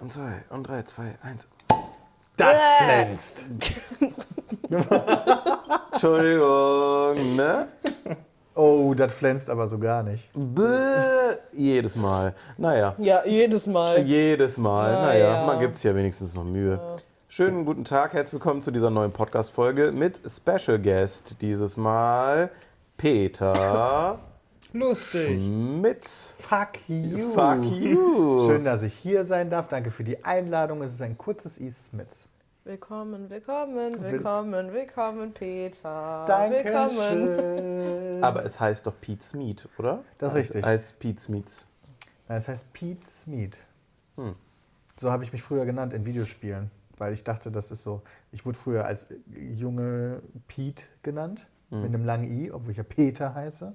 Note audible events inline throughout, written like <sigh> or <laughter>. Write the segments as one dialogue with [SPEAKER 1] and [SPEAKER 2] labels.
[SPEAKER 1] Und 3, 2, 1.
[SPEAKER 2] Das glänzt.
[SPEAKER 1] Entschuldigung, ne?
[SPEAKER 2] Oh, das flänzt aber so gar nicht.
[SPEAKER 1] Bäh, jedes Mal. Naja,
[SPEAKER 3] Ja, jedes
[SPEAKER 2] Äh,
[SPEAKER 3] Mal.
[SPEAKER 1] jedes Mal.
[SPEAKER 3] Na
[SPEAKER 1] Naja,
[SPEAKER 3] ja.
[SPEAKER 1] man gibt sich ja wenigstens noch Mühe. Schönen guten Tag, herzlich willkommen zu dieser neuen Podcast-Folge mit Special Guest. Dieses Mal Peter
[SPEAKER 4] Lustig.
[SPEAKER 1] mit
[SPEAKER 2] Fuck
[SPEAKER 1] Hm.
[SPEAKER 2] you.
[SPEAKER 1] Fuck you.
[SPEAKER 2] Schön, dass ich hier sein darf. Danke für die Einladung. Es ist ein kurzes E. Smith.
[SPEAKER 3] Willkommen, willkommen, willkommen, willkommen, Peter.
[SPEAKER 2] Danke.
[SPEAKER 3] Willkommen.
[SPEAKER 2] schön.
[SPEAKER 1] Aber es heißt doch Pete's Meat, oder?
[SPEAKER 2] Das ist richtig.
[SPEAKER 1] Es heißt Pete's Meats.
[SPEAKER 2] Nein, Äh, Es heißt Pete's Meat. So habe ich mich früher genannt in Videospielen, weil ich dachte, das ist so. Ich wurde früher als junge Pete genannt, mit einem langen I, obwohl ich ja Peter heiße.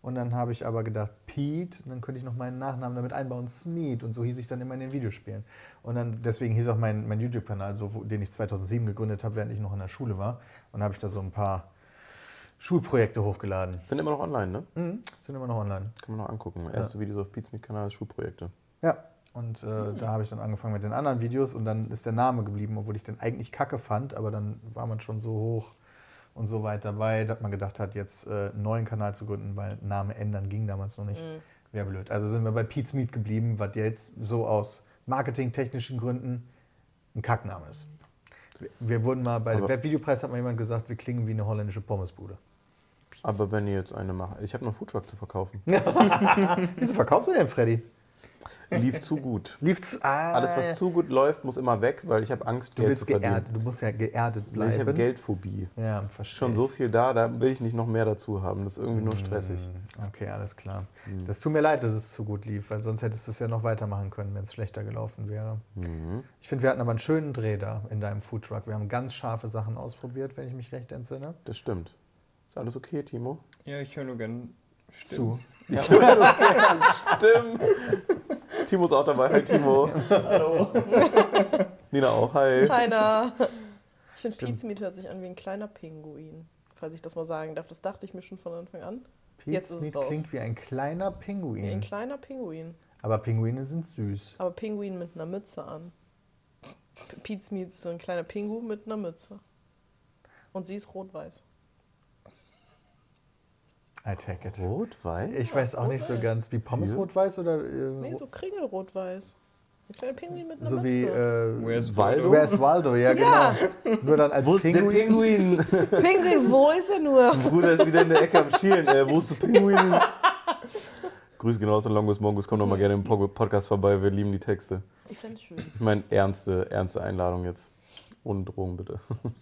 [SPEAKER 2] Und dann habe ich aber gedacht, Pete, und dann könnte ich noch meinen Nachnamen damit einbauen, Smeet. Und so hieß ich dann immer in den Videospielen. Und dann deswegen hieß auch mein, mein YouTube-Kanal, so, wo- den ich 2007 gegründet habe, während ich noch in der Schule war. Und habe ich da so ein paar Schulprojekte hochgeladen.
[SPEAKER 1] Sind immer noch online, ne?
[SPEAKER 2] Mhm. Sind immer noch online.
[SPEAKER 1] Kann man noch angucken. Erste Videos auf Pete's Meat-Kanal, Schulprojekte.
[SPEAKER 2] Ja. Und äh, da habe ich dann angefangen mit den anderen Videos und dann ist der Name geblieben, obwohl ich den eigentlich kacke fand, aber dann war man schon so hoch und so weit dabei, dass man gedacht hat, jetzt äh, einen neuen Kanal zu gründen, weil Name ändern ging damals noch nicht. Wäre blöd. Also sind wir bei Pete's Meat geblieben, was jetzt so aus marketingtechnischen Gründen ein Kackname ist. Wir- Wir wurden mal bei dem
[SPEAKER 1] Aber-
[SPEAKER 2] Webvideopreis, hat mal jemand gesagt, wir klingen wie eine holländische Pommesbude.
[SPEAKER 1] Aber wenn ihr jetzt eine macht, ich habe noch einen Foodtruck zu verkaufen.
[SPEAKER 2] Wieso verkaufst du denn, Freddy?
[SPEAKER 1] Lief zu
[SPEAKER 2] <laughs>
[SPEAKER 1] gut.
[SPEAKER 2] Lief's? Ah,
[SPEAKER 1] Alles, was zu gut läuft, muss immer weg, weil ich habe Angst,
[SPEAKER 2] du
[SPEAKER 1] Geld zu
[SPEAKER 2] willst
[SPEAKER 1] verdienen.
[SPEAKER 2] geerdet. Du musst ja geerdet bleiben.
[SPEAKER 1] Ich habe Geldphobie.
[SPEAKER 2] Ja, verstehe.
[SPEAKER 1] Schon so viel da, da will ich nicht noch mehr dazu haben. Das ist irgendwie nur stressig.
[SPEAKER 2] Mm. Okay, alles klar. Das tut mir leid, dass es zu gut lief, weil sonst hättest du es ja noch weitermachen können, wenn es schlechter gelaufen wäre. Ich finde, wir hatten aber einen schönen Dreh da in deinem Foodtruck. Wir haben ganz scharfe Sachen ausprobiert, wenn ich mich recht entsinne.
[SPEAKER 1] Das stimmt. Ist alles okay, Timo?
[SPEAKER 4] Ja, ich höre nur gern
[SPEAKER 2] Zu.
[SPEAKER 4] Stimmen.
[SPEAKER 1] <laughs> Stimmt. Timo ist auch dabei. Hi, Timo. Hallo. Nina auch. Hi.
[SPEAKER 3] Keiner. Ich finde, Pizmeat hört sich an wie ein kleiner Pinguin. Falls ich das mal sagen darf. Das dachte ich mir schon von Anfang an. Jetzt ist es
[SPEAKER 2] Pizmeat
[SPEAKER 3] raus.
[SPEAKER 2] klingt wie ein kleiner
[SPEAKER 3] Wie ein
[SPEAKER 2] Pinguin.
[SPEAKER 3] kleiner Pinguin.
[SPEAKER 2] Aber Pinguine sind süß.
[SPEAKER 3] Aber Pinguin mit einer Mütze an. P- Pizmeat ist so ein kleiner Pingu mit einer Mütze. Und sie ist rot-weiß.
[SPEAKER 2] I take it.
[SPEAKER 1] Rot-Weiß?
[SPEAKER 2] Ich weiß auch nicht so ganz, wie Pommes rot-weiß oder äh,
[SPEAKER 3] Nee, so kringelrot-weiß. Ein kleiner Pinguin mit einer
[SPEAKER 2] so wie
[SPEAKER 3] Mütze.
[SPEAKER 2] äh,
[SPEAKER 4] Where's
[SPEAKER 1] Waldo?
[SPEAKER 4] Waldo?
[SPEAKER 2] Where's Waldo, ja
[SPEAKER 3] Ja.
[SPEAKER 2] genau. Nur dann als
[SPEAKER 1] Wo ist
[SPEAKER 2] Pinguin.
[SPEAKER 1] der Pinguin?
[SPEAKER 3] Pinguin, wo ist er nur?
[SPEAKER 2] <laughs>
[SPEAKER 1] Bruder ist wieder in der Ecke am Schielen. Äh, wo ist der Pinguin? <laughs> Grüße genau aus den Longus Mongus. Kommt doch mal gerne im Pod- Podcast vorbei. Wir lieben die Texte.
[SPEAKER 3] Ich fände es schön.
[SPEAKER 1] Ich meine, ernste, ernste Einladung jetzt. Ohne Drohung, bitte. <laughs>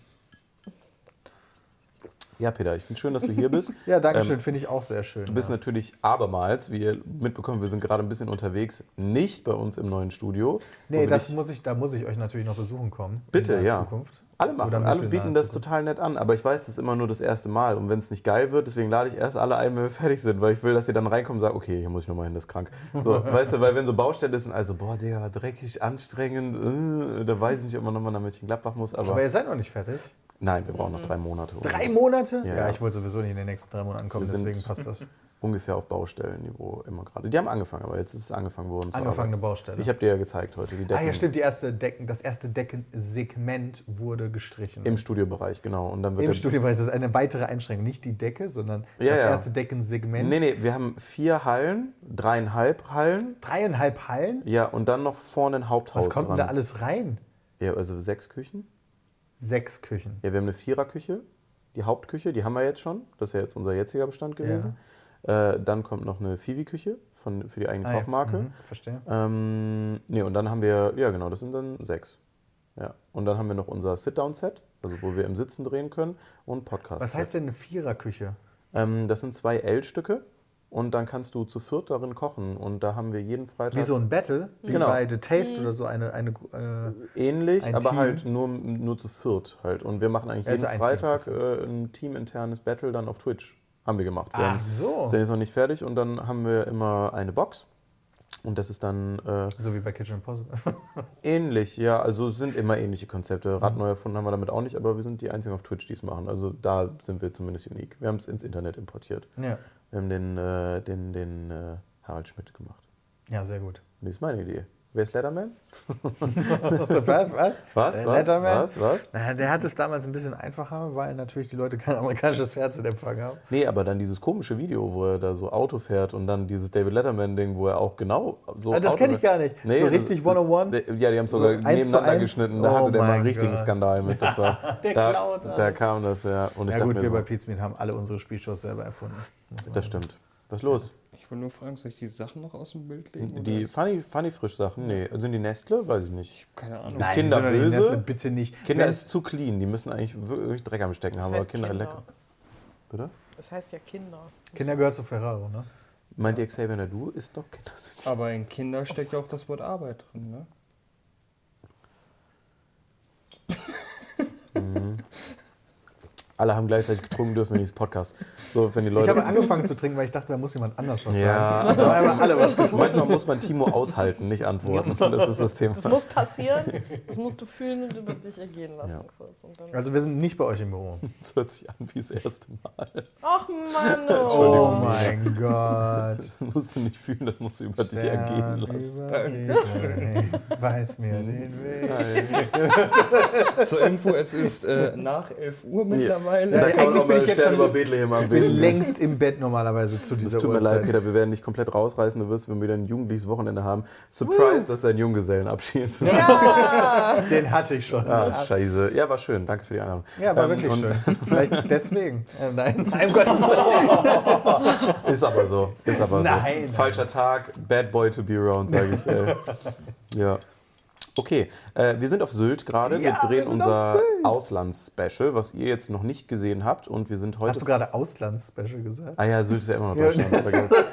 [SPEAKER 1] Ja, Peter, ich finde schön, dass du hier bist.
[SPEAKER 2] Ja, danke schön, finde ich auch sehr schön.
[SPEAKER 1] Du bist natürlich abermals, wie ihr mitbekommen, wir sind gerade ein bisschen unterwegs, nicht bei uns im neuen Studio. wo
[SPEAKER 2] Nee,
[SPEAKER 1] wir
[SPEAKER 2] das
[SPEAKER 1] dich-
[SPEAKER 2] muss ich, da muss ich euch natürlich noch besuchen kommen.
[SPEAKER 1] Bitte,
[SPEAKER 2] in naher
[SPEAKER 1] ja.
[SPEAKER 2] Zukunft.
[SPEAKER 1] alle machen,
[SPEAKER 2] Oder
[SPEAKER 1] alle
[SPEAKER 2] mittelnaher
[SPEAKER 1] bieten das
[SPEAKER 2] Zukunft.
[SPEAKER 1] total nett an, aber ich weiß, das ist immer nur das erste Mal und wenn es nicht geil wird, deswegen lade ich erst alle ein, wenn wir <laughs> fertig sind, weil ich will, dass ihr dann reinkommen und sagt, okay, hier muss ich nochmal hin, das ist krank. So,
[SPEAKER 2] <laughs>
[SPEAKER 1] weißt du, weil wenn so Baustelle ist und also, boah, Digga, dreckig, anstrengend, äh, da weiß ich nicht, ob man nochmal nach Mönchengladbach muss, aber,
[SPEAKER 2] Aber ihr seid noch nicht fertig.
[SPEAKER 1] nein, wir brauchen noch drei Monate. um oder
[SPEAKER 2] Drei Monate?
[SPEAKER 1] Ja.
[SPEAKER 2] Ja, ich wollte sowieso nicht in den nächsten drei Monaten kommen,
[SPEAKER 1] Wir sind-
[SPEAKER 2] deswegen
[SPEAKER 1] <laughs>
[SPEAKER 2] passt das.
[SPEAKER 1] Ungefähr auf Baustellenniveau immer gerade. Die haben angefangen, aber jetzt ist es angefangen worden. zu
[SPEAKER 2] Angefangene
[SPEAKER 1] arbeiten.
[SPEAKER 2] Baustelle.
[SPEAKER 1] Ich habe dir ja gezeigt heute, die Decken.
[SPEAKER 2] ah ja, stimmt, die erste Decken, das erste Deckensegment wurde gestrichen.
[SPEAKER 1] Im Studiobereich, genau. Und dann wird
[SPEAKER 2] Im
[SPEAKER 1] der-
[SPEAKER 2] Studio, weil das ist eine weitere Einschränkung. Nicht die Decke, sondern
[SPEAKER 1] Ja,
[SPEAKER 2] das
[SPEAKER 1] ja.
[SPEAKER 2] erste Deckensegment.
[SPEAKER 1] Nee, nee, wir haben vier Hallen, dreieinhalb Hallen,
[SPEAKER 2] Dreieinhalb Hallen?
[SPEAKER 1] ja, und dann noch vorne ein Haupthaus.
[SPEAKER 2] Was kommt denn
[SPEAKER 1] dran.
[SPEAKER 2] da alles rein?
[SPEAKER 1] Ja, also sechs Küchen.
[SPEAKER 2] Sechs Küchen.
[SPEAKER 1] Ja, wir haben eine Viererküche, die Hauptküche, die haben wir jetzt schon. Das ist ja jetzt unser jetziger Bestand gewesen. Äh, dann kommt noch eine Fivi-Küche von- für die eigene
[SPEAKER 2] Ah, ja.
[SPEAKER 1] Kochmarke.
[SPEAKER 2] Mhm, verstehe.
[SPEAKER 1] Ähm, nee, und dann haben wir, ja genau, das sind dann sechs. Ja. Und dann haben wir noch unser Sit-Down-Set, also wo wir im Sitzen drehen können und Podcast.
[SPEAKER 2] Was heißt denn eine Viererküche?
[SPEAKER 1] Ähm, das sind zwei L-Stücke und dann kannst du zu viert darin kochen. Und da haben wir jeden Freitag
[SPEAKER 2] Wie so ein Battle, wie
[SPEAKER 1] Genau.
[SPEAKER 2] bei The Taste oder so eine, eine äh,
[SPEAKER 1] ähnlich,
[SPEAKER 2] ein
[SPEAKER 1] aber
[SPEAKER 2] Team.
[SPEAKER 1] halt nur, nur zu viert halt. Und wir machen eigentlich
[SPEAKER 2] Also
[SPEAKER 1] jeden
[SPEAKER 2] ein Team zu
[SPEAKER 1] Freitag äh, ein teaminternes Battle dann auf Twitch. Haben wir gemacht. Wir
[SPEAKER 2] Ach
[SPEAKER 1] haben-
[SPEAKER 2] so.
[SPEAKER 1] Sind jetzt noch nicht fertig und dann haben wir immer eine Box. Und das ist dann äh,
[SPEAKER 2] so wie bei Kitchen Impossible.
[SPEAKER 1] ähnlich, ja. Also es sind immer ähnliche Konzepte.
[SPEAKER 2] Mhm.
[SPEAKER 1] Rad neu erfunden haben wir damit auch nicht, aber wir sind die einzigen auf Twitch, die es machen. Also da sind wir zumindest unique. Wir haben es ins Internet importiert.
[SPEAKER 2] <laughs> ja.
[SPEAKER 1] Wir haben den, äh, den, den äh, Harald Schmidt gemacht.
[SPEAKER 2] ja, sehr gut.
[SPEAKER 1] Nee, ist meine Idee. Wer ist Letterman?
[SPEAKER 2] was? Was?
[SPEAKER 1] Was? Was?
[SPEAKER 2] Äh, Letterman?
[SPEAKER 1] Was? Was?
[SPEAKER 2] Na, der hat es damals ein bisschen einfacher, weil natürlich die Leute kein amerikanisches Fernsehen empfangen haben.
[SPEAKER 1] Nee, aber dann dieses komische Video, wo er da so Auto fährt und dann dieses David Letterman-Ding, wo er auch genau so.
[SPEAKER 2] Ah, das
[SPEAKER 1] Auto- Äh,
[SPEAKER 2] kenn ich gar nicht. So richtig 101?
[SPEAKER 1] Ja, die haben es sogar
[SPEAKER 2] So eins zu
[SPEAKER 1] nebeneinander
[SPEAKER 2] eins?
[SPEAKER 1] geschnitten. Da
[SPEAKER 2] Oh
[SPEAKER 1] hatte der mal
[SPEAKER 2] mein
[SPEAKER 1] einen richtigen
[SPEAKER 2] Gott.
[SPEAKER 1] Skandal mit. Das
[SPEAKER 2] <laughs>
[SPEAKER 1] war,
[SPEAKER 2] Der
[SPEAKER 1] da,
[SPEAKER 2] klaut
[SPEAKER 1] da
[SPEAKER 2] alles.
[SPEAKER 1] kam das, ja. Und ich
[SPEAKER 2] Ja
[SPEAKER 1] dachte
[SPEAKER 2] gut, wir bei
[SPEAKER 1] mir
[SPEAKER 2] Pizmeet haben alle unsere Spielshows selber erfunden.
[SPEAKER 1] so, das stimmt. Was ist los?
[SPEAKER 4] Ich wollte nur fragen, soll ich die Sachen noch aus dem Bild legen? oder
[SPEAKER 1] Die
[SPEAKER 4] ist-
[SPEAKER 1] Funny, Funny Frisch-Sachen? Nee. Sind die Nestle? Weiß ich nicht.
[SPEAKER 4] Keine Ahnung.
[SPEAKER 1] Nein.
[SPEAKER 2] die
[SPEAKER 1] Kinder
[SPEAKER 2] sind doch nicht
[SPEAKER 1] böse?
[SPEAKER 2] Nestle, bitte nicht.
[SPEAKER 1] Kinder
[SPEAKER 2] Wenn-
[SPEAKER 1] ist zu clean. Die müssen eigentlich wirklich Dreck am Stecken haben. Aber
[SPEAKER 3] heißt
[SPEAKER 1] Kinder, lecker. Bitte?
[SPEAKER 3] Das heißt ja Kinder.
[SPEAKER 2] Kinder gehört zu Ferraro, ne?
[SPEAKER 1] Meint ihr, Xavier Nadu ist noch kindersüchtig?
[SPEAKER 4] Aber in Kinder steckt ja auch das Wort Arbeit drin,
[SPEAKER 1] <laughs>
[SPEAKER 4] ne?
[SPEAKER 1] Alle haben gleichzeitig getrunken, dürfen wir nicht ins Podcast. So, wenn die
[SPEAKER 2] Ich
[SPEAKER 1] Leute.
[SPEAKER 2] habe angefangen zu trinken, weil ich dachte, da muss jemand anders was
[SPEAKER 1] Ja,
[SPEAKER 2] sagen. Da haben wir alle was getrunken.
[SPEAKER 1] Manchmal muss man Timo aushalten, nicht antworten. Das ist das Thema.
[SPEAKER 3] Das
[SPEAKER 1] <laughs>
[SPEAKER 3] muss passieren, das musst du fühlen und über dich ergehen lassen.
[SPEAKER 1] Ja.
[SPEAKER 3] Kurz. Und dann
[SPEAKER 2] Also wir sind nicht bei euch im Büro.
[SPEAKER 1] Das hört sich an wie das erste Mal.
[SPEAKER 3] Ach Mann,
[SPEAKER 2] Oh
[SPEAKER 1] Entschuldigung.
[SPEAKER 3] oh.
[SPEAKER 2] mein Gott.
[SPEAKER 1] Das musst du nicht fühlen, das musst du über dich ergehen
[SPEAKER 2] Stern
[SPEAKER 1] lassen.
[SPEAKER 2] über den Weg, Weiß
[SPEAKER 1] <laughs>
[SPEAKER 2] mir den Weg. <laughs>
[SPEAKER 4] Zur Info, es ist äh, nach 11 Uhr mittlerweile.
[SPEAKER 2] Ja,
[SPEAKER 1] Da
[SPEAKER 2] ja,
[SPEAKER 1] kann man
[SPEAKER 2] eigentlich
[SPEAKER 1] auch
[SPEAKER 2] bin
[SPEAKER 1] mal
[SPEAKER 2] ich jetzt
[SPEAKER 1] Stern
[SPEAKER 2] schon-
[SPEAKER 1] über Bethlehem
[SPEAKER 2] Ich bin
[SPEAKER 1] anbieten.
[SPEAKER 2] längst im Bett normalerweise zu
[SPEAKER 1] Es
[SPEAKER 2] dieser
[SPEAKER 1] tut mir leid,
[SPEAKER 2] Uhrzeit.
[SPEAKER 1] Peter, wir werden dich komplett rausreißen. Du wirst, wenn wir wieder ein jugendliches Wochenende haben, surprise, dass ein Junggesellenabschied.
[SPEAKER 3] Ja!
[SPEAKER 2] Den hatte ich schon.
[SPEAKER 1] <laughs> Ah, scheiße. Ja, war schön. Danke für die Einladung.
[SPEAKER 2] Ja, war
[SPEAKER 1] Ähm,
[SPEAKER 2] wirklich
[SPEAKER 1] und-
[SPEAKER 2] schön. Vielleicht
[SPEAKER 1] <laughs>
[SPEAKER 2] deswegen. Äh, nein, nein, um Gottes
[SPEAKER 1] Ist aber so. Ist aber
[SPEAKER 2] Nein.
[SPEAKER 1] so. Falscher Tag, bad boy to be around, sage ich. Ey.
[SPEAKER 2] <laughs>
[SPEAKER 1] ja. Okay, äh, wir sind auf Sylt gerade.
[SPEAKER 2] Ja,
[SPEAKER 1] wir
[SPEAKER 2] wir
[SPEAKER 1] drehen
[SPEAKER 2] sind auf
[SPEAKER 1] unser
[SPEAKER 2] Sylt.
[SPEAKER 1] Auslandsspecial, was ihr jetzt noch nicht gesehen habt. Und wir sind heute.
[SPEAKER 2] Hast du gerade Auslandsspecial gesagt?
[SPEAKER 1] Ah ja, Sylt ist ja immer noch
[SPEAKER 2] Ja.
[SPEAKER 1] Deutschland.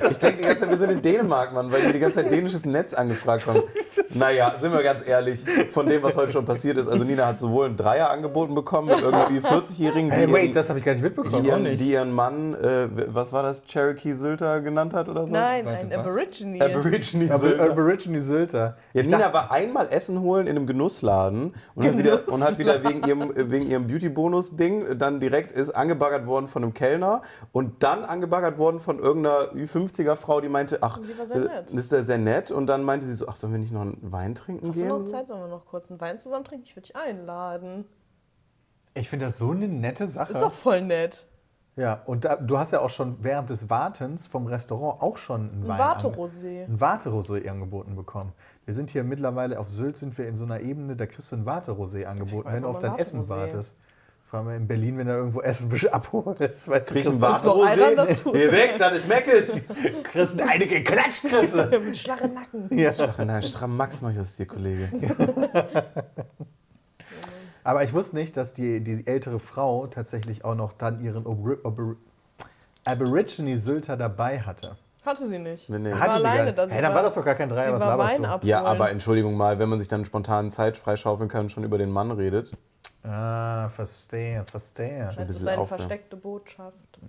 [SPEAKER 1] ich denke die ganze Zeit, wir sind in Dänemark, Mann, weil wir die ganze Zeit dänisches Netz angefragt haben. Naja, sind wir ganz ehrlich, von dem, was heute schon passiert ist. Also Nina hat sowohl einen Dreier angeboten bekommen mit irgendwie 40-Jährigen, die
[SPEAKER 2] Hey,
[SPEAKER 1] ihren-
[SPEAKER 2] wait, das habe ich gar nicht mitbekommen.
[SPEAKER 1] die,
[SPEAKER 4] auch
[SPEAKER 1] ihren,
[SPEAKER 4] nicht.
[SPEAKER 1] die ihren Mann, äh, was war das, Cherokee Sylter genannt hat oder so?
[SPEAKER 3] Nein,
[SPEAKER 4] Warte,
[SPEAKER 3] ein
[SPEAKER 4] was?
[SPEAKER 3] Aborigine.
[SPEAKER 1] Aborigine
[SPEAKER 2] Aber
[SPEAKER 1] Sylter.
[SPEAKER 2] Aborigine Sylter.
[SPEAKER 1] Ja,
[SPEAKER 2] Ich
[SPEAKER 1] Nina
[SPEAKER 2] dachte-
[SPEAKER 1] war einmal Essen holen in einem Genussladen und hat wieder, und hat wieder wegen ihrem, äh, wegen ihrem Beauty-Bonus-Ding dann direkt ist angebaggert worden von einem Kellner und dann angebaggert worden von irgendeiner Ü50er-Frau, die meinte, ach,
[SPEAKER 3] Die war sehr
[SPEAKER 1] äh,
[SPEAKER 3] nett.
[SPEAKER 1] ist ja sehr nett. Und dann meinte sie so, ach, sollen wir nicht noch einen Wein trinken
[SPEAKER 3] Hast du
[SPEAKER 1] gehen?
[SPEAKER 3] noch Zeit, sollen wir noch kurz einen Wein zusammen trinken? Ich würde dich einladen.
[SPEAKER 2] Ich finde das so eine nette Sache.
[SPEAKER 3] Ist doch voll nett.
[SPEAKER 2] Ja, und da, du hast ja auch schon während des Wartens vom Restaurant auch schon einen Wein
[SPEAKER 3] Ein
[SPEAKER 2] ange-
[SPEAKER 3] Warterosé.
[SPEAKER 2] Ein Warterosé angeboten bekommen. Wir sind hier mittlerweile auf Sylt, sind wir in so einer Ebene, da kriegst du ein Warterosé angeboten, wenn du auf
[SPEAKER 3] einfach mal
[SPEAKER 2] dein
[SPEAKER 3] ein
[SPEAKER 2] Essen
[SPEAKER 3] Warterosé.
[SPEAKER 2] wartest. Vor allem in Berlin, wenn du irgendwo Essen <laughs> besch- abholst. Weißt du,
[SPEAKER 1] Krieg ich einen
[SPEAKER 3] Ist noch einer
[SPEAKER 1] Warterosé?
[SPEAKER 3] dazu?
[SPEAKER 1] Geh weg, dann ist Meckes.
[SPEAKER 2] kriegst du eine geklatscht, kriegst
[SPEAKER 3] <laughs>
[SPEAKER 2] du.
[SPEAKER 3] Mit starren Nacken.
[SPEAKER 2] ja.
[SPEAKER 1] Na, stramm Max mach ich aus dir, Kollege.
[SPEAKER 2] Aber ich wusste nicht, dass die, die ältere Frau tatsächlich auch noch dann ihren Obri Obri Aborigine Sylter dabei hatte.
[SPEAKER 3] Hatte sie nicht.
[SPEAKER 1] Nee, nee.
[SPEAKER 3] Sie
[SPEAKER 1] Hatte
[SPEAKER 3] war
[SPEAKER 2] Hatte sie gar
[SPEAKER 3] alleine
[SPEAKER 2] nicht.
[SPEAKER 3] da. Sie
[SPEAKER 2] Hey, dann war das doch gar kein
[SPEAKER 3] Sie
[SPEAKER 2] Dreier, was
[SPEAKER 3] war
[SPEAKER 2] laberst
[SPEAKER 3] Wein
[SPEAKER 2] du?
[SPEAKER 3] abholen.
[SPEAKER 1] Ja, aber Entschuldigung mal, wenn man sich dann spontan Zeit freischaufeln kann und schon über den Mann redet.
[SPEAKER 2] Ah, verstehe, verstehe.
[SPEAKER 3] Das
[SPEAKER 1] bisschen
[SPEAKER 3] ist eine
[SPEAKER 1] aufwärmen.
[SPEAKER 3] versteckte Botschaft.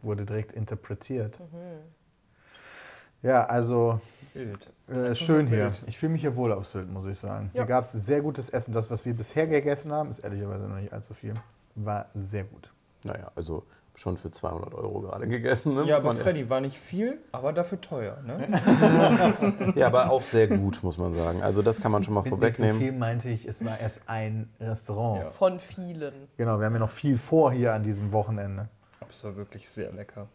[SPEAKER 2] Wurde direkt interpretiert.
[SPEAKER 3] Mhm.
[SPEAKER 2] Ja, also
[SPEAKER 4] Bild.
[SPEAKER 2] äh, schön hier. Ich fühle mich hier wohl auf Sylt, muss ich sagen.
[SPEAKER 3] Ja.
[SPEAKER 2] Hier gab es sehr gutes Essen. Das, was wir bisher gegessen haben, ist ehrlicherweise noch nicht allzu viel. War sehr gut.
[SPEAKER 1] Naja, also schon für 200 Euro gerade gegessen. Ne?
[SPEAKER 4] Ja,
[SPEAKER 1] Muss
[SPEAKER 4] aber
[SPEAKER 1] man-
[SPEAKER 4] Freddy war nicht viel, aber dafür teuer, ne?
[SPEAKER 1] ja, aber auch sehr gut, muss man sagen. Also das kann man schon mal
[SPEAKER 2] Mit nicht so
[SPEAKER 1] vorwegnehmen.
[SPEAKER 2] viel meinte ich, es war erst ein Restaurant.
[SPEAKER 4] Ja.
[SPEAKER 3] Von vielen.
[SPEAKER 2] Genau, wir haben ja noch viel vor hier an diesem Wochenende.
[SPEAKER 4] Aber es war wirklich sehr lecker.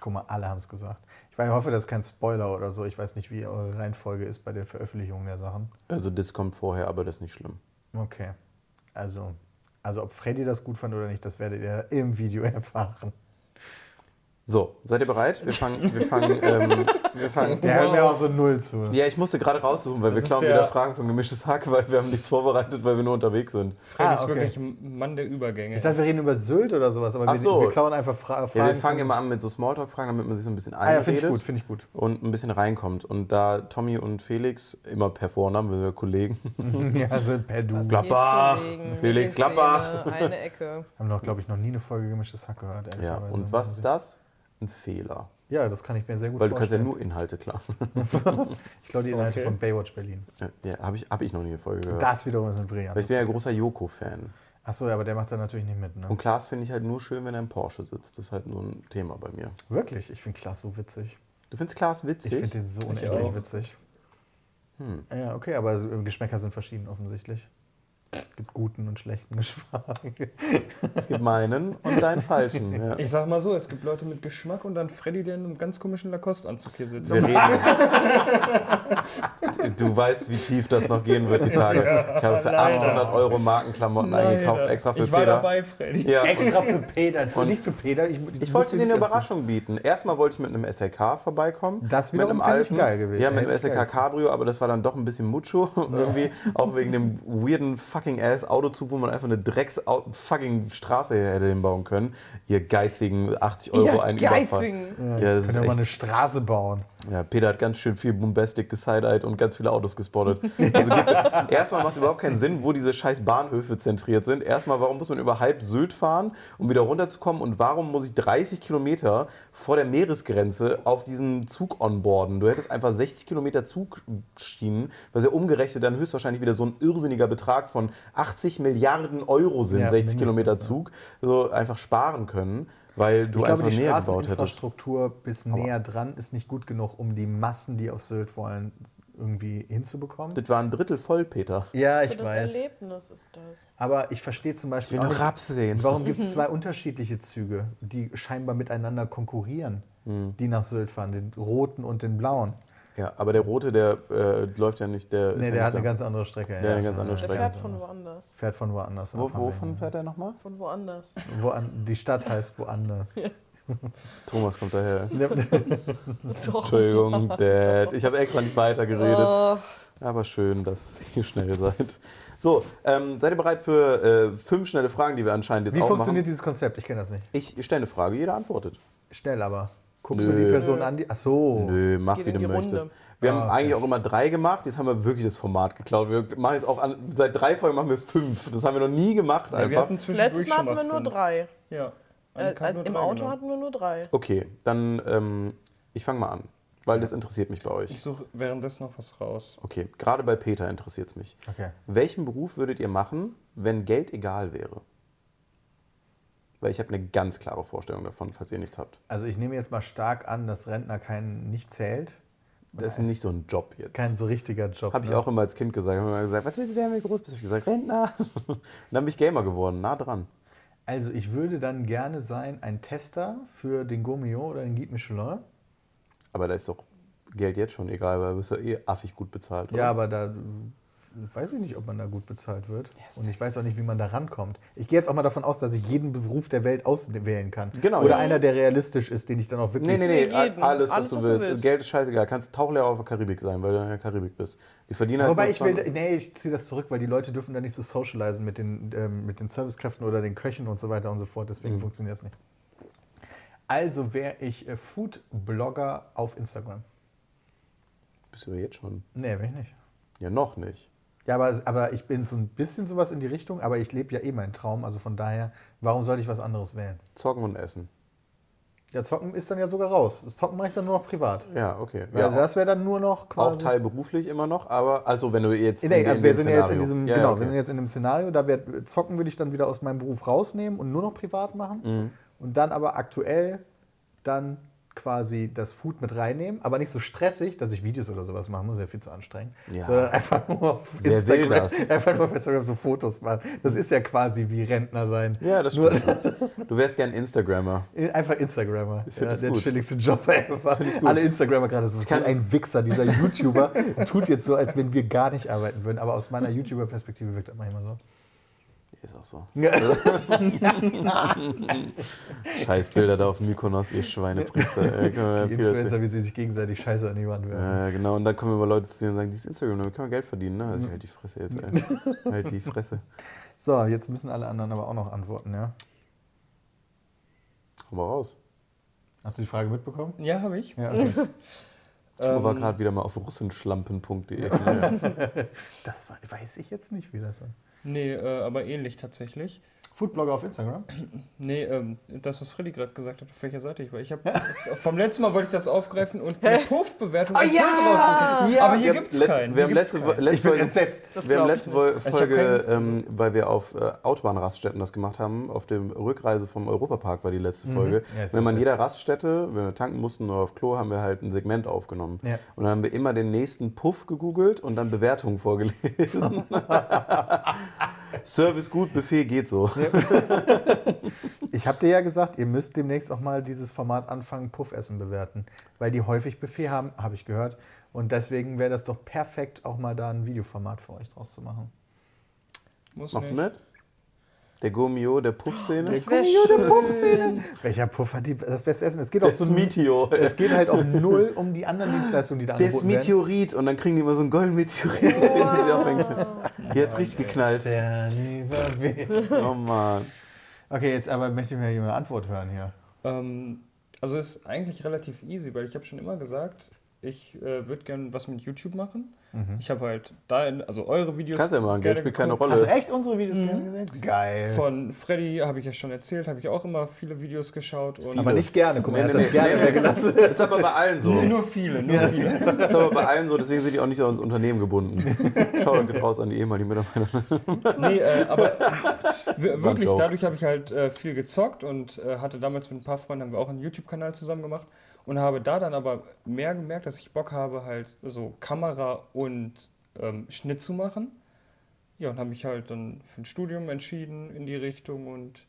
[SPEAKER 2] Guck mal, alle haben es gesagt. Ich weiß- ich hoffe, das ist kein Spoiler oder so. Ich weiß nicht, wie eure Reihenfolge ist bei der Veröffentlichung der Sachen.
[SPEAKER 1] Also das kommt vorher, aber das ist nicht schlimm.
[SPEAKER 2] Okay. Also, also ob Freddy das gut fand oder nicht, das werdet ihr im Video <laughs> erfahren.
[SPEAKER 1] So, seid ihr bereit? Wir fangen,
[SPEAKER 2] <laughs>
[SPEAKER 1] wir fangen, ähm, wir fangen.
[SPEAKER 2] Der hört mir auch so null zu.
[SPEAKER 1] Ja, ich musste gerade raussuchen, weil wir
[SPEAKER 4] Das ist
[SPEAKER 1] klauen
[SPEAKER 4] der-
[SPEAKER 1] wieder Fragen von gemischtes Hack, weil wir haben nichts vorbereitet, weil wir nur unterwegs sind.
[SPEAKER 4] Freddy
[SPEAKER 2] Ah,
[SPEAKER 4] ist
[SPEAKER 2] okay.
[SPEAKER 4] wirklich ein Mann der Übergänge.
[SPEAKER 2] Ich dachte, wir reden über Sylt oder sowas, aber
[SPEAKER 1] Ach
[SPEAKER 2] wir,
[SPEAKER 1] so.
[SPEAKER 2] wir klauen einfach Fra Fragen.
[SPEAKER 1] Ja, wir fangen
[SPEAKER 2] von-
[SPEAKER 1] immer an mit so Smalltalk-Fragen, damit man sich so ein bisschen
[SPEAKER 2] Ah ja,
[SPEAKER 1] einredet.
[SPEAKER 2] finde ich gut, finde
[SPEAKER 1] <laughs>
[SPEAKER 2] ich gut.
[SPEAKER 1] und ein bisschen reinkommt. Und da Tommy und Felix, immer per Vornamen, wir sind ja Kollegen,
[SPEAKER 2] ja, Sylt per Du.
[SPEAKER 3] Das
[SPEAKER 2] Wir
[SPEAKER 1] Klapp. Klappbach.
[SPEAKER 3] geht, Kollegen.
[SPEAKER 1] Felix
[SPEAKER 3] Lieblingsszene,
[SPEAKER 1] Klappbach.
[SPEAKER 3] Eine Ecke.
[SPEAKER 2] haben noch, glaube ich, noch nie eine Folge gemischtes Hack gehört.
[SPEAKER 1] Ja,
[SPEAKER 2] ehrlicherweise. Also,
[SPEAKER 1] und was ist das? Ein Fehler.
[SPEAKER 2] Ja, das kann ich mir sehr gut
[SPEAKER 1] Weil du kannst ja
[SPEAKER 2] vorstellen.
[SPEAKER 1] nur Inhalte klar.
[SPEAKER 2] ich glaube, die Inhalte
[SPEAKER 4] Okay.
[SPEAKER 2] von Baywatch Berlin.
[SPEAKER 1] <laughs> Ja, habe ich, hab ich noch nie eine Folge gehört.
[SPEAKER 2] Das wiederum ist ein Brillant.
[SPEAKER 1] Weil ich bin ja großer Joko-Fan.
[SPEAKER 2] Achso, ja, aber der macht da natürlich nicht mit, ne?
[SPEAKER 1] Und Klaas finde ich halt nur schön, wenn er im Porsche sitzt. Das ist halt nur ein Thema bei mir.
[SPEAKER 2] Wirklich, ich finde Klaas so witzig.
[SPEAKER 1] Du findest Klaas
[SPEAKER 2] Ich
[SPEAKER 1] witzig?
[SPEAKER 2] finde den so
[SPEAKER 4] Ich
[SPEAKER 2] unendlich
[SPEAKER 4] auch.
[SPEAKER 2] witzig.
[SPEAKER 1] Hm.
[SPEAKER 2] Ja, okay, aber so, äh, Geschmäcker sind verschieden offensichtlich. Es gibt guten und schlechten <laughs> Geschmack.
[SPEAKER 1] <laughs> Es gibt meinen und deinen falschen. Ja.
[SPEAKER 4] Ich sag mal so, es gibt Leute mit Geschmack und dann Freddy, der in einem ganz komischen Lacoste-Anzug hier sitzt.
[SPEAKER 1] Wir reden.
[SPEAKER 4] <laughs>
[SPEAKER 1] <laughs> Du weißt, wie tief das noch gehen wird die Tage. ich habe für
[SPEAKER 4] leider.
[SPEAKER 1] 800 Euro Markenklamotten eingekauft,
[SPEAKER 4] Leider.
[SPEAKER 1] extra für
[SPEAKER 4] Ich war
[SPEAKER 1] Peter.
[SPEAKER 4] dabei, Freddy.
[SPEAKER 1] Ja.
[SPEAKER 2] Extra für Peter, nicht für Peter. Ich,
[SPEAKER 1] Ich wollte dir eine Überraschung bieten. Erstmal wollte ich mit einem SLK vorbeikommen.
[SPEAKER 2] Das
[SPEAKER 1] mit
[SPEAKER 2] wiederum fände ich geil gewesen.
[SPEAKER 1] Ja, mit
[SPEAKER 2] Hätte
[SPEAKER 1] einem
[SPEAKER 2] ich geil
[SPEAKER 1] SLK Cabrio, aber das war dann doch ein bisschen Mucho <laughs> irgendwie. Auch wegen dem weirden fucking ass Auto zu, wo man einfach eine Drecks au- fucking Straße hätte hinbauen können. Ihr geizigen 80 Euro
[SPEAKER 3] Ja,
[SPEAKER 1] einen Überfall.
[SPEAKER 3] geizigen.
[SPEAKER 1] Ja, das ist
[SPEAKER 2] Können wir mal
[SPEAKER 1] echt,
[SPEAKER 2] eine Straße bauen.
[SPEAKER 1] ja, Peter hat ganz schön viel Bombastic geside-eyed und ganz viele Autos gespottet. Also geht, erstmal macht es überhaupt keinen Sinn, wo diese scheiß Bahnhöfe zentriert sind. Erstmal, warum muss man über halb Sylt fahren, um wieder runterzukommen? Und warum muss ich 30 Kilometer vor der Meeresgrenze auf diesen Zug onboarden? Du hättest einfach 60 Kilometer Zugschienen, was ja umgerechnet dann höchstwahrscheinlich wieder so ein irrsinniger Betrag von 80 Milliarden Euro sind,
[SPEAKER 2] Ja,
[SPEAKER 1] 60 Kilometer
[SPEAKER 2] mindestens, ja.
[SPEAKER 1] Zug, so einfach sparen können, weil du
[SPEAKER 2] Ich glaube,
[SPEAKER 1] einfach
[SPEAKER 2] die
[SPEAKER 1] näher gebaut hättest.
[SPEAKER 2] Straßeninfrastruktur bis näher dran ist nicht gut genug, um die Massen, die auf Sylt wollen, irgendwie hinzubekommen.
[SPEAKER 1] Das war ein Drittel voll, Peter.
[SPEAKER 2] Ja,
[SPEAKER 3] Für
[SPEAKER 2] ich
[SPEAKER 3] das
[SPEAKER 2] weiß.
[SPEAKER 3] Erlebnis ist das.
[SPEAKER 2] Aber ich verstehe zum
[SPEAKER 1] Ich
[SPEAKER 2] Beispiel
[SPEAKER 1] will
[SPEAKER 2] auch
[SPEAKER 1] noch
[SPEAKER 2] nicht,
[SPEAKER 1] Raps sehen.
[SPEAKER 2] warum gibt
[SPEAKER 3] Mhm.
[SPEAKER 2] es zwei unterschiedliche Züge, die scheinbar miteinander konkurrieren,
[SPEAKER 1] Mhm.
[SPEAKER 2] die nach Sylt fahren, den roten und den blauen.
[SPEAKER 1] Ja, aber der rote, der äh, läuft ja nicht. Der ist
[SPEAKER 2] Nee,
[SPEAKER 1] ja
[SPEAKER 2] der
[SPEAKER 1] nicht
[SPEAKER 2] hat eine
[SPEAKER 1] da.
[SPEAKER 2] ganz andere Strecke.
[SPEAKER 1] Der hat eine ganz andere
[SPEAKER 3] Der
[SPEAKER 1] Strecke.
[SPEAKER 3] fährt von woanders.
[SPEAKER 2] Fährt von woanders. ab,
[SPEAKER 1] Wo,
[SPEAKER 2] haben wir
[SPEAKER 1] wovon
[SPEAKER 2] gehört.
[SPEAKER 1] fährt er nochmal?
[SPEAKER 3] Von woanders.
[SPEAKER 2] Wo an, die Stadt heißt
[SPEAKER 3] <laughs>
[SPEAKER 2] woanders.
[SPEAKER 1] Thomas kommt daher.
[SPEAKER 3] Doch.
[SPEAKER 1] Entschuldigung, Dad. Ich habe extra nicht weitergeredet.
[SPEAKER 3] Oh,
[SPEAKER 1] Aber schön, dass ihr schnell seid. So, ähm, seid ihr bereit für äh, fünf schnelle Fragen, die wir anscheinend jetzt
[SPEAKER 2] Wie
[SPEAKER 1] auch
[SPEAKER 2] funktioniert
[SPEAKER 1] machen?
[SPEAKER 2] dieses Konzept? Ich kenne das nicht.
[SPEAKER 1] Ich stelle eine Frage, jeder antwortet.
[SPEAKER 2] Schnell aber. Guckst du
[SPEAKER 1] Nö.
[SPEAKER 2] die Person an, die. Ach so.
[SPEAKER 1] Nö, mach
[SPEAKER 3] geht
[SPEAKER 1] wie
[SPEAKER 3] in
[SPEAKER 1] du
[SPEAKER 3] die Runde.
[SPEAKER 1] möchtest. Wir haben
[SPEAKER 2] Ah, okay.
[SPEAKER 1] eigentlich auch immer drei gemacht, jetzt haben wir wirklich das Format geklaut. Wir machen jetzt auch an, seit drei Folgen machen wir fünf. Das haben wir noch nie gemacht
[SPEAKER 4] Ja, wir
[SPEAKER 1] einfach.
[SPEAKER 4] hatten zwischendurch
[SPEAKER 3] letztes Mal
[SPEAKER 4] schon
[SPEAKER 3] hatten wir
[SPEAKER 4] mal
[SPEAKER 3] nur
[SPEAKER 4] fünf.
[SPEAKER 3] drei.
[SPEAKER 4] Ja.
[SPEAKER 3] Äh,
[SPEAKER 4] Eine Karte
[SPEAKER 3] als,
[SPEAKER 4] nur
[SPEAKER 3] Im
[SPEAKER 4] drei,
[SPEAKER 3] Auto
[SPEAKER 4] genau.
[SPEAKER 3] hatten wir nur drei.
[SPEAKER 1] Okay, dann ähm, ich fange mal an, weil das interessiert mich bei euch.
[SPEAKER 4] Ich suche währenddessen noch was raus.
[SPEAKER 1] Okay, gerade bei Peter interessiert es mich.
[SPEAKER 2] Okay.
[SPEAKER 1] Welchen Beruf würdet ihr machen, wenn Geld egal wäre? Weil ich habe eine ganz klare Vorstellung davon, falls ihr nichts habt.
[SPEAKER 2] Also ich nehme jetzt mal stark an, dass Rentner keinen nicht zählt.
[SPEAKER 1] Das ist nicht so ein Job jetzt.
[SPEAKER 2] Kein so richtiger Job.
[SPEAKER 1] Habe ich
[SPEAKER 2] ne?
[SPEAKER 1] auch immer als Kind gesagt. Haben immer gesagt, was willst du werden, wenn du groß bist? Hab ich gesagt, Rentner. <laughs> Und dann bin ich Gamer geworden, nah dran.
[SPEAKER 2] Also ich würde dann gerne sein ein Tester für den Gourmillon oder den Guide Michelin.
[SPEAKER 1] Aber da ist doch Geld jetzt schon egal, weil du bist ja eh affig gut bezahlt.
[SPEAKER 2] Ja,
[SPEAKER 1] oder?
[SPEAKER 2] aber da äh, weiß ich nicht, ob man da gut bezahlt wird. Und ich weiß auch nicht, wie man da rankommt. Ich gehe jetzt auch mal davon aus, dass ich jeden Beruf der Welt auswählen kann.
[SPEAKER 1] Genau,
[SPEAKER 2] Oder
[SPEAKER 1] ja.
[SPEAKER 2] einer, der realistisch ist, den ich dann auch wirklich...
[SPEAKER 1] Nee, nee, nee,
[SPEAKER 3] Für
[SPEAKER 1] a-
[SPEAKER 3] jeden.
[SPEAKER 1] alles, was,
[SPEAKER 3] Alles,
[SPEAKER 1] du,
[SPEAKER 3] was du
[SPEAKER 1] willst.
[SPEAKER 3] willst.
[SPEAKER 1] Geld ist scheißegal. Kannst Tauchlehrer auf der Karibik sein, weil du in der Karibik bist. Die verdienen halt
[SPEAKER 2] Wobei
[SPEAKER 1] nur
[SPEAKER 2] ich will,
[SPEAKER 1] 200
[SPEAKER 2] nee, ich ziehe das zurück, weil die Leute dürfen da nicht so socialisen mit den, ähm, mit den Servicekräften oder den Köchen und so weiter und so fort. Deswegen funktioniert es nicht. Also wäre ich äh, Food-Blogger auf Instagram.
[SPEAKER 1] Bist du ja jetzt schon?
[SPEAKER 2] Nee, bin ich nicht.
[SPEAKER 1] Ja, noch nicht.
[SPEAKER 2] Ja, aber, aber ich bin so ein bisschen sowas in die Richtung, aber ich lebe ja eh meinen Traum. Also von daher, warum sollte ich was anderes wählen?
[SPEAKER 1] Zocken und Essen.
[SPEAKER 2] Ja, Zocken ist dann ja sogar raus. Das Zocken mache ich dann nur noch privat.
[SPEAKER 1] Ja, okay.
[SPEAKER 2] Ja,
[SPEAKER 1] Ja,
[SPEAKER 2] also das wäre dann nur noch
[SPEAKER 1] auch
[SPEAKER 2] quasi...
[SPEAKER 1] teilberuflich immer noch, aber also wenn du jetzt.
[SPEAKER 2] Nee,
[SPEAKER 1] in- in
[SPEAKER 2] wir
[SPEAKER 1] dem
[SPEAKER 2] sind ja jetzt in
[SPEAKER 1] Szenario-
[SPEAKER 2] diesem,
[SPEAKER 1] Ja,
[SPEAKER 2] genau,
[SPEAKER 1] ja, okay.
[SPEAKER 2] wir sind jetzt in dem Szenario, da wir zocken würde ich dann wieder aus meinem Beruf rausnehmen und nur noch privat machen
[SPEAKER 1] Mhm.
[SPEAKER 2] und dann aber aktuell dann quasi das Food mit reinnehmen, aber nicht so stressig, dass ich Videos oder sowas machen muss, ist ja viel zu anstrengend,
[SPEAKER 1] Ja.
[SPEAKER 2] sondern einfach nur auf
[SPEAKER 1] Wer will
[SPEAKER 2] Instagram,
[SPEAKER 1] das?
[SPEAKER 2] <laughs> einfach nur auf Instagram so Fotos machen. Das ist ja quasi wie Rentner sein.
[SPEAKER 1] Ja, das stimmt. du wärst gern Instagrammer.
[SPEAKER 2] Einfach Instagrammer.
[SPEAKER 1] find
[SPEAKER 2] Ja,
[SPEAKER 1] das
[SPEAKER 2] der
[SPEAKER 1] gut.
[SPEAKER 2] chilligste Job ever.
[SPEAKER 1] gut.
[SPEAKER 2] Alle Instagrammer gerade so. So
[SPEAKER 1] kann-
[SPEAKER 2] ein
[SPEAKER 1] <laughs>
[SPEAKER 2] Wichser, dieser YouTuber, tut jetzt so, als wenn wir gar nicht arbeiten würden. Aber aus meiner YouTuber-Perspektive wirkt das manchmal so.
[SPEAKER 1] Ist auch so.
[SPEAKER 2] <laughs> Ja.
[SPEAKER 1] Scheiß Bilder da auf Mykonos, ihr
[SPEAKER 2] <laughs>
[SPEAKER 1] Schweinepriester. Ey, können wir
[SPEAKER 2] Die
[SPEAKER 1] viel erzählen.
[SPEAKER 2] Influencer, wie sie sich gegenseitig Scheiße an die Wand werfen.
[SPEAKER 1] Äh, genau, und dann kommen immer Leute zu dir und sagen, dieses Instagram, damit kann man Geld verdienen. Ne? Also ich halt die Fresse jetzt, ey.
[SPEAKER 2] <laughs>
[SPEAKER 1] halt die Fresse.
[SPEAKER 2] So, jetzt müssen alle anderen aber auch noch antworten, ja?
[SPEAKER 1] Komm mal raus.
[SPEAKER 2] Hast du die Frage mitbekommen?
[SPEAKER 4] Ja, habe ich.
[SPEAKER 2] Ja, okay.
[SPEAKER 3] <laughs>
[SPEAKER 1] Timo war
[SPEAKER 4] Ähm,
[SPEAKER 1] gerade wieder mal auf russenschlampen.de.
[SPEAKER 2] Das war, weiß ich jetzt nicht, wie das ist.
[SPEAKER 4] Nee, äh, aber ähnlich tatsächlich.
[SPEAKER 2] Foodblogger auf Instagram?
[SPEAKER 4] Nee, ähm, das, was Freddy gerade gesagt hat, auf welcher Seite ich war. <laughs> Ich habe vom letzten Mal wollte ich das aufgreifen und eine Puff-Bewertung
[SPEAKER 2] Ah,
[SPEAKER 4] als
[SPEAKER 2] ja!
[SPEAKER 4] Song raussuchen.
[SPEAKER 2] Ja,
[SPEAKER 4] aber hier
[SPEAKER 1] Wir
[SPEAKER 4] gibt es
[SPEAKER 1] haben letzt- Wir
[SPEAKER 4] keinen. Hier
[SPEAKER 1] haben
[SPEAKER 4] gibt's
[SPEAKER 1] letzte,
[SPEAKER 4] keinen.
[SPEAKER 1] letzte
[SPEAKER 2] Ich bin
[SPEAKER 1] Folge-
[SPEAKER 2] entsetzt.
[SPEAKER 3] Das
[SPEAKER 1] wir haben
[SPEAKER 3] glaub ich
[SPEAKER 1] letzte
[SPEAKER 3] nicht.
[SPEAKER 1] Fol-
[SPEAKER 4] hab
[SPEAKER 1] Folge,
[SPEAKER 4] keinen-
[SPEAKER 1] ähm, weil wir auf äh, Autobahnraststätten das gemacht haben, auf dem Rückreise vom Europapark war die letzte Folge.
[SPEAKER 2] Yes,
[SPEAKER 1] wenn
[SPEAKER 2] yes,
[SPEAKER 1] man
[SPEAKER 2] yes.
[SPEAKER 1] jeder Raststätte, wenn wir tanken mussten oder auf Klo, haben wir halt ein Segment aufgenommen.
[SPEAKER 2] Ja.
[SPEAKER 1] Und dann haben wir immer den nächsten Puff gegoogelt und dann Bewertungen vorgelesen. Service gut, Buffet geht so.
[SPEAKER 2] Ich habe dir ja gesagt, ihr müsst demnächst auch mal dieses Format anfangen, Puffessen bewerten. Weil die häufig Buffet haben, habe ich gehört. Und deswegen wäre das doch perfekt, auch mal da ein Videoformat für euch draus zu machen.
[SPEAKER 4] Muss
[SPEAKER 1] Machst du
[SPEAKER 4] nicht.
[SPEAKER 1] mit? Der Gourmio der Puff-Szene?
[SPEAKER 3] Das
[SPEAKER 2] Oh,
[SPEAKER 3] wäre schön.
[SPEAKER 2] Welcher Puff hat die, das beste Essen? Es geht, auch
[SPEAKER 1] Der
[SPEAKER 2] so,
[SPEAKER 1] Smitio.
[SPEAKER 2] es geht halt auch null um die anderen Dienstleistungen, die da
[SPEAKER 1] Der ist
[SPEAKER 2] angeboten werden.
[SPEAKER 1] Meteorit und dann kriegen die immer so einen <laughs> Goldmeteorit. wenn die aufhängen. Jetzt richtig geknallt.
[SPEAKER 2] Stern über Weg.
[SPEAKER 1] Oh Mann.
[SPEAKER 2] Okay, jetzt aber möchte ich mir hier eine Antwort hören hier.
[SPEAKER 4] Ähm, also ist eigentlich relativ easy, weil ich habe schon immer gesagt, ich äh, würde gerne was mit YouTube machen. Ich habe halt da, in, also eure Videos.
[SPEAKER 1] Kannst ja machen, Geld
[SPEAKER 4] gerne
[SPEAKER 1] spielt keine
[SPEAKER 4] geguckt.
[SPEAKER 1] Rolle.
[SPEAKER 2] Hast du echt unsere Videos gerne gesehen? Geil.
[SPEAKER 4] Von Freddy habe ich ja schon erzählt, habe ich auch immer viele Videos geschaut. Und
[SPEAKER 2] aber nicht gerne, guck mal, er
[SPEAKER 1] Nee,
[SPEAKER 2] hat
[SPEAKER 1] nee,
[SPEAKER 2] das
[SPEAKER 1] nee,
[SPEAKER 2] gerne
[SPEAKER 1] nee, nee.
[SPEAKER 2] weggelassen.
[SPEAKER 1] Das <laughs> ist aber bei allen
[SPEAKER 2] <laughs>
[SPEAKER 1] so.
[SPEAKER 4] nur viele, nur viele.
[SPEAKER 1] Das ist aber bei allen so, deswegen sind die auch nicht ans Unternehmen
[SPEAKER 2] <laughs>
[SPEAKER 1] gebunden. Schau geht raus an die ehemaligen Mitarbeiter.
[SPEAKER 4] Nee, äh, aber wir-
[SPEAKER 1] War ein
[SPEAKER 4] wirklich,
[SPEAKER 1] Joke.
[SPEAKER 4] dadurch habe ich halt äh, viel gezockt und äh, hatte damals mit ein paar Freunden, haben wir auch einen YouTube-Kanal zusammen gemacht und habe da dann aber mehr gemerkt, dass ich Bock habe, halt so Kamera und ähm, Schnitt zu machen. Ja, und habe mich halt dann für ein Studium entschieden in die Richtung und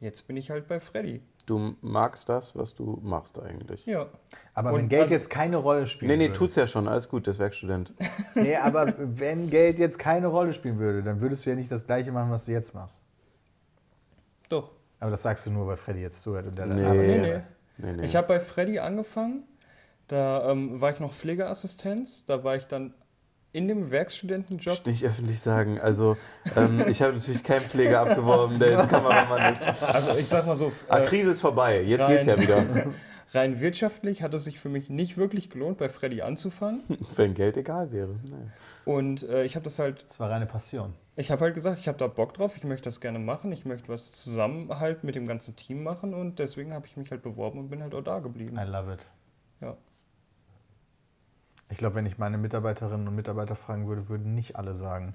[SPEAKER 4] jetzt bin ich halt bei Freddy.
[SPEAKER 1] Du magst das, was du machst eigentlich.
[SPEAKER 4] Ja.
[SPEAKER 2] Aber
[SPEAKER 4] Und
[SPEAKER 2] wenn Geld
[SPEAKER 4] also-
[SPEAKER 2] jetzt keine Rolle spielen
[SPEAKER 1] Nee, nee,
[SPEAKER 2] würde.
[SPEAKER 1] tut's ja schon. Alles gut, das Werkstudent.
[SPEAKER 2] Nee, aber wenn Geld jetzt keine Rolle spielen würde, dann würdest du ja nicht das gleiche machen, was du jetzt machst.
[SPEAKER 4] Doch.
[SPEAKER 2] Aber das sagst du nur, weil Freddy jetzt zuhört und der
[SPEAKER 1] Nee.
[SPEAKER 2] aber-
[SPEAKER 4] Nee, nee.
[SPEAKER 1] Nee, nee.
[SPEAKER 4] Ich habe bei Freddy angefangen. Da ähm, war ich noch Pflegeassistenz. Da war ich dann in dem Werkstudentenjob
[SPEAKER 1] Psst, nicht öffentlich sagen. Also, ähm, ich habe natürlich keinen Pfleger abgeworben, der jetzt Kameramann ist.
[SPEAKER 2] <laughs>
[SPEAKER 4] Also ich sag mal so,
[SPEAKER 1] Ah,
[SPEAKER 4] äh,
[SPEAKER 1] Krise ist vorbei. Jetzt
[SPEAKER 4] Nein.
[SPEAKER 1] geht's ja
[SPEAKER 2] <laughs>
[SPEAKER 1] wieder.
[SPEAKER 4] rein wirtschaftlich hat es sich für mich nicht wirklich gelohnt, bei Freddy anzufangen.
[SPEAKER 1] Wenn Geld egal wäre. Nee.
[SPEAKER 4] Und äh, ich habe das halt,
[SPEAKER 2] Das war reine Passion.
[SPEAKER 4] ich habe halt gesagt, ich habe da Bock drauf, ich möchte das gerne machen, ich möchte was zusammen halt mit dem ganzen Team machen und deswegen habe ich mich halt beworben und bin halt auch da geblieben.
[SPEAKER 2] I love it.
[SPEAKER 4] Ja.
[SPEAKER 2] Ich glaube, wenn ich meine Mitarbeiterinnen und Mitarbeiter fragen würde, würden nicht alle sagen,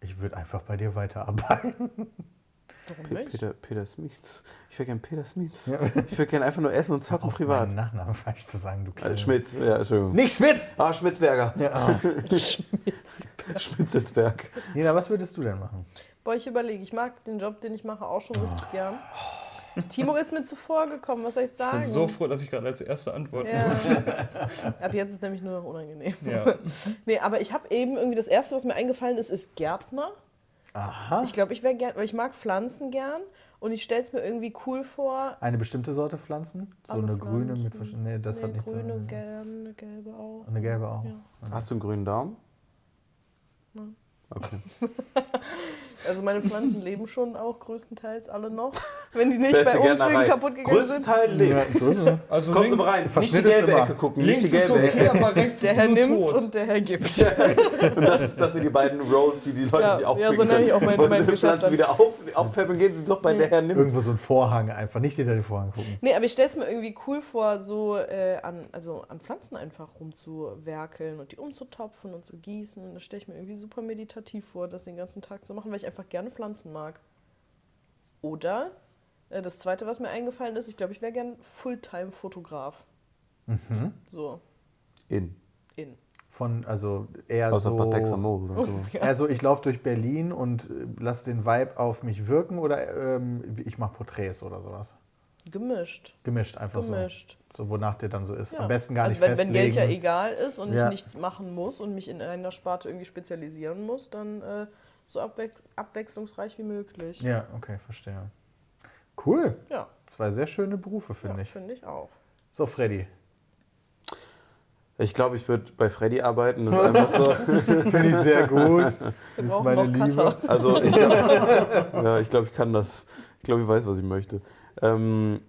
[SPEAKER 2] ich würde einfach bei dir weiterarbeiten.
[SPEAKER 3] Warum
[SPEAKER 1] Pe-
[SPEAKER 3] nicht?
[SPEAKER 1] Peter, Peter Smith. Ich will gern Peter Smith. Ich will gern einfach nur essen und zocken privat.
[SPEAKER 2] Meinen Nachnamen <laughs> falsch zu sagen, du
[SPEAKER 1] Äh,
[SPEAKER 2] kleiner-
[SPEAKER 1] Schmitz, ja, Entschuldigung.
[SPEAKER 2] Nicht Schmitz!
[SPEAKER 1] Ah, Schmitzberger. <laughs>
[SPEAKER 2] Ja.
[SPEAKER 1] Schmitzelsberg.
[SPEAKER 2] Nina, was würdest du denn machen?
[SPEAKER 3] Boah, ich überlege, ich mag den Job, den ich mache, auch schon richtig gern. Timo ist mir zuvor gekommen, was soll ich
[SPEAKER 4] Ich
[SPEAKER 3] sagen?
[SPEAKER 4] bin Also so froh, dass ich gerade als erste antworten
[SPEAKER 3] ja. Ab jetzt ist nämlich nur noch unangenehm. <laughs>
[SPEAKER 4] Ja.
[SPEAKER 3] Nee, aber ich habe eben irgendwie das erste, was mir eingefallen ist, ist Gärtner.
[SPEAKER 2] Aha.
[SPEAKER 3] Ich glaube, ich wäre gern, weil ich mag Pflanzen gern und ich stelle es mir irgendwie cool vor.
[SPEAKER 2] Eine bestimmte Sorte Pflanzen? So
[SPEAKER 3] Alle
[SPEAKER 2] eine grüne
[SPEAKER 3] Pflanzen.
[SPEAKER 2] mit verschiedenen. Nee, das
[SPEAKER 3] Nee,
[SPEAKER 2] hat nichts zu
[SPEAKER 3] grüne,
[SPEAKER 2] tun.
[SPEAKER 3] gelbe, gelbe auch.
[SPEAKER 2] Eine gelbe auch.
[SPEAKER 3] Ja.
[SPEAKER 1] Hast du einen grünen Daumen?
[SPEAKER 3] Nein.
[SPEAKER 1] Okay.
[SPEAKER 3] Also meine Pflanzen leben schon auch größtenteils alle noch, wenn die nicht
[SPEAKER 1] Beste
[SPEAKER 3] bei Umzügen
[SPEAKER 1] Gärtnerei.
[SPEAKER 3] kaputt gegangen
[SPEAKER 1] Größten
[SPEAKER 3] sind.
[SPEAKER 1] Teil
[SPEAKER 2] Ja,
[SPEAKER 1] lebt.
[SPEAKER 2] so ist es.
[SPEAKER 4] Also
[SPEAKER 1] Kommt
[SPEAKER 4] link,
[SPEAKER 1] aber rein. Nicht die
[SPEAKER 2] Verschnitt ist
[SPEAKER 1] gelbe
[SPEAKER 2] immer.
[SPEAKER 1] Ecke gucken.
[SPEAKER 4] links
[SPEAKER 1] nicht die
[SPEAKER 4] ist
[SPEAKER 1] gelbe
[SPEAKER 4] okay,
[SPEAKER 1] Ecke.
[SPEAKER 3] <laughs>
[SPEAKER 4] aber rechts
[SPEAKER 3] Der
[SPEAKER 4] ist
[SPEAKER 3] Herr
[SPEAKER 4] nur
[SPEAKER 3] nimmt
[SPEAKER 4] tot.
[SPEAKER 3] und der Herr gibt.
[SPEAKER 1] Und <laughs> das, das sind die beiden Rows, die die Leute
[SPEAKER 3] Ja,
[SPEAKER 1] sich aufpicken
[SPEAKER 3] ja, so nenne ich auch
[SPEAKER 1] können.
[SPEAKER 3] mein-
[SPEAKER 1] Wollen
[SPEAKER 3] mein
[SPEAKER 1] sie eine
[SPEAKER 3] Geschäft
[SPEAKER 1] Pflanze
[SPEAKER 3] an.
[SPEAKER 1] wieder auf, aufpeppen, gehen sie doch bei der Herr nimmt.
[SPEAKER 2] Irgendwo so ein Vorhang einfach. Nicht hinter den Vorhang gucken.
[SPEAKER 3] Nee, aber ich stelle es mir irgendwie cool vor, so äh, an, also an Pflanzen einfach rumzuwerkeln und die umzutopfen und zu gießen. Und das stelle ich mir irgendwie super meditativ vor, das den ganzen Tag zu machen, weil ich einfach gerne Pflanzen mag. Oder äh, das Zweite, was mir eingefallen ist, ich glaube, ich wäre gern Fulltime-Fotograf. So,
[SPEAKER 1] In.
[SPEAKER 3] in.
[SPEAKER 2] Von, also eher
[SPEAKER 1] Außer Patek
[SPEAKER 2] so.
[SPEAKER 1] Samuel oder so.
[SPEAKER 2] Also ich laufe durch Berlin und äh, lass den Vibe auf mich wirken oder ähm, ich mache Porträts oder sowas.
[SPEAKER 3] Gemischt.
[SPEAKER 2] Gemischt einfach
[SPEAKER 3] Gemischt.
[SPEAKER 2] so. So wonach dir dann so ist.
[SPEAKER 3] Ja.
[SPEAKER 2] Am besten gar
[SPEAKER 3] also
[SPEAKER 2] nicht
[SPEAKER 3] wenn, wenn
[SPEAKER 2] festlegen.
[SPEAKER 3] Geld ja egal ist und
[SPEAKER 2] Ja.
[SPEAKER 3] ich nichts machen muss und mich in einer Sparte irgendwie spezialisieren muss, dann äh, so abwech abwechslungsreich wie möglich.
[SPEAKER 2] Ja, okay, verstehe. Cool.
[SPEAKER 3] ja.
[SPEAKER 2] Zwei sehr schöne Berufe, finde
[SPEAKER 3] ja,
[SPEAKER 2] ich.
[SPEAKER 3] Finde ich auch.
[SPEAKER 2] So,
[SPEAKER 1] <laughs>
[SPEAKER 2] Freddy.
[SPEAKER 1] Ich glaube, ich würde bei Freddy arbeiten. Das ist einfach so.
[SPEAKER 2] Finde ich sehr gut.
[SPEAKER 3] Wir
[SPEAKER 2] Das ist
[SPEAKER 3] brauchen
[SPEAKER 2] meine
[SPEAKER 3] noch
[SPEAKER 2] Liebe.
[SPEAKER 3] Cutter.
[SPEAKER 1] Also ich glaube, ja, ich, glaub, ich kann das. Ich glaube, ich weiß, was ich möchte. Ähm,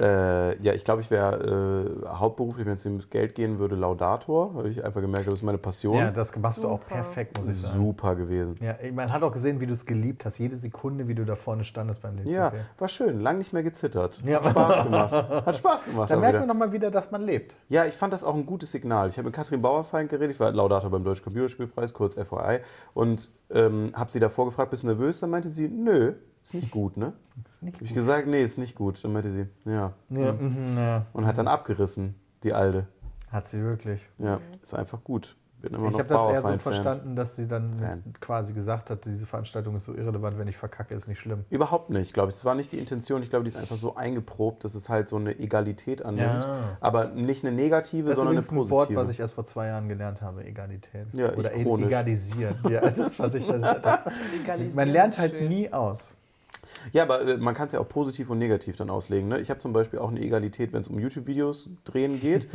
[SPEAKER 1] Äh, ja, ich glaube, ich wäre äh, hauptberuflich, wenn es um Geld gehen würde, Laudator. Habe ich einfach gemerkt, das ist meine Passion.
[SPEAKER 2] Ja, das machst du auch
[SPEAKER 3] Super.
[SPEAKER 2] perfekt, muss ich sagen.
[SPEAKER 1] Super gewesen.
[SPEAKER 2] Ja, ich- man hat auch gesehen, wie du es geliebt hast. Jede Sekunde, wie du da vorne standest beim DCP.
[SPEAKER 1] Ja, war schön. Lang nicht mehr gezittert.
[SPEAKER 2] Ja.
[SPEAKER 1] Hat Spaß gemacht. Hat Spaß gemacht.
[SPEAKER 2] Da
[SPEAKER 1] auch
[SPEAKER 2] merkt
[SPEAKER 1] wieder.
[SPEAKER 2] man nochmal wieder, dass man lebt.
[SPEAKER 1] Ja, ich fand das auch ein gutes Signal. Ich habe mit Katrin Bauerfeind geredet, ich war Laudator beim Deutschen Computerspielpreis, kurz FOI, und ähm, habe sie davor gefragt, bist du nervös? Dann meinte sie, nö, ist nicht gut, ne?
[SPEAKER 2] Das ist nicht
[SPEAKER 1] Habe ich gesagt, nee, ist nicht gut. Dann meinte sie, ja.
[SPEAKER 2] Ja, mhm, ja.
[SPEAKER 1] Und hat dann abgerissen, die Alde.
[SPEAKER 2] Hat sie wirklich.
[SPEAKER 1] Ja, ist einfach gut. Bin immer
[SPEAKER 2] Ich
[SPEAKER 1] noch
[SPEAKER 2] habe das eher so
[SPEAKER 1] Bauerfeind-Fan.
[SPEAKER 2] verstanden, dass sie dann
[SPEAKER 1] Fan.
[SPEAKER 2] quasi gesagt hat, diese Veranstaltung ist so irrelevant, wenn ich verkacke, ist nicht schlimm.
[SPEAKER 1] Überhaupt nicht, glaube ich. Das war nicht die Intention. Ich glaube, die ist einfach so eingeprobt, dass es halt so eine Egalität annimmt.
[SPEAKER 2] Ja.
[SPEAKER 1] Aber nicht eine negative,
[SPEAKER 2] Das ist
[SPEAKER 1] sondern eine
[SPEAKER 2] übrigens ein
[SPEAKER 1] positive.
[SPEAKER 2] Wort, was ich erst vor zwei Jahren gelernt habe, Egalität.
[SPEAKER 1] Ja, ich
[SPEAKER 2] Oder e-
[SPEAKER 1] chronisch.
[SPEAKER 2] egalisiert. Ja, <laughs> das ist, was ich, das, das,
[SPEAKER 3] Legalisieren
[SPEAKER 2] man lernt
[SPEAKER 3] ist
[SPEAKER 2] halt
[SPEAKER 3] schön.
[SPEAKER 2] nie aus.
[SPEAKER 1] Ja, aber äh, man kann es ja auch positiv und negativ dann auslegen. Ne? Ich habe zum Beispiel auch eine Egalität, wenn es um YouTube-Videos drehen
[SPEAKER 2] <laughs>
[SPEAKER 1] geht,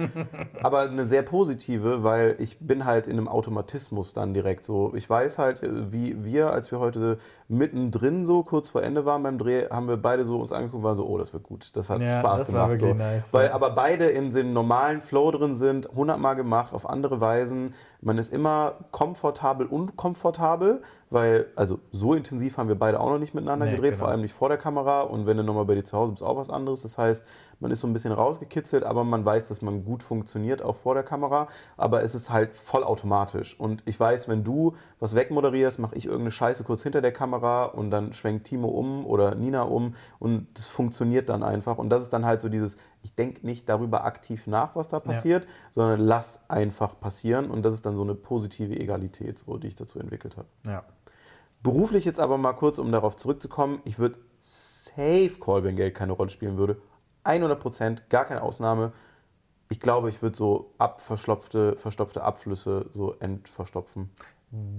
[SPEAKER 1] aber eine sehr positive, weil ich bin halt in einem Automatismus dann direkt so. Ich weiß halt, äh, wie wir, als wir heute mittendrin so kurz vor Ende waren beim Dreh, haben wir beide so uns angeguckt und waren so, oh, das wird gut, das hat
[SPEAKER 2] Ja,
[SPEAKER 1] Spaß
[SPEAKER 2] das war
[SPEAKER 1] gemacht. so.
[SPEAKER 2] wirklich nice,
[SPEAKER 1] weil
[SPEAKER 2] ja.
[SPEAKER 1] aber beide in dem normalen Flow drin sind, hundertmal gemacht, auf andere Weisen. Man ist immer komfortabel, unkomfortabel, weil, also so intensiv haben wir beide auch noch nicht miteinander
[SPEAKER 2] Nee,
[SPEAKER 1] gedreht,
[SPEAKER 2] genau.
[SPEAKER 1] vor allem nicht vor der Kamera. Und wenn du nochmal bei dir zu Hause bist, auch was anderes. Das heißt, man ist so ein bisschen rausgekitzelt, aber man weiß, dass man gut funktioniert, auch vor der Kamera. Aber es ist halt vollautomatisch. Und ich weiß, wenn du was wegmoderierst, mache ich irgendeine Scheiße kurz hinter der Kamera und dann schwenkt Timo um oder Nina um und das funktioniert dann einfach. Und das ist dann halt so dieses, ich denke nicht darüber aktiv nach, was da passiert, sondern lass einfach passieren. Und das ist dann so eine positive Egalität, so, die ich dazu entwickelt habe.
[SPEAKER 2] Ja.
[SPEAKER 1] Beruflich jetzt aber mal kurz, um darauf zurückzukommen, ich würde safe Call, wenn Geld keine Rolle spielen würde. 100 Prozent, gar keine Ausnahme. Ich glaube, ich würde so abverstopfte, verstopfte Abflüsse so entverstopfen.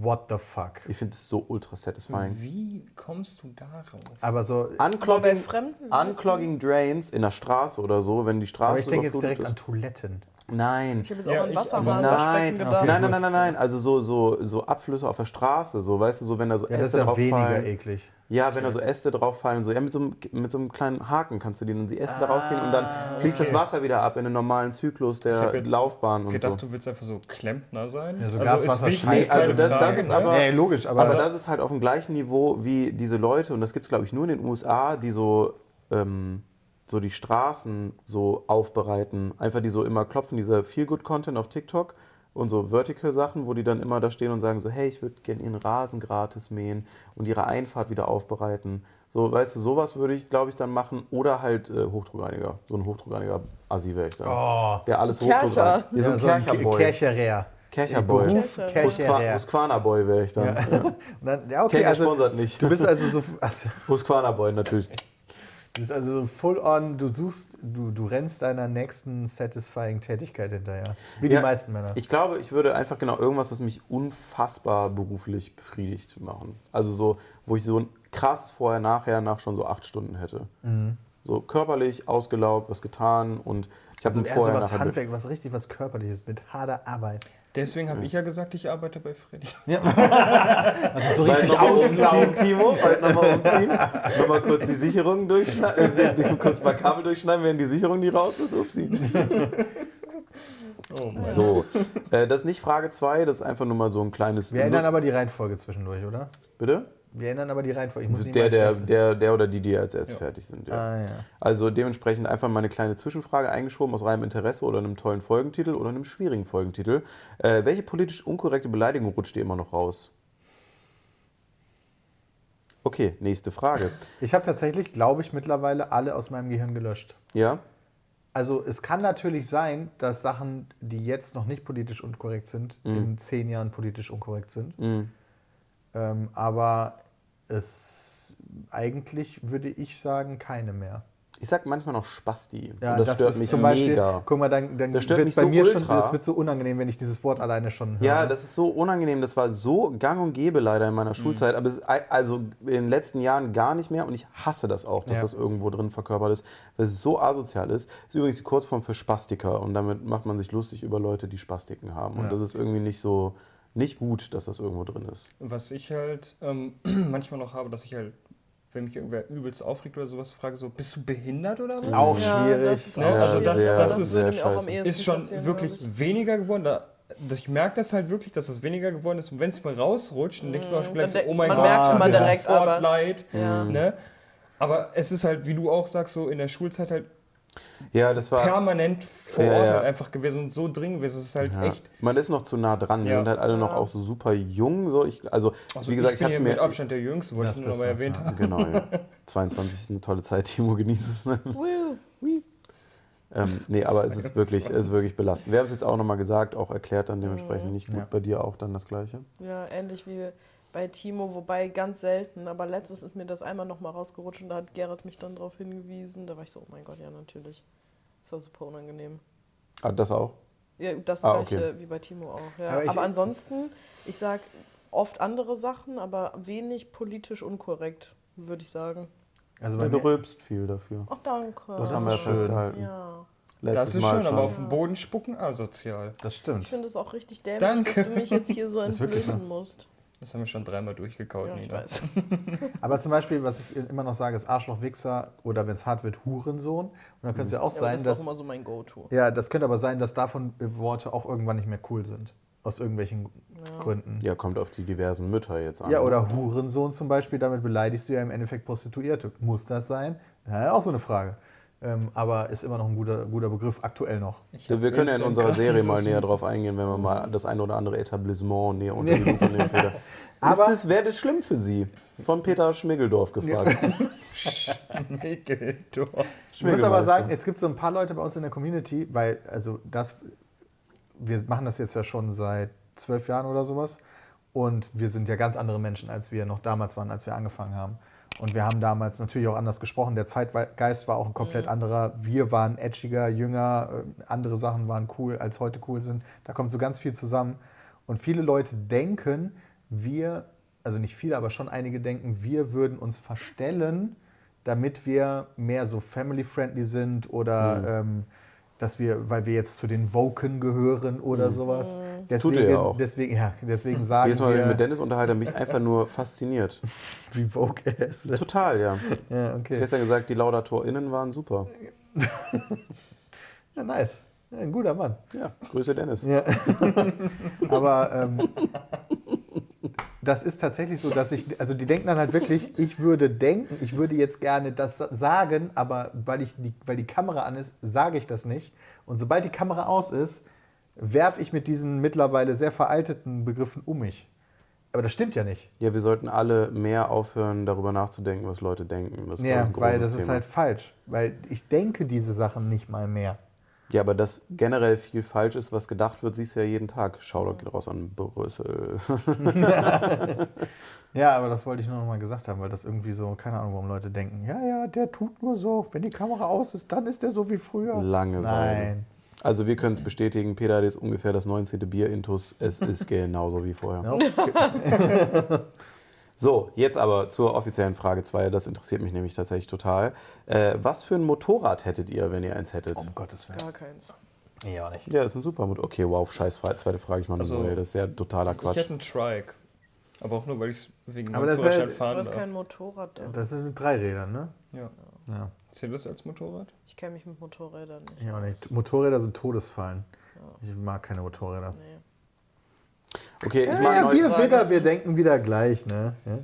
[SPEAKER 2] What the fuck.
[SPEAKER 1] Ich finde es so ultra satisfying.
[SPEAKER 4] Wie kommst du darauf?
[SPEAKER 2] Aber so,
[SPEAKER 3] Aber bei
[SPEAKER 1] Unclogging,
[SPEAKER 3] Fremden.
[SPEAKER 1] unclogging Drains in der Straße oder so, wenn die Straße
[SPEAKER 2] aber ich denke jetzt direkt
[SPEAKER 1] überflutet
[SPEAKER 2] an Ah, Toiletten.
[SPEAKER 1] ist. Nein.
[SPEAKER 3] Ich habe jetzt
[SPEAKER 4] Ja,
[SPEAKER 3] auch an
[SPEAKER 4] ich-
[SPEAKER 3] Wasserhahn
[SPEAKER 4] aber
[SPEAKER 1] Nein,
[SPEAKER 3] waschbecken gedacht.
[SPEAKER 1] nein, nein, nein, nein, nein. Also so, so, so Abflüsse auf der Straße, so, weißt du, so wenn da so
[SPEAKER 2] Ja, das ist
[SPEAKER 1] Äste
[SPEAKER 2] ja
[SPEAKER 1] drauffallen.
[SPEAKER 2] weniger eklig.
[SPEAKER 1] Ja, wenn da so Äste drauf fallen und so. Ja, mit so, einem, mit so einem kleinen Haken kannst du die, dann die Äste da rausziehen und dann fließt das
[SPEAKER 2] okay.
[SPEAKER 1] Wasser wieder ab in den normalen Zyklus
[SPEAKER 4] Ah, hab
[SPEAKER 1] der
[SPEAKER 4] jetzt
[SPEAKER 1] Laufbahn und
[SPEAKER 4] gedacht,
[SPEAKER 1] so.
[SPEAKER 4] du willst einfach so Klempner sein.
[SPEAKER 2] Ja, so
[SPEAKER 4] ist
[SPEAKER 2] Gaswasser
[SPEAKER 4] wichtig,
[SPEAKER 2] scheiße.
[SPEAKER 4] keine
[SPEAKER 1] Also das- das
[SPEAKER 4] Frage,
[SPEAKER 1] ist
[SPEAKER 4] ne?
[SPEAKER 1] aber-
[SPEAKER 2] Ja, logisch, aber
[SPEAKER 1] Aber
[SPEAKER 2] so-
[SPEAKER 1] das ist halt auf dem gleichen Niveau wie diese Leute, und das gibt es, glaube ich, nur in den USA, die so, ähm, so die Straßen so aufbereiten. Einfach die so immer klopfen, dieser Feel-Good-Content auf TikTok und so Vertical-Sachen, wo die dann immer da stehen und sagen so, hey, ich würde gerne ihren Rasen gratis mähen und ihre Einfahrt wieder aufbereiten. So, weißt du, sowas würde ich, glaube ich, dann machen. Oder halt äh, Hochdruckreiniger. So ein Hochdruckreiniger Assi wäre ich dann.
[SPEAKER 2] Oh.
[SPEAKER 1] Der alles
[SPEAKER 3] Kercher.
[SPEAKER 1] Hochdruckreiniger. Ja, so ein
[SPEAKER 2] Ja, so ein
[SPEAKER 1] Kercherboy.
[SPEAKER 2] Ke- Kercherer.
[SPEAKER 1] Kercherboy.
[SPEAKER 2] Beruf
[SPEAKER 3] Kercher.
[SPEAKER 1] Husqva-
[SPEAKER 2] Kercherer.
[SPEAKER 1] Husqvarna-Boy wäre ich dann. Ja.
[SPEAKER 2] <laughs> Und dann- Ja, okay,
[SPEAKER 1] Kercher
[SPEAKER 2] also
[SPEAKER 1] sponsert nicht.
[SPEAKER 2] du bist also so, also,
[SPEAKER 1] Husqvarna Boy natürlich.
[SPEAKER 2] du bist also so full on, du suchst, du, du rennst deiner nächsten satisfying Tätigkeit hinterher. Wie
[SPEAKER 1] Ja,
[SPEAKER 2] die meisten Männer.
[SPEAKER 1] Ich glaube, ich würde einfach genau irgendwas, was mich unfassbar beruflich befriedigt machen. Also so, wo ich so ein krasses Vorher, Nachher nach schon so acht Stunden hätte.
[SPEAKER 2] Mhm.
[SPEAKER 1] So körperlich ausgelaugt, was getan und ich habe
[SPEAKER 2] also
[SPEAKER 1] ein
[SPEAKER 2] erst so
[SPEAKER 1] Vorher,
[SPEAKER 2] was
[SPEAKER 1] Nachher.
[SPEAKER 2] Handwerk, was richtig was Körperliches mit harter Arbeit.
[SPEAKER 4] Deswegen habe ich ja gesagt, ich arbeite bei Freddy.
[SPEAKER 2] Also so
[SPEAKER 1] Weil
[SPEAKER 2] richtig
[SPEAKER 1] nochmal
[SPEAKER 2] auslaufen.
[SPEAKER 1] umziehen, Timo, bald nochmal umziehen. nochmal kurz die Sicherung durchschneiden, äh, die- die- kurz mal Kabel durchschneiden, wenn die Sicherung, die raus ist,
[SPEAKER 2] <laughs>
[SPEAKER 1] upsi.
[SPEAKER 4] Oh Mann.
[SPEAKER 1] So, äh, das ist nicht Frage 2, das ist einfach nur mal so ein kleines...
[SPEAKER 2] Wir ändern aber die Reihenfolge zwischendurch, oder?
[SPEAKER 1] Bitte?
[SPEAKER 2] Wir ändern aber die Reihenfolge. Ich muss nicht
[SPEAKER 1] Also Der,
[SPEAKER 2] mal
[SPEAKER 1] der,
[SPEAKER 2] als Erste-
[SPEAKER 1] der, der oder die, die als erst
[SPEAKER 4] Ja.
[SPEAKER 1] fertig sind. Ja.
[SPEAKER 2] Ah, ja.
[SPEAKER 1] Also dementsprechend einfach mal eine kleine Zwischenfrage eingeschoben aus reinem Interesse oder einem tollen Folgentitel oder einem schwierigen Folgentitel. Äh, welche politisch unkorrekte Beleidigung rutscht dir immer noch raus? Okay, nächste
[SPEAKER 2] <laughs>
[SPEAKER 1] Frage.
[SPEAKER 2] Ich habe tatsächlich, glaube ich, mittlerweile alle aus meinem Gehirn gelöscht.
[SPEAKER 1] Ja?
[SPEAKER 2] Also es kann natürlich sein, dass Sachen, die jetzt noch nicht politisch unkorrekt sind,
[SPEAKER 1] Mhm.
[SPEAKER 2] in zehn Jahren politisch unkorrekt sind. Ähm, aber es eigentlich würde ich sagen, keine mehr.
[SPEAKER 1] Ich sag manchmal noch Spasti.
[SPEAKER 2] Ja,
[SPEAKER 1] und das, stört mich
[SPEAKER 2] zum Beispiel,
[SPEAKER 1] mega.
[SPEAKER 2] guck mal, dann, dann
[SPEAKER 1] Das stört
[SPEAKER 2] wird
[SPEAKER 1] mich
[SPEAKER 2] bei
[SPEAKER 1] so
[SPEAKER 2] mir schon,
[SPEAKER 1] ultra.
[SPEAKER 2] das wird so unangenehm, wenn ich dieses Wort alleine schon höre.
[SPEAKER 1] Ja, das ist so unangenehm. Das war so gang und gäbe leider in meiner Schulzeit, aber es ist ei- also in den letzten Jahren gar nicht mehr und ich hasse das auch, dass
[SPEAKER 2] Ja.
[SPEAKER 1] das irgendwo drin verkörpert ist, weil es so asozial ist. Ist übrigens die Kurzform für Spastiker und damit macht man sich lustig über Leute, die Spastiken haben und
[SPEAKER 2] Ja.
[SPEAKER 1] das ist irgendwie nicht so nicht gut, dass das irgendwo drin ist.
[SPEAKER 4] <clears throat> Was ich halt ähm, manchmal noch habe, dass ich halt, wenn wenn mich irgendwer übelst aufregt oder sowas, frage so, bist du behindert oder was?
[SPEAKER 2] Auch
[SPEAKER 3] Ja,
[SPEAKER 2] schwierig.
[SPEAKER 3] das ist auch
[SPEAKER 4] Ja, also das-
[SPEAKER 3] schwierig.
[SPEAKER 4] das ist-
[SPEAKER 1] sehr
[SPEAKER 3] würde mir auch am
[SPEAKER 1] scheiße.
[SPEAKER 3] ehesten
[SPEAKER 4] Ist schon
[SPEAKER 3] passieren,
[SPEAKER 4] wirklich
[SPEAKER 3] glaub ich.
[SPEAKER 4] weniger geworden. Da, das- ich merke das halt wirklich, dass es weniger geworden ist. Und wenn es mal rausrutscht, dann denkt man auch schon gleich so,
[SPEAKER 3] dann
[SPEAKER 4] oh
[SPEAKER 3] denkt-
[SPEAKER 4] mein
[SPEAKER 3] man
[SPEAKER 4] Gott,
[SPEAKER 2] merkt schon
[SPEAKER 4] tut
[SPEAKER 2] mal
[SPEAKER 4] mir
[SPEAKER 3] direkt,
[SPEAKER 4] sofort
[SPEAKER 3] aber-
[SPEAKER 4] leid.
[SPEAKER 3] Ja.
[SPEAKER 4] Ne? Aber es ist halt, wie du auch sagst, so in der Schulzeit halt
[SPEAKER 1] Ja, das war.
[SPEAKER 4] permanent vor
[SPEAKER 1] Ja,
[SPEAKER 4] Ort
[SPEAKER 1] ja.
[SPEAKER 4] halt einfach gewesen und so dringend gewesen. Es ist halt
[SPEAKER 1] Ja.
[SPEAKER 4] echt.
[SPEAKER 1] Man ist noch zu nah dran. Wir
[SPEAKER 4] Ja.
[SPEAKER 1] sind halt alle noch
[SPEAKER 3] Ja.
[SPEAKER 1] auch so super jung. So. Ich, also,
[SPEAKER 4] Also
[SPEAKER 1] wie gesagt, ich,
[SPEAKER 4] ich bin
[SPEAKER 1] hatte
[SPEAKER 4] hier mit
[SPEAKER 1] mir.
[SPEAKER 4] Abstand der Jüngste, wollte
[SPEAKER 2] Das
[SPEAKER 4] ich nur noch
[SPEAKER 2] bist
[SPEAKER 4] mal
[SPEAKER 2] du,
[SPEAKER 4] erwähnt
[SPEAKER 2] ja.
[SPEAKER 4] haben.
[SPEAKER 1] Genau, ja. 22 ist eine tolle Zeit, Timo, genieß es. Ne?
[SPEAKER 3] Woo.
[SPEAKER 1] Ähm, nee, aber es ist wirklich, es ist wirklich belastend. Wir haben es jetzt auch nochmal gesagt, auch erklärt dann dementsprechend nicht gut.
[SPEAKER 2] Ja.
[SPEAKER 1] Bei dir auch dann das Gleiche.
[SPEAKER 3] Ja, ähnlich wie bei Timo, wobei ganz selten. Aber letztes ist mir das einmal nochmal rausgerutscht und da hat Gerrit mich dann darauf hingewiesen. Da war ich so, oh mein Gott, ja, natürlich. Das war super unangenehm.
[SPEAKER 1] Ah, das auch?
[SPEAKER 3] Ja, das
[SPEAKER 1] Ah,
[SPEAKER 3] gleiche wie bei Timo auch. Ja.
[SPEAKER 2] Aber
[SPEAKER 3] Aber,
[SPEAKER 2] ich-
[SPEAKER 3] ansonsten, ich sag oft andere Sachen, aber wenig politisch unkorrekt, würde ich sagen.
[SPEAKER 2] Also bei
[SPEAKER 1] Ja, du
[SPEAKER 2] mir, Oh,
[SPEAKER 1] rülpst viel dafür.
[SPEAKER 3] Ach, danke. Also,
[SPEAKER 1] Das
[SPEAKER 2] Das
[SPEAKER 1] haben wir ja
[SPEAKER 2] ist schön.
[SPEAKER 1] festgehalten.
[SPEAKER 3] Ja.
[SPEAKER 4] Das
[SPEAKER 1] Letztes
[SPEAKER 4] ist
[SPEAKER 1] Mal
[SPEAKER 4] schön,
[SPEAKER 1] schon.
[SPEAKER 4] aber auf dem Boden spucken asozial.
[SPEAKER 2] das
[SPEAKER 3] Ich
[SPEAKER 2] stimmt.
[SPEAKER 3] finde es auch richtig dämlich,
[SPEAKER 4] Danke.
[SPEAKER 3] dass du mich jetzt hier so
[SPEAKER 2] Das ist wirklich
[SPEAKER 3] entblößen musst.
[SPEAKER 4] Das haben wir schon dreimal durchgekaut,
[SPEAKER 3] Ja, ich
[SPEAKER 4] Nina.
[SPEAKER 3] weiß.
[SPEAKER 2] Aber zum Beispiel, was ich immer noch sage, ist Arschloch, Wichser oder wenn es hart wird, Hurensohn. Und dann könnte es ja auch
[SPEAKER 3] Ja, aber
[SPEAKER 2] sein,
[SPEAKER 3] das ist auch
[SPEAKER 2] dass.
[SPEAKER 3] immer so mein Go-To.
[SPEAKER 2] ja, das könnte aber sein, dass davon Worte auch irgendwann nicht mehr cool sind. Aus irgendwelchen Gründen.
[SPEAKER 1] Ja, kommt auf die diversen Mütter jetzt an. ne?
[SPEAKER 2] Ja, oder Hurensohn zum Beispiel, damit beleidigst du ja im Endeffekt Prostituierte. Muss das sein? Ja, auch so eine Frage. Ähm, aber ist immer noch ein guter, guter Begriff, aktuell noch.
[SPEAKER 4] Ich hab
[SPEAKER 1] Wir können ja in
[SPEAKER 4] Instant
[SPEAKER 1] unserer
[SPEAKER 4] gratis
[SPEAKER 1] Serie mal
[SPEAKER 4] Essen.
[SPEAKER 1] näher drauf eingehen, wenn wir mal das ein oder andere Etablissement näher unter die Lupe nehmen. Peter.
[SPEAKER 2] <laughs>
[SPEAKER 1] Ist
[SPEAKER 2] Aber-
[SPEAKER 1] das, wäre das schlimm für Sie? Von Peter Schmiggeldorf gefragt.
[SPEAKER 4] Schmiggeldorf.
[SPEAKER 2] Ich muss aber
[SPEAKER 1] Schmiggelmeister.
[SPEAKER 2] sagen, es gibt so ein paar Leute bei uns in der Community, weil, also das, wir machen das jetzt ja schon seit zwölf Jahren oder sowas. Und wir sind ja ganz andere Menschen, als wir noch damals waren, als wir angefangen haben. Und wir haben damals natürlich auch anders gesprochen. Der Zeitgeist war auch ein komplett anderer. Wir waren edgiger, jünger, äh, andere Sachen waren cool, als heute cool sind. Da kommt so ganz viel zusammen. Und viele Leute denken, wir, also nicht viele, aber schon einige denken, wir würden uns verstellen, damit wir mehr so family-friendly sind oder
[SPEAKER 1] Mhm.
[SPEAKER 2] ähm, dass wir, weil wir jetzt zu den Woken gehören oder sowas. Deswegen,
[SPEAKER 1] Mhm. Tut ihr ja auch.
[SPEAKER 2] Deswegen, ja, deswegen sagen
[SPEAKER 1] Jedes Mal, wenn ich mich mit
[SPEAKER 2] wir,
[SPEAKER 1] Dennis unterhalte, mich einfach nur fasziniert.
[SPEAKER 2] wie Vogue er ist.
[SPEAKER 1] Total, ja.
[SPEAKER 2] Ja, okay.
[SPEAKER 1] Gestern gesagt, die LaudatorInnen waren super.
[SPEAKER 2] Ja, nice. Ja, ein guter Mann.
[SPEAKER 1] Ja, Grüße Dennis.
[SPEAKER 2] Ja. Aber ähm, das ist tatsächlich so, dass ich, also die denken dann halt wirklich, ich würde denken, ich würde jetzt gerne das sa- sagen, aber weil, ich die, weil die Kamera an ist, sage ich das nicht. Und sobald die Kamera aus ist, werfe ich mit diesen mittlerweile sehr veralteten Begriffen um mich. Aber das stimmt ja nicht.
[SPEAKER 1] Ja, wir sollten alle mehr aufhören, darüber nachzudenken, was Leute denken. Das ist
[SPEAKER 2] Ja,
[SPEAKER 1] ein großes
[SPEAKER 2] weil das ist
[SPEAKER 1] Thema.
[SPEAKER 2] halt falsch. Weil ich denke diese Sachen nicht mal mehr.
[SPEAKER 1] Ja, aber dass generell viel falsch ist, was gedacht wird, siehst du ja jeden Tag. Shoutout geht raus an Brüssel. <laughs>
[SPEAKER 2] Ja, aber das wollte ich nur noch mal gesagt haben, weil das irgendwie so, keine Ahnung, warum Leute denken, ja, ja, der tut nur so, wenn die Kamera aus ist, dann ist der so wie früher.
[SPEAKER 1] Langeweile.
[SPEAKER 2] Nein.
[SPEAKER 1] Also wir können es bestätigen, Peter hat jetzt ungefähr das 19. Bier intus.
[SPEAKER 2] <laughs>
[SPEAKER 1] Es ist genauso wie vorher. <laughs> So, jetzt aber zur offiziellen Frage 2. Das interessiert mich nämlich tatsächlich total. Äh, was für ein Motorrad hättet ihr, wenn ihr eins hättet?
[SPEAKER 2] Um Gottes Willen.
[SPEAKER 3] Gar keins.
[SPEAKER 2] Nee, auch nicht.
[SPEAKER 1] Ja, das ist ein Supermotor. Okay, wow, scheiß Frage. Zweite Frage, ich mal eine
[SPEAKER 4] Also,
[SPEAKER 1] neue. Das ist ja totaler
[SPEAKER 4] Ich
[SPEAKER 1] Quatsch.
[SPEAKER 4] hätte einen Trike. Aber auch nur, weil ich es wegen
[SPEAKER 2] Aber
[SPEAKER 4] meinem
[SPEAKER 2] das ist
[SPEAKER 4] Führerschein
[SPEAKER 2] halt-
[SPEAKER 3] Du
[SPEAKER 4] fahren
[SPEAKER 3] hast
[SPEAKER 4] darf.
[SPEAKER 3] kein Motorrad da.
[SPEAKER 2] Das ist mit drei Rädern, ne?
[SPEAKER 4] Ja.
[SPEAKER 2] Ja,
[SPEAKER 4] Zählt das
[SPEAKER 2] <laughs>
[SPEAKER 4] als Motorrad?
[SPEAKER 3] Ich kenne mich mit Motorrädern nicht.
[SPEAKER 2] ich auch nicht. Motorräder sind Todesfallen. Ich mag keine Motorräder.
[SPEAKER 3] Nee.
[SPEAKER 1] Okay, ich
[SPEAKER 2] Ja,
[SPEAKER 1] mache
[SPEAKER 2] ja,
[SPEAKER 1] neues.
[SPEAKER 2] wir wieder, wir denken wieder gleich, ne? Ja.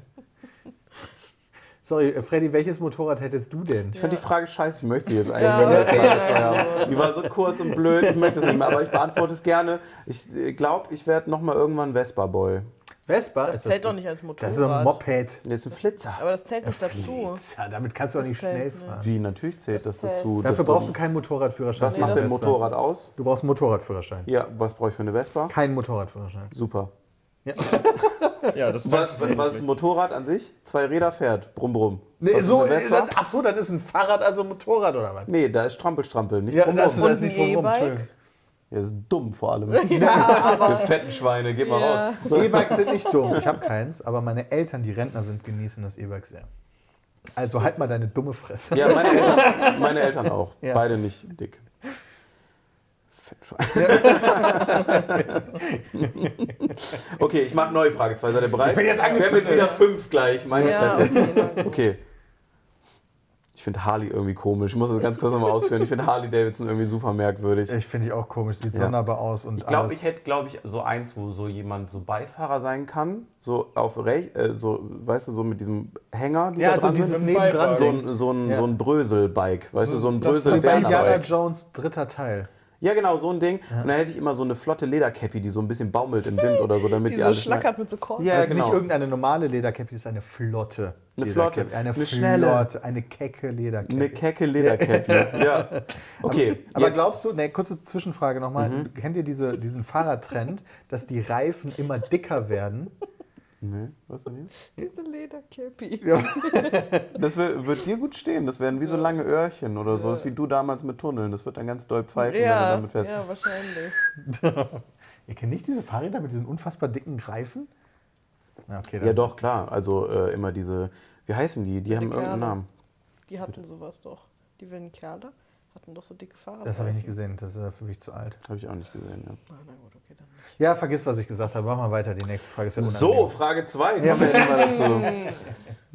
[SPEAKER 2] Sorry, äh, Freddy, welches Motorrad hättest du denn?
[SPEAKER 1] Ich fand die Frage scheiße, ich möchte sie jetzt eigentlich.
[SPEAKER 3] Ja,
[SPEAKER 1] wenn wir das
[SPEAKER 3] okay,
[SPEAKER 1] Frage zwei
[SPEAKER 3] nein,
[SPEAKER 1] haben. Die war so kurz und blöd, ich möchte es nicht mehr, aber ich beantworte es gerne. Ich glaube, ich werde nochmal irgendwann Vespa-Boy.
[SPEAKER 2] Vespa?
[SPEAKER 3] Das
[SPEAKER 2] ist
[SPEAKER 3] zählt
[SPEAKER 2] das,
[SPEAKER 3] doch nicht als Motorrad.
[SPEAKER 2] Das ist ein Moped.
[SPEAKER 1] Jetzt ein Flitzer.
[SPEAKER 3] Aber das zählt nicht dazu.
[SPEAKER 2] Ja, damit kannst du doch
[SPEAKER 3] Das
[SPEAKER 2] nicht
[SPEAKER 3] zählt
[SPEAKER 2] schnell
[SPEAKER 3] nicht.
[SPEAKER 2] fahren.
[SPEAKER 1] Wie, natürlich zählt das,
[SPEAKER 3] Das zählt.
[SPEAKER 1] dazu.
[SPEAKER 2] Dafür
[SPEAKER 1] Das
[SPEAKER 2] brauchst du
[SPEAKER 1] doch-
[SPEAKER 2] keinen Motorradführerschein.
[SPEAKER 1] Was macht
[SPEAKER 3] das
[SPEAKER 1] denn
[SPEAKER 2] Vespa.
[SPEAKER 1] Motorrad aus?
[SPEAKER 2] Du brauchst einen Motorradführerschein.
[SPEAKER 1] Ja, was brauche ich für eine Vespa?
[SPEAKER 2] Keinen Motorradführerschein.
[SPEAKER 1] Super.
[SPEAKER 4] Ja, das
[SPEAKER 1] Was, was ist ein Motorrad an sich? Zwei Räder fährt, brumm brumm.
[SPEAKER 2] Nee,
[SPEAKER 1] was ist
[SPEAKER 2] so,
[SPEAKER 1] eine Vespa?
[SPEAKER 2] dann, ach so, dann ist ein Fahrrad also ein Motorrad oder was?
[SPEAKER 1] Nee, da ist Strampelstrampel, nicht brumm
[SPEAKER 2] das,
[SPEAKER 1] brumm.
[SPEAKER 3] Und
[SPEAKER 2] das also ist
[SPEAKER 3] ein
[SPEAKER 2] nicht rum,
[SPEAKER 3] E-Bike?
[SPEAKER 2] Entschuldigung.
[SPEAKER 1] Ja, das ist dumm vor allem.
[SPEAKER 3] <laughs>
[SPEAKER 1] Ihr fetten Schweine, geht mal
[SPEAKER 3] Ja.
[SPEAKER 1] raus.
[SPEAKER 2] E-Bikes sind nicht dumm. Ich habe keins, aber meine Eltern, die Rentner sind, genießen das E-Bike sehr. Also halt mal deine dumme Fresse.
[SPEAKER 1] Ja, meine
[SPEAKER 2] <laughs>
[SPEAKER 1] Eltern, meine Eltern auch.
[SPEAKER 2] Ja.
[SPEAKER 1] Beide nicht dick. Fetten Schweine. <laughs> okay, ich mache neue Frage 2. Seid ihr bereit?
[SPEAKER 2] Ich bin jetzt
[SPEAKER 1] Wir haben
[SPEAKER 2] angezündet.
[SPEAKER 1] jetzt wieder fünf gleich, meine
[SPEAKER 3] Ja,
[SPEAKER 1] Fresse.
[SPEAKER 3] okay, na gut.
[SPEAKER 1] Okay. finde Harley irgendwie komisch. Ich muss das ganz kurz nochmal ausführen. Ich finde Harley Davidson irgendwie super merkwürdig.
[SPEAKER 2] Ich finde ich auch komisch, sieht
[SPEAKER 1] Ja.
[SPEAKER 2] sonderbar aus und
[SPEAKER 1] Ich glaube,
[SPEAKER 2] alles.
[SPEAKER 1] ich hätte, glaube ich, so eins, wo so jemand so Beifahrer sein kann, so auf rechts, äh, so, weißt du, so mit diesem Hänger, die da
[SPEAKER 2] ja, also
[SPEAKER 1] dran
[SPEAKER 2] dieses
[SPEAKER 1] sind.
[SPEAKER 4] Mit dem
[SPEAKER 2] nebendran
[SPEAKER 4] Beifahrer.
[SPEAKER 1] so ein, so ein,
[SPEAKER 2] Ja.
[SPEAKER 1] so ein Brösel-Bike, weißt
[SPEAKER 4] So
[SPEAKER 1] du, so ein
[SPEAKER 4] das
[SPEAKER 2] wie
[SPEAKER 1] brösel
[SPEAKER 2] bei Indiana
[SPEAKER 1] werner
[SPEAKER 2] Jones dritter Teil.
[SPEAKER 1] Ja, genau, so ein Ding. Und dann hätte ich immer so eine flotte Ledercappy, die so ein bisschen baumelt im Wind oder so, damit die,
[SPEAKER 3] Die so
[SPEAKER 1] alles
[SPEAKER 3] schlackert mit so Korken.
[SPEAKER 1] Ja,
[SPEAKER 2] also
[SPEAKER 1] genau.
[SPEAKER 2] nicht irgendeine normale Ledercappy, das ist eine flotte.
[SPEAKER 1] Eine
[SPEAKER 2] Ledercappy.
[SPEAKER 1] flotte,
[SPEAKER 2] Eine,
[SPEAKER 1] eine schnelle.
[SPEAKER 2] flotte, eine kecke Ledercappy.
[SPEAKER 1] Eine kecke Ledercappy. ja. Okay.
[SPEAKER 2] Aber
[SPEAKER 1] jetzt- Mhm.
[SPEAKER 2] glaubst du, ne, kurze Zwischenfrage nochmal, kennt ihr diese, diesen Fahrradtrend, dass die Reifen immer dicker werden?
[SPEAKER 1] nee, was denn
[SPEAKER 3] Diese Lederkäppi.
[SPEAKER 1] hier? Das wird, wird dir gut stehen. Das werden wie so lange Öhrchen oder sowas, wie du damals mit Tunneln. Das wird dann ganz doll pfeifen, wenn du damit fährst.
[SPEAKER 3] ja, wahrscheinlich.
[SPEAKER 2] Ihr kennt nicht diese Fahrräder mit diesen unfassbar dicken Reifen? Na, okay, dann.
[SPEAKER 1] Ja, doch, klar. Also äh, immer diese, wie heißen die? Die haben irgendeinen
[SPEAKER 3] Kerle.
[SPEAKER 1] Namen.
[SPEAKER 3] Die hatten sowas doch. Die wilden Kerle hatten doch so dicke Fahrräder.
[SPEAKER 2] Das habe ich nicht gesehen, das ist äh, für mich zu alt.
[SPEAKER 1] Habe ich auch nicht gesehen. Ja.
[SPEAKER 3] Ah, na gut, okay, dann nicht.
[SPEAKER 2] Ja, vergiss, was ich gesagt habe. Mach mal weiter. Die nächste Frage ist ja
[SPEAKER 1] So,
[SPEAKER 2] unangenehm.
[SPEAKER 1] Frage 2. Ja. Wir jetzt mal <laughs> dazu.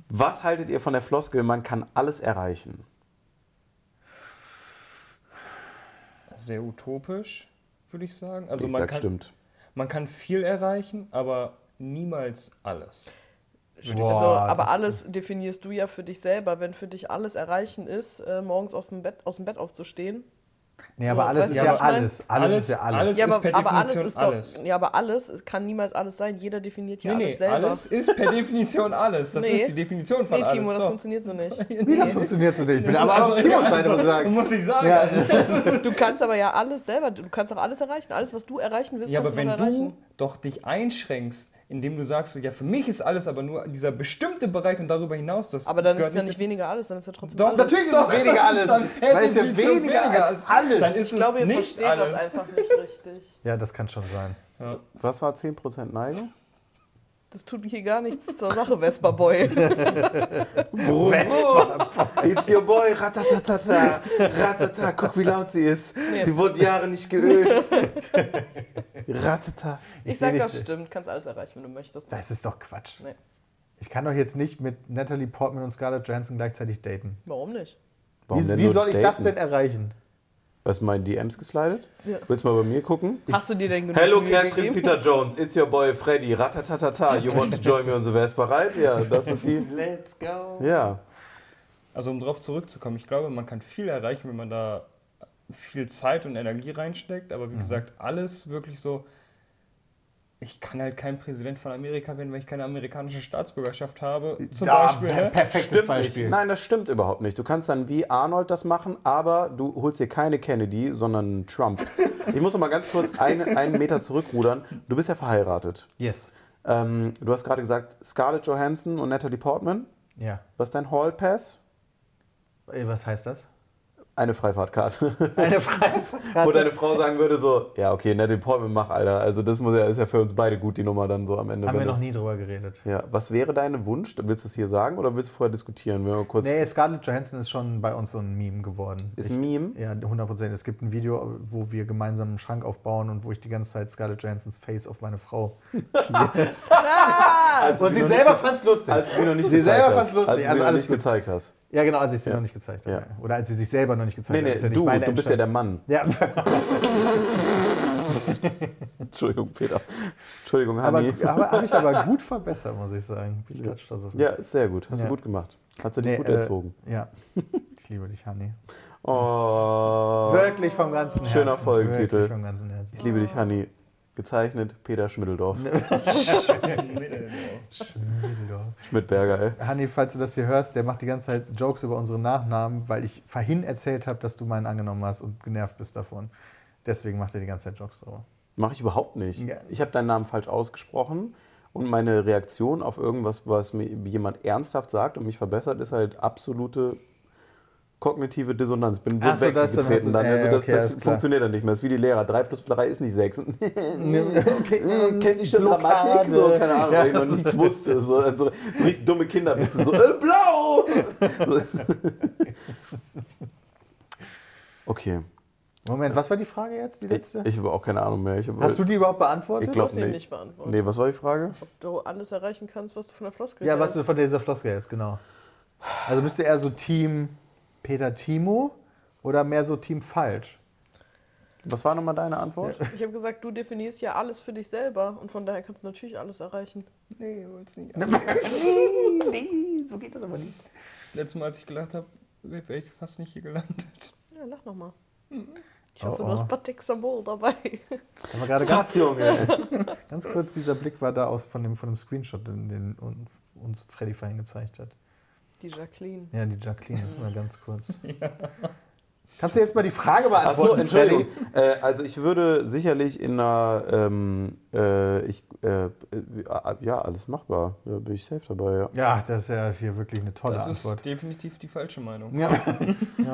[SPEAKER 1] Was haltet ihr von der Floskel, man kann alles erreichen?
[SPEAKER 4] Sehr utopisch, würde ich sagen. Also
[SPEAKER 1] ich
[SPEAKER 4] man,
[SPEAKER 1] sag,
[SPEAKER 4] kann,
[SPEAKER 1] stimmt.
[SPEAKER 4] man kann viel erreichen, aber niemals alles.
[SPEAKER 2] Boah,
[SPEAKER 3] also, aber
[SPEAKER 2] das-
[SPEAKER 3] alles definierst du ja für dich selber. Wenn für dich alles erreichen ist, äh, morgens auf dem Bett, aus dem Bett aufzustehen.
[SPEAKER 2] Nee, aber alles
[SPEAKER 3] Weißt
[SPEAKER 2] ist
[SPEAKER 3] du,
[SPEAKER 2] ja
[SPEAKER 3] was ich meine?
[SPEAKER 2] alles. Alles ist ja alles.
[SPEAKER 4] Alles-
[SPEAKER 3] ja,
[SPEAKER 4] ist
[SPEAKER 3] aber,
[SPEAKER 4] per
[SPEAKER 3] aber alles
[SPEAKER 4] Definition
[SPEAKER 3] ist doch.
[SPEAKER 4] alles.
[SPEAKER 3] Ja, aber alles, es kann niemals alles sein. Jeder definiert ja
[SPEAKER 4] nee,
[SPEAKER 3] alles
[SPEAKER 4] nee,
[SPEAKER 3] selber.
[SPEAKER 4] alles ist per Definition alles. Das
[SPEAKER 3] Nee.
[SPEAKER 4] ist die Definition von
[SPEAKER 3] nee,
[SPEAKER 4] alles.
[SPEAKER 3] Timo, das
[SPEAKER 4] doch.
[SPEAKER 3] funktioniert so
[SPEAKER 4] <laughs>
[SPEAKER 3] nicht.
[SPEAKER 2] Wie das funktioniert so nicht. Ich bin
[SPEAKER 4] Das
[SPEAKER 2] aber
[SPEAKER 4] ist
[SPEAKER 2] auf
[SPEAKER 4] also-
[SPEAKER 2] Timos Seite, muss ich sagen.
[SPEAKER 4] Muss ich sagen.
[SPEAKER 2] Ja,
[SPEAKER 3] Du kannst aber ja alles selber, du kannst auch alles erreichen. Alles, was du erreichen willst,
[SPEAKER 4] Ja, aber
[SPEAKER 3] kannst
[SPEAKER 4] wenn
[SPEAKER 3] du doch erreichen.
[SPEAKER 4] du doch dich einschränkst, indem du sagst, so, ja, für mich ist alles, aber nur dieser bestimmte Bereich und darüber hinaus, das
[SPEAKER 3] aber dann ist
[SPEAKER 4] gehört
[SPEAKER 3] es ja nicht
[SPEAKER 4] dazu.
[SPEAKER 3] weniger alles, dann ist ja trotzdem
[SPEAKER 4] Doch,
[SPEAKER 3] alles.
[SPEAKER 2] Natürlich ist es
[SPEAKER 4] Doch,
[SPEAKER 2] weniger
[SPEAKER 4] das ist
[SPEAKER 2] alles.
[SPEAKER 4] dann per
[SPEAKER 2] Weil es ja
[SPEAKER 4] Definition
[SPEAKER 2] weniger als alles.
[SPEAKER 4] Dann ist
[SPEAKER 3] Ich glaube,
[SPEAKER 4] es
[SPEAKER 3] ihr
[SPEAKER 4] nicht
[SPEAKER 3] versteht das
[SPEAKER 4] alles.
[SPEAKER 3] einfach nicht richtig.
[SPEAKER 2] Ja, das kann schon sein.
[SPEAKER 1] Was war 10% Neigung?
[SPEAKER 3] Das tut mir hier gar nichts zur Sache, Vespa Boy.
[SPEAKER 1] It's your boy, ratatatata, ratata, guck wie laut sie ist.
[SPEAKER 3] Sie
[SPEAKER 1] wurde Jahre nicht geölt. <laughs> Ratata.
[SPEAKER 3] Ich,
[SPEAKER 2] seh
[SPEAKER 3] sag,
[SPEAKER 2] dich-
[SPEAKER 3] das stimmt, kannst alles erreichen, wenn du möchtest.
[SPEAKER 2] Das ist doch Quatsch.
[SPEAKER 3] Nee.
[SPEAKER 2] Ich kann doch jetzt nicht mit Natalie Portman und Scarlett Johansson gleichzeitig daten.
[SPEAKER 3] Warum nicht?
[SPEAKER 1] Warum
[SPEAKER 2] wie
[SPEAKER 1] denn
[SPEAKER 2] wie
[SPEAKER 1] nur
[SPEAKER 2] soll ich das
[SPEAKER 1] daten?
[SPEAKER 2] denn erreichen?
[SPEAKER 1] Was meinen DMs geslidet?
[SPEAKER 3] Ja.
[SPEAKER 1] Willst du mal bei mir gucken?
[SPEAKER 3] Hast du dir denn genug
[SPEAKER 1] Hello,
[SPEAKER 3] Mühe
[SPEAKER 1] Catherine
[SPEAKER 3] gegeben?
[SPEAKER 1] Zeta-Jones. It's your boy, Freddy. Ratatatata. You want to join me on the Vespa ride? Ja, das ist die.
[SPEAKER 2] Let's go.
[SPEAKER 1] Ja.
[SPEAKER 4] Also um darauf zurückzukommen, ich glaube, man kann viel erreichen, wenn man da viel Zeit und Energie reinsteckt, aber wie gesagt, alles wirklich so, ich kann halt kein Präsident von Amerika werden, weil ich keine amerikanische Staatsbürgerschaft habe, zum Beispiel. Ne?
[SPEAKER 2] perfektes
[SPEAKER 1] Stimmt
[SPEAKER 2] Beispiel.
[SPEAKER 1] nicht. Nein, das stimmt überhaupt nicht. Du kannst dann wie Arnold das machen, aber du holst hier keine Kennedy, sondern einen Trump. Ich muss noch mal ganz kurz eine, einen Meter zurückrudern. Du bist ja verheiratet.
[SPEAKER 2] Yes.
[SPEAKER 1] Ähm, du hast gerade gesagt, Scarlett Johansson und Natalie Portman.
[SPEAKER 2] Ja.
[SPEAKER 1] Was ist dein Hall Pass?
[SPEAKER 2] Ey, Was heißt das?
[SPEAKER 1] Eine Freifahrtkarte. <laughs>
[SPEAKER 2] Eine Frage.
[SPEAKER 1] Wo deine Frau sagen würde so, ja okay, Natalie Portman, mach, Alter. Also das muss ja, ist ja für uns beide gut, die Nummer dann so am Ende.
[SPEAKER 2] Haben wir
[SPEAKER 1] Wenn du-
[SPEAKER 2] noch nie drüber geredet.
[SPEAKER 1] ja, was wäre dein Wunsch? Willst du es hier sagen oder willst du vorher diskutieren? Wenn wir kurz
[SPEAKER 2] Nee, Scarlett Johansson ist schon bei uns so ein Meme geworden.
[SPEAKER 1] ist ein Meme.
[SPEAKER 2] Ja, 100 Prozent. Es gibt ein Video, wo wir gemeinsam einen Schrank aufbauen und wo ich die ganze Zeit Scarlett Johansons Face auf meine Frau.
[SPEAKER 3] Ah,
[SPEAKER 1] Also
[SPEAKER 2] Und sie selber fand es lustig.
[SPEAKER 1] Als du sie noch nicht
[SPEAKER 2] sie
[SPEAKER 1] gezeigt
[SPEAKER 2] selber
[SPEAKER 1] hast.
[SPEAKER 2] fand es lustig.
[SPEAKER 1] Als du sie
[SPEAKER 2] Also
[SPEAKER 1] noch
[SPEAKER 2] alles
[SPEAKER 1] nicht
[SPEAKER 2] gut.
[SPEAKER 1] gezeigt hast.
[SPEAKER 2] Ja, genau, als ich sie noch nicht gezeigt habe.
[SPEAKER 1] Ja.
[SPEAKER 2] Oder als sie sich selber noch nicht gezeigt
[SPEAKER 1] Nee,
[SPEAKER 2] hat.
[SPEAKER 1] nee,
[SPEAKER 2] Das ist ja nicht
[SPEAKER 1] du,
[SPEAKER 2] meine
[SPEAKER 1] du bist ja der
[SPEAKER 2] Entscheidung.
[SPEAKER 1] Mann.
[SPEAKER 2] Ja,
[SPEAKER 1] Entschuldigung, <laughs> Peter. Entschuldigung,
[SPEAKER 2] aber
[SPEAKER 1] Hanni.
[SPEAKER 2] aber habe ich
[SPEAKER 1] <laughs>
[SPEAKER 2] aber gut verbessert, muss ich sagen. Bin ja. stolz auf mich.
[SPEAKER 1] Ah, Ja, ist sehr gut. Hast
[SPEAKER 2] Ja.
[SPEAKER 1] du gut gemacht. Hast du dich
[SPEAKER 2] Nee,
[SPEAKER 1] gut
[SPEAKER 2] äh,
[SPEAKER 1] erzogen.
[SPEAKER 2] Ja. Ich liebe dich, Hanni.
[SPEAKER 1] Oh,
[SPEAKER 2] Wirklich vom ganzen Herzen.
[SPEAKER 1] Schöner Folgentitel.
[SPEAKER 2] Wirklich vom ganzen Herzen.
[SPEAKER 1] ich liebe dich, Hanni. Gezeichnet Peter Schmiddeldorf. Schmidberger, ey.
[SPEAKER 2] Hanni, falls du das hier hörst, der macht die ganze Zeit Jokes über unsere Nachnamen, weil ich vorhin erzählt habe, dass du meinen angenommen hast und genervt bist davon. Deswegen macht er die ganze Zeit Jokes drüber.
[SPEAKER 1] Mache ich überhaupt nicht.
[SPEAKER 2] Ja.
[SPEAKER 1] Ich habe deinen Namen falsch ausgesprochen und meine Reaktion auf irgendwas, was mir jemand ernsthaft sagt und mich verbessert, ist halt absolute kognitive Dissonanz. Bin so
[SPEAKER 2] Ach so, das dann hast du-
[SPEAKER 1] weggetreten dann.
[SPEAKER 2] ja,
[SPEAKER 1] Also
[SPEAKER 2] ja,
[SPEAKER 1] das,
[SPEAKER 2] okay,
[SPEAKER 1] das
[SPEAKER 2] alles klar.
[SPEAKER 1] funktioniert dann nicht mehr. Das ist wie die Lehrer. 3 plus 3 ist nicht <laughs> 6.
[SPEAKER 2] okay,
[SPEAKER 1] Kennt ich schon Grammatik? So, keine Ahnung, weil ich noch nichts wusste. So, also, so richtig dumme Kinderwitze. So, äh, blau! So. okay.
[SPEAKER 2] Moment, was war die Frage jetzt, die
[SPEAKER 1] Ich,
[SPEAKER 2] letzte?
[SPEAKER 1] ich habe auch keine Ahnung mehr. Ich hab,
[SPEAKER 2] Hast du die überhaupt beantwortet?
[SPEAKER 1] Ich
[SPEAKER 3] Du
[SPEAKER 1] glaub-
[SPEAKER 3] hast ihn
[SPEAKER 1] Nee.
[SPEAKER 3] nicht beantwortet.
[SPEAKER 1] Nee, was war die Frage?
[SPEAKER 3] Ob du alles erreichen kannst, was du von der Floskel
[SPEAKER 2] ja, was du
[SPEAKER 3] hältst.
[SPEAKER 2] von dieser Floskel jetzt, genau. Also bist du eher so Team Peter Timo oder mehr so
[SPEAKER 1] <laughs>
[SPEAKER 2] Team Falsch?
[SPEAKER 1] Was war nochmal deine Antwort?
[SPEAKER 3] Ich habe gesagt, du definierst ja alles für dich selber und von daher kannst du natürlich alles erreichen.
[SPEAKER 4] Nee, wollt's nicht.
[SPEAKER 2] nee, so geht das aber nicht.
[SPEAKER 4] Das letzte Mal, als ich gelacht habe, wäre ich fast nicht hier gelandet.
[SPEAKER 3] Ja, lach nochmal. Ich
[SPEAKER 2] Oh,
[SPEAKER 3] hoffe,
[SPEAKER 2] oh.
[SPEAKER 3] du hast Patek Sabol dabei. <laughs>
[SPEAKER 2] Aber gerade
[SPEAKER 1] Was,
[SPEAKER 2] ganz,
[SPEAKER 1] Junge?
[SPEAKER 2] ganz kurz, dieser Blick war da aus von dem, von dem Screenshot, den, den un- uns Freddy vorhin gezeigt hat.
[SPEAKER 3] Die Jacqueline.
[SPEAKER 2] Ja, die
[SPEAKER 1] <laughs>
[SPEAKER 2] Jacqueline, mal ganz kurz. Kannst du jetzt mal die Frage
[SPEAKER 1] Achso,
[SPEAKER 2] beantworten,
[SPEAKER 1] Entschuldigung. Äh, also ich würde sicherlich in einer, ähm, äh, ich, äh, äh, ja, alles machbar. Da bin ich safe dabei, ja.
[SPEAKER 2] Freddy? Ja, das ist ja hier wirklich eine tolle
[SPEAKER 4] Das ist
[SPEAKER 2] Antwort.
[SPEAKER 4] definitiv die falsche Meinung.
[SPEAKER 1] <laughs>
[SPEAKER 2] Ja.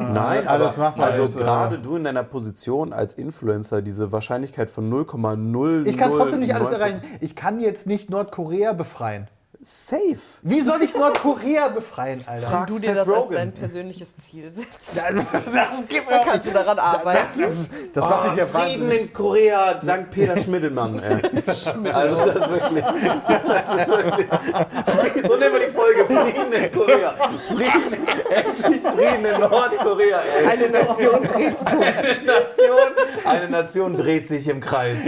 [SPEAKER 1] Nein,
[SPEAKER 2] alles
[SPEAKER 1] aber,
[SPEAKER 2] machbar
[SPEAKER 1] Also
[SPEAKER 2] ist, äh,
[SPEAKER 1] gerade du in deiner Position als Influencer, diese Wahrscheinlichkeit von 0,0.
[SPEAKER 2] Ich kann trotzdem nicht alles erreichen. Ich kann jetzt nicht Nordkorea befreien.
[SPEAKER 1] Safe.
[SPEAKER 2] Wie soll ich Nordkorea befreien, Alter?
[SPEAKER 1] Frag-
[SPEAKER 3] Wenn du
[SPEAKER 1] Seth
[SPEAKER 3] dir das als
[SPEAKER 1] Rogen.
[SPEAKER 3] dein persönliches Ziel <laughs> setzt,
[SPEAKER 2] Darum geht's
[SPEAKER 3] dann
[SPEAKER 2] überhaupt
[SPEAKER 3] kannst du daran arbeiten.
[SPEAKER 2] Das, das macht mich ja
[SPEAKER 1] Frieden
[SPEAKER 2] wahnsinnig.
[SPEAKER 1] in Korea dank Peter Schmiddelmann. Ey. also das ist wirklich. Das ist wirklich so nennen wir die Folge. Frieden in Korea. Frieden, endlich Frieden in Nordkorea. Ey.
[SPEAKER 3] Eine Nation dreht durch.
[SPEAKER 1] Eine Nation, eine Nation dreht sich im Kreis.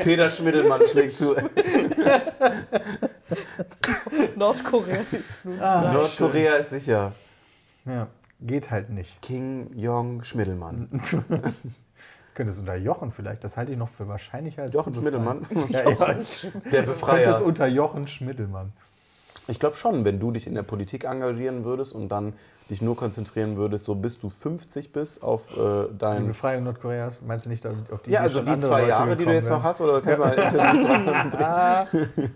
[SPEAKER 1] Peter Schmiddelmann schlägt zu.
[SPEAKER 3] Nordkorea ist nun frei.
[SPEAKER 1] Nordkorea ist sicher.
[SPEAKER 2] Ja, geht halt nicht.
[SPEAKER 1] King Jong Schmiddelmann.
[SPEAKER 2] Könnte es unterjochen vielleicht. Das halte ich noch für wahrscheinlicher als
[SPEAKER 1] Jochen
[SPEAKER 2] zu befreien.
[SPEAKER 1] Schmiddelmann, <laughs>
[SPEAKER 2] Ja, ja. Ich
[SPEAKER 1] der
[SPEAKER 2] könnte es
[SPEAKER 1] Befreier.
[SPEAKER 2] unter Jochen Schmiddelmann.
[SPEAKER 1] Ich glaube schon, wenn du dich in der Politik engagieren würdest und dann dich nur konzentrieren würdest, so bis du 50 bist, auf äh,
[SPEAKER 2] Die
[SPEAKER 1] dein
[SPEAKER 2] Befreiung Nordkoreas, meinst du nicht da- auf die
[SPEAKER 1] Ja,
[SPEAKER 2] die
[SPEAKER 1] also
[SPEAKER 2] schon
[SPEAKER 1] die
[SPEAKER 2] andere
[SPEAKER 1] zwei
[SPEAKER 2] Leute
[SPEAKER 1] Jahre, die du
[SPEAKER 2] gekommen
[SPEAKER 1] jetzt noch
[SPEAKER 2] wären? Ah.
[SPEAKER 1] hast, oder <laughs> können wir intensiv dran konzentrieren?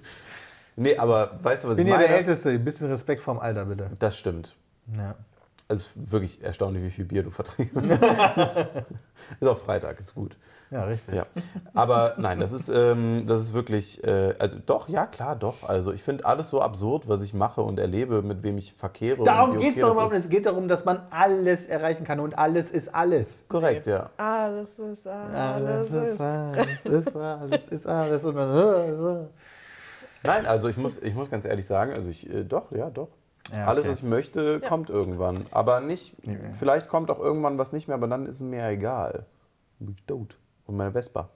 [SPEAKER 1] Nee, aber weißt du, was
[SPEAKER 2] Bin
[SPEAKER 1] ich
[SPEAKER 2] ja
[SPEAKER 1] meine?
[SPEAKER 2] der Älteste. Ein bisschen Respekt vorm Alter, bitte.
[SPEAKER 1] Das stimmt.
[SPEAKER 2] Ja.
[SPEAKER 1] Also es ist wirklich erstaunlich, wie viel Bier du
[SPEAKER 2] <laughs>
[SPEAKER 1] verträgst. <laughs> ist auch Freitag, ist gut.
[SPEAKER 2] Ja, richtig.
[SPEAKER 1] Ja. Aber nein, das ist, ähm, das ist wirklich, äh, also doch, ja klar, doch. Also ich finde alles so absurd, was ich mache und erlebe, mit wem ich verkehre.
[SPEAKER 2] Darum
[SPEAKER 1] und wie
[SPEAKER 2] geht es
[SPEAKER 1] okay
[SPEAKER 2] doch
[SPEAKER 1] das
[SPEAKER 2] überhaupt.
[SPEAKER 1] ist.
[SPEAKER 2] nicht. Es geht darum, dass man alles erreichen kann und alles ist alles.
[SPEAKER 1] Korrekt, ja.
[SPEAKER 3] Alles ist alles. ist.
[SPEAKER 2] alles, ist alles, ist alles. Und äh, man,
[SPEAKER 1] Nein, also ich muss, ich muss ganz ehrlich sagen, also ich, äh, doch, ja, doch.
[SPEAKER 2] Ja,
[SPEAKER 1] Alles,
[SPEAKER 2] okay.
[SPEAKER 1] was ich möchte, kommt irgendwann. Aber nicht, vielleicht kommt auch irgendwann was nicht mehr, aber dann ist es mir egal. Bin ich tot. Und meine Vespa.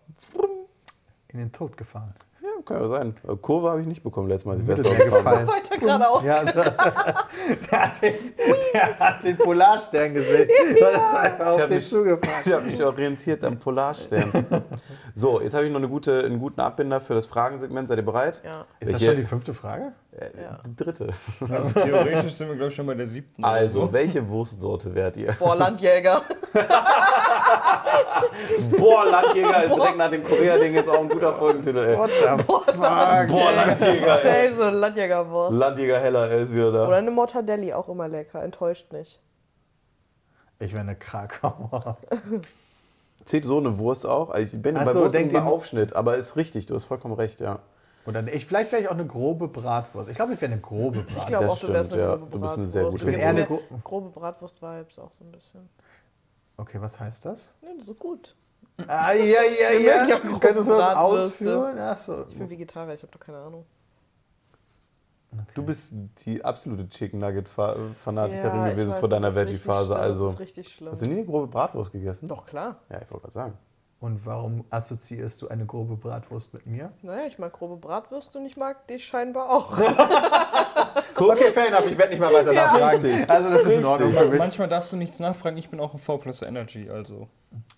[SPEAKER 2] in den Tod gefahren.
[SPEAKER 1] Ja, kann ja sein. Äh, Kurve habe ich nicht bekommen letztes Mal, als ich Vespa
[SPEAKER 2] Mittelmeer
[SPEAKER 1] gefahren
[SPEAKER 2] gefallen.
[SPEAKER 3] Weiter geradeaus.
[SPEAKER 2] Ja, so, Also, <laughs> der, hat den, der hat den Polarstern gesehen. Ja. Das ist
[SPEAKER 1] Ich
[SPEAKER 2] einfach auf
[SPEAKER 1] hab
[SPEAKER 2] den
[SPEAKER 1] mich-
[SPEAKER 2] Schuh gefahren.
[SPEAKER 1] Ich habe mich orientiert am Polarstern. So, jetzt habe ich noch eine gute, einen guten Abbinder für das Fragensegment. Seid ihr bereit?
[SPEAKER 3] Ja.
[SPEAKER 2] Ist das
[SPEAKER 1] Welche-
[SPEAKER 2] schon die fünfte Frage?
[SPEAKER 1] Äh,
[SPEAKER 3] Ja.
[SPEAKER 1] Die dritte.
[SPEAKER 4] Also theoretisch sind wir, glaube ich, schon bei der siebten. oder
[SPEAKER 1] Also, <laughs>
[SPEAKER 4] so.
[SPEAKER 1] welche Wurstsorte wärt ihr?
[SPEAKER 3] Boah, <laughs> Landjäger.
[SPEAKER 1] Boah, Landjäger ist direkt nach dem Korea-Ding jetzt auch ein guter Folgentitel. Ey.
[SPEAKER 2] the <laughs> fuck?
[SPEAKER 1] Boah, Landjäger. Ey.
[SPEAKER 3] Safe so eine Landjägerwurst.
[SPEAKER 1] Landjäger Heller, er ist wieder da.
[SPEAKER 3] Oder eine Mortadelli, auch immer lecker. Enttäuscht nicht.
[SPEAKER 2] Ich wäre eine Krakauer.
[SPEAKER 1] Zählt so eine Wurst auch? Also ich bin
[SPEAKER 2] Ach
[SPEAKER 1] bei
[SPEAKER 2] so,
[SPEAKER 1] Wurst
[SPEAKER 2] denkt
[SPEAKER 1] immer
[SPEAKER 2] ihr-
[SPEAKER 1] Aufschnitt, aber ist richtig, du hast vollkommen recht, ja.
[SPEAKER 2] Oder ne, ich, vielleicht wäre ich auch eine grobe Bratwurst. Ich glaube, ich wäre eine grobe Bratwurst.
[SPEAKER 3] Ich glaube
[SPEAKER 1] Das
[SPEAKER 3] auch, du wärst
[SPEAKER 1] stimmt,
[SPEAKER 3] eine
[SPEAKER 1] ja. Du
[SPEAKER 3] grobe
[SPEAKER 1] bist
[SPEAKER 3] Bratwurst.
[SPEAKER 1] eine sehr gute
[SPEAKER 3] Du bist
[SPEAKER 2] Ich bin eher
[SPEAKER 3] so
[SPEAKER 2] eine gro-
[SPEAKER 3] grobe Bratwurst-Vibes auch so ein bisschen.
[SPEAKER 2] Okay, was heißt <laughs> das?
[SPEAKER 3] Ne, so gut.
[SPEAKER 2] Ah, ja, ja,
[SPEAKER 3] Wir mögen ja
[SPEAKER 2] ja.
[SPEAKER 3] grobe
[SPEAKER 2] Könntest du das
[SPEAKER 3] Bratwürste.
[SPEAKER 2] ausführen? Ach so.
[SPEAKER 3] Ich bin Vegetarier, ich habe doch keine Ahnung.
[SPEAKER 1] Du bist die absolute Chicken Nugget-Fanatikerin
[SPEAKER 3] Ja, ich
[SPEAKER 1] gewesen
[SPEAKER 3] weiß,
[SPEAKER 1] vor
[SPEAKER 3] das
[SPEAKER 1] deiner
[SPEAKER 3] ist richtig
[SPEAKER 1] Veggie-Phase.
[SPEAKER 3] schlimm, Das
[SPEAKER 1] Also,
[SPEAKER 3] ist richtig schlimm.
[SPEAKER 1] hast du nie eine grobe Bratwurst gegessen?
[SPEAKER 3] doch, klar.
[SPEAKER 1] Ja, ich wollte gerade sagen.
[SPEAKER 2] Und warum assoziierst du eine grobe Bratwurst mit mir?
[SPEAKER 3] Naja, ich mag grobe Bratwürste und ich mag dich scheinbar auch.
[SPEAKER 2] Okay, fair enough, ich werde nicht mal weiter nachfragen.
[SPEAKER 1] Richtig.
[SPEAKER 2] Also das ist in Ordnung für mich.
[SPEAKER 4] Manchmal darfst du nichts nachfragen, ich bin auch ein V plus Energy, also.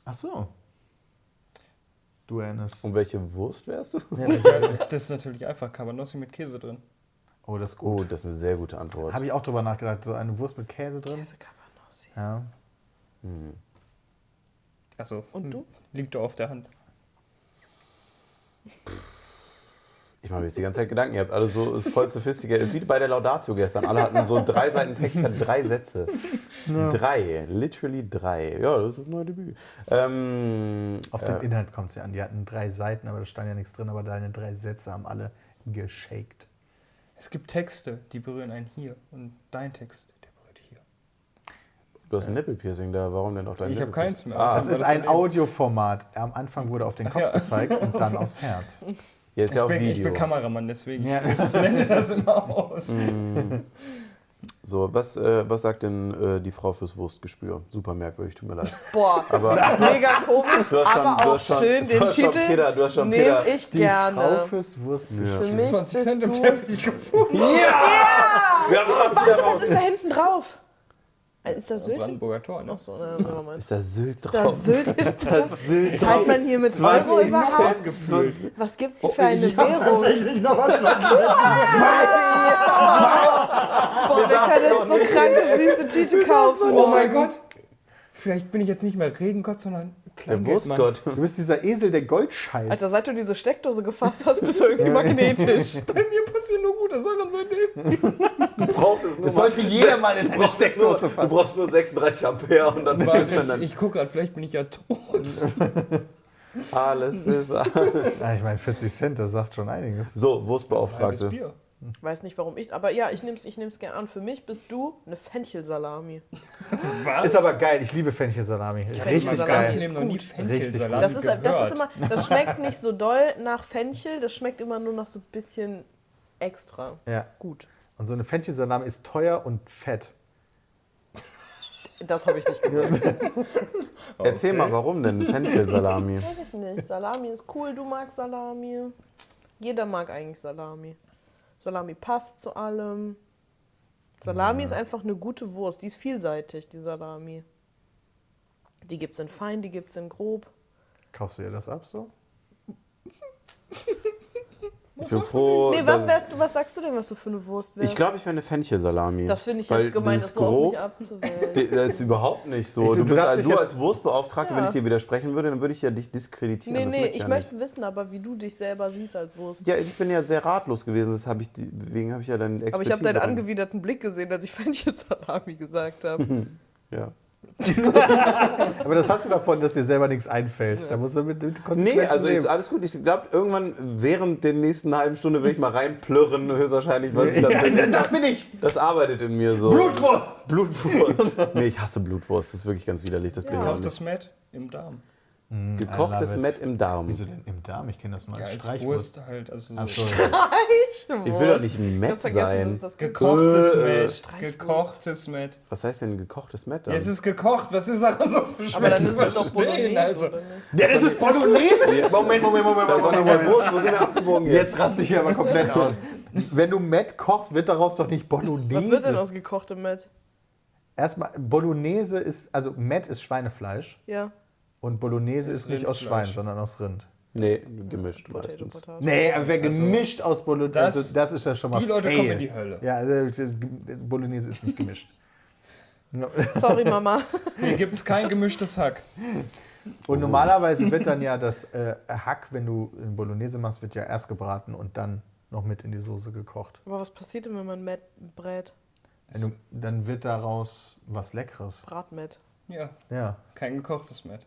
[SPEAKER 2] Ach so. Du erinnerst.
[SPEAKER 1] Und welche Wurst wärst
[SPEAKER 4] <laughs>
[SPEAKER 1] du?
[SPEAKER 4] Das ist natürlich einfach Cabanossi mit Käse drin.
[SPEAKER 2] Oh, das ist
[SPEAKER 1] Oh,
[SPEAKER 2] gut.
[SPEAKER 1] das ist eine sehr gute Antwort.
[SPEAKER 2] Habe ich auch drüber nachgedacht. So eine Wurst mit Käse drin.
[SPEAKER 3] Käse Cabanossi.
[SPEAKER 2] Ja.
[SPEAKER 4] Also,
[SPEAKER 3] Und du?
[SPEAKER 4] liegt doch auf der Hand.
[SPEAKER 1] Ich mache mir jetzt die ganze Zeit Gedanken. Ihr habt alle so ist voll sophisticated. Ist wie bei der Laudatio gestern. Alle hatten so drei Seiten Text, hat drei Sätze. Drei. Literally drei. Ja, das ist ein neues Debüt. Ähm,
[SPEAKER 2] Auf den Inhalt kommt es ja an. Die hatten drei Seiten, aber da stand ja nichts drin. Aber deine drei Sätze haben alle geshaked.
[SPEAKER 4] Es gibt Texte, die berühren einen hier. Und dein Text, der berührt hier.
[SPEAKER 1] du hast ein Nippelpiercing da. Warum denn auch dein
[SPEAKER 4] Ich hab
[SPEAKER 1] Nippelpiercing?
[SPEAKER 4] keins mehr. Also,
[SPEAKER 1] Ah,
[SPEAKER 2] Das
[SPEAKER 4] Aber
[SPEAKER 2] ist
[SPEAKER 4] das
[SPEAKER 2] ein
[SPEAKER 4] sind eben-
[SPEAKER 2] Audioformat. Am Anfang wurde auf den Kopf
[SPEAKER 4] ja.
[SPEAKER 2] gezeigt und dann aufs Herz.
[SPEAKER 1] ja, ist ja
[SPEAKER 4] ich,
[SPEAKER 1] auch
[SPEAKER 4] bin, ich <laughs>
[SPEAKER 1] Video.
[SPEAKER 4] bin Kameramann, deswegen
[SPEAKER 1] Mhm.
[SPEAKER 2] Ja.
[SPEAKER 4] blende das immer aus.
[SPEAKER 1] So, was, äh, was sagt denn äh, die Frau fürs Wurstgespür? Super merkwürdig, tut mir
[SPEAKER 4] <laughs>
[SPEAKER 1] leid.
[SPEAKER 3] Boah,
[SPEAKER 1] Aber-
[SPEAKER 3] mega komisch,
[SPEAKER 1] Du hast schon-
[SPEAKER 3] aber
[SPEAKER 1] du
[SPEAKER 3] auch
[SPEAKER 1] hast schon-
[SPEAKER 3] schön
[SPEAKER 1] du
[SPEAKER 3] den
[SPEAKER 1] hast schon
[SPEAKER 3] Titel.
[SPEAKER 1] Peter- du hast schon
[SPEAKER 3] nehm
[SPEAKER 1] Peter.
[SPEAKER 3] ich
[SPEAKER 2] Die Frau
[SPEAKER 3] gerne.
[SPEAKER 2] fürs Wurstgeschirr.
[SPEAKER 3] Für mich
[SPEAKER 4] 20
[SPEAKER 3] bist
[SPEAKER 4] Cent im
[SPEAKER 3] du-
[SPEAKER 4] Teppich gefunden.
[SPEAKER 1] Wir haben fast
[SPEAKER 3] Warte,
[SPEAKER 1] wieder
[SPEAKER 3] was ist
[SPEAKER 1] raus.
[SPEAKER 3] da hinten drauf? Äh, Ist da Sylt? hin-
[SPEAKER 4] Brandenburger Tor, ne?
[SPEAKER 3] Achso, naja, sagen wir mal.
[SPEAKER 1] Ist da Sylt drauf? <laughs>
[SPEAKER 3] Da Sylt ist drauf.
[SPEAKER 1] Sylt
[SPEAKER 3] Zahlt man hier mit Euro
[SPEAKER 1] 20
[SPEAKER 3] überhaupt?
[SPEAKER 1] Cent gefühlt.
[SPEAKER 3] Was gibt's
[SPEAKER 1] Oh,
[SPEAKER 3] hier für eine Währung?
[SPEAKER 2] nochmal 20
[SPEAKER 3] <laughs> Boah, wir können jetzt so kranke, süße Tüte kaufen.
[SPEAKER 4] Oh mein Gott! Vielleicht bin ich jetzt nicht mehr Regengott, sondern
[SPEAKER 1] Der
[SPEAKER 4] Kleingeldmann.
[SPEAKER 1] Wurstgott.
[SPEAKER 2] Du bist dieser Esel, der Gold scheißt.
[SPEAKER 3] Alter, seit du diese Steckdose gefasst hast, bist
[SPEAKER 1] <laughs>
[SPEAKER 3] du irgendwie magnetisch.
[SPEAKER 4] Bei mir passieren nur gute Sachen seitdem.
[SPEAKER 1] Du brauchst es nur
[SPEAKER 2] das sollte jeder mal in eine Steckdose
[SPEAKER 1] Du
[SPEAKER 2] fassen.
[SPEAKER 1] brauchst nur 36 Ampere und dann geht's
[SPEAKER 4] Warte,
[SPEAKER 1] dann.
[SPEAKER 4] ich, ich gucke gerade, vielleicht bin ich ja tot.
[SPEAKER 3] <laughs>
[SPEAKER 1] Alles ist
[SPEAKER 2] Ja, ich meine, 40 Cent, das sagt schon einiges.
[SPEAKER 1] <laughs> So,
[SPEAKER 4] Halbes
[SPEAKER 1] Wurstbeauftragte.
[SPEAKER 4] Bier.
[SPEAKER 3] Weiß nicht, warum ich, aber ja, ich nehm's, ich nehm's gerne an. Für mich bist du eine Fenchelsalami.
[SPEAKER 4] Was?
[SPEAKER 2] Ist aber geil, ich liebe Fenchelsalami. Richtig
[SPEAKER 3] Fenchelsalami
[SPEAKER 4] ganz
[SPEAKER 3] ist
[SPEAKER 2] geil.
[SPEAKER 4] Leben noch nie
[SPEAKER 3] gut.
[SPEAKER 4] Fenchelsalat
[SPEAKER 3] Das ist,
[SPEAKER 4] gehört.
[SPEAKER 3] das ist immer, das schmeckt nicht so doll nach Fenchel, das schmeckt immer nur nach so ein bisschen extra.
[SPEAKER 2] Ja.
[SPEAKER 3] Gut.
[SPEAKER 2] Und so eine Fenchelsalami ist teuer und fett.
[SPEAKER 3] Das habe ich nicht gehört.
[SPEAKER 1] Erzähl mal, warum denn
[SPEAKER 3] <laughs>
[SPEAKER 1] Fenchelsalami?
[SPEAKER 3] Weiß ich nicht. Salami ist cool, du magst Salami. Jeder mag eigentlich Salami. Salami passt zu allem. Salami ist einfach eine gute Wurst. Die ist vielseitig, die Salami. Die gibt's in fein, die gibt's in grob.
[SPEAKER 2] Kaufst du dir das ab so?
[SPEAKER 1] Ich bin froh.
[SPEAKER 3] nee, was
[SPEAKER 1] dass-
[SPEAKER 3] wärst du, was sagst du denn, was du für eine Wurst wärst?
[SPEAKER 1] Oh, Ich glaube, ich wäre eine Fenchelsalami.
[SPEAKER 3] das finde ich
[SPEAKER 1] Weil
[SPEAKER 3] jetzt gemein,
[SPEAKER 1] dieses
[SPEAKER 3] das so auf
[SPEAKER 1] grob-
[SPEAKER 3] mich abzuwählen.
[SPEAKER 1] Die- Das ist überhaupt nicht so.
[SPEAKER 2] Ich-
[SPEAKER 1] du
[SPEAKER 2] du
[SPEAKER 1] bist
[SPEAKER 2] darfst
[SPEAKER 1] also,
[SPEAKER 2] dich
[SPEAKER 1] du
[SPEAKER 2] jetzt-
[SPEAKER 1] als Wurstbeauftragte, wenn
[SPEAKER 3] Ja.
[SPEAKER 1] ich dir widersprechen würde, dann würde ich ja dich diskreditieren.
[SPEAKER 3] Nee,
[SPEAKER 1] Das
[SPEAKER 3] nee,
[SPEAKER 1] möchte
[SPEAKER 3] ich
[SPEAKER 1] ja
[SPEAKER 3] möchte
[SPEAKER 1] Nicht.
[SPEAKER 3] wissen, aber wie du dich selber siehst als Wurst.
[SPEAKER 1] Ja, ich bin ja sehr ratlos gewesen, das hab ich, die- deswegen habe ich ja deinen Expertise.
[SPEAKER 3] aber ich habe deinen
[SPEAKER 1] rein-
[SPEAKER 3] angewiderten Blick gesehen, als ich <laughs> Fenchelsalami
[SPEAKER 1] <laughs>
[SPEAKER 3] gesagt habe.
[SPEAKER 1] Ja.
[SPEAKER 2] Aber das hast du davon, dass dir selber nichts einfällt. Da musst du mit, mit Konsequenzen
[SPEAKER 1] Nee, also ist
[SPEAKER 2] leben.
[SPEAKER 1] alles gut. Ich glaube, irgendwann während der nächsten halben Stunde will ich mal reinplürren, <laughs> höchstwahrscheinlich, was ich da
[SPEAKER 2] ja,
[SPEAKER 1] bin.
[SPEAKER 2] das bin ich.
[SPEAKER 1] Das arbeitet in mir so.
[SPEAKER 2] Blutwurst.
[SPEAKER 1] Blutwurst. Nee, ich hasse Blutwurst. Das ist wirklich ganz widerlich. Das bin ich auch
[SPEAKER 4] Kauft
[SPEAKER 1] nicht.
[SPEAKER 4] das Matt im Darm.
[SPEAKER 1] Gekochtes
[SPEAKER 2] I love it.
[SPEAKER 1] Met im Darm. Ich
[SPEAKER 2] denn im Darm? Ich kenne das mal
[SPEAKER 4] Ja, als Wurst halt. Also so.
[SPEAKER 2] Achso.
[SPEAKER 1] will doch nicht Met
[SPEAKER 3] Ganz vergessen,
[SPEAKER 1] sein.
[SPEAKER 3] dass das
[SPEAKER 4] Gekochtes
[SPEAKER 1] Äh.
[SPEAKER 4] Matt. Gekochtes Matt.
[SPEAKER 1] Was heißt denn gekochtes Met
[SPEAKER 4] Ja,
[SPEAKER 1] dann?
[SPEAKER 4] es ist gekocht. Was ist daran so für
[SPEAKER 3] Aber
[SPEAKER 4] schwer
[SPEAKER 3] dann
[SPEAKER 4] zu
[SPEAKER 3] ist es doch
[SPEAKER 4] verstehen?
[SPEAKER 3] Bolognese,
[SPEAKER 4] Also,
[SPEAKER 3] oder nicht?
[SPEAKER 2] Ja, das ist Bolognese. Moment, Moment,
[SPEAKER 1] das
[SPEAKER 2] Moment, Moment.
[SPEAKER 1] war noch
[SPEAKER 2] Moment,
[SPEAKER 1] mal
[SPEAKER 2] Moment.
[SPEAKER 1] Wurst. Wo sind wir abgebogen jetzt?
[SPEAKER 2] Jetzt raste ich hier aber komplett aus. Wenn du Matt kochst, wird daraus doch nicht Bolognese.
[SPEAKER 3] Was wird denn aus gekochtem Met?
[SPEAKER 2] Erstmal, Bolognese ist, also Matt ist Schweinefleisch
[SPEAKER 3] Ja,
[SPEAKER 2] und Bolognese ist,
[SPEAKER 4] Ist
[SPEAKER 2] nicht aus
[SPEAKER 4] Rindfleisch.
[SPEAKER 2] Schwein, sondern aus Rind.
[SPEAKER 1] Nee, gemischt
[SPEAKER 3] Potato,
[SPEAKER 1] meistens.
[SPEAKER 3] Potato.
[SPEAKER 2] Nee, aber wer gemischt aus Bolognese,
[SPEAKER 4] Also, das-
[SPEAKER 2] also das ist ja schon mal
[SPEAKER 4] die Leute
[SPEAKER 2] fail.
[SPEAKER 4] kommen in die Hölle.
[SPEAKER 2] Ja, also, äh, Bolognese ist nicht
[SPEAKER 4] <laughs>
[SPEAKER 2] gemischt. No.
[SPEAKER 3] Sorry,
[SPEAKER 1] <laughs>
[SPEAKER 3] Mama.
[SPEAKER 4] Hier gibt es kein gemischtes Hack.
[SPEAKER 2] Und normalerweise wird dann ja das äh, Hack, wenn du in Bolognese machst, wird ja erst gebraten und dann noch mit in die Soße gekocht.
[SPEAKER 3] Aber was passiert denn, wenn man Met brät?
[SPEAKER 2] Wenn du, dann wird daraus was Leckeres.
[SPEAKER 3] Bratmet.
[SPEAKER 4] Ja,
[SPEAKER 2] Ja.
[SPEAKER 4] kein gekochtes Matt.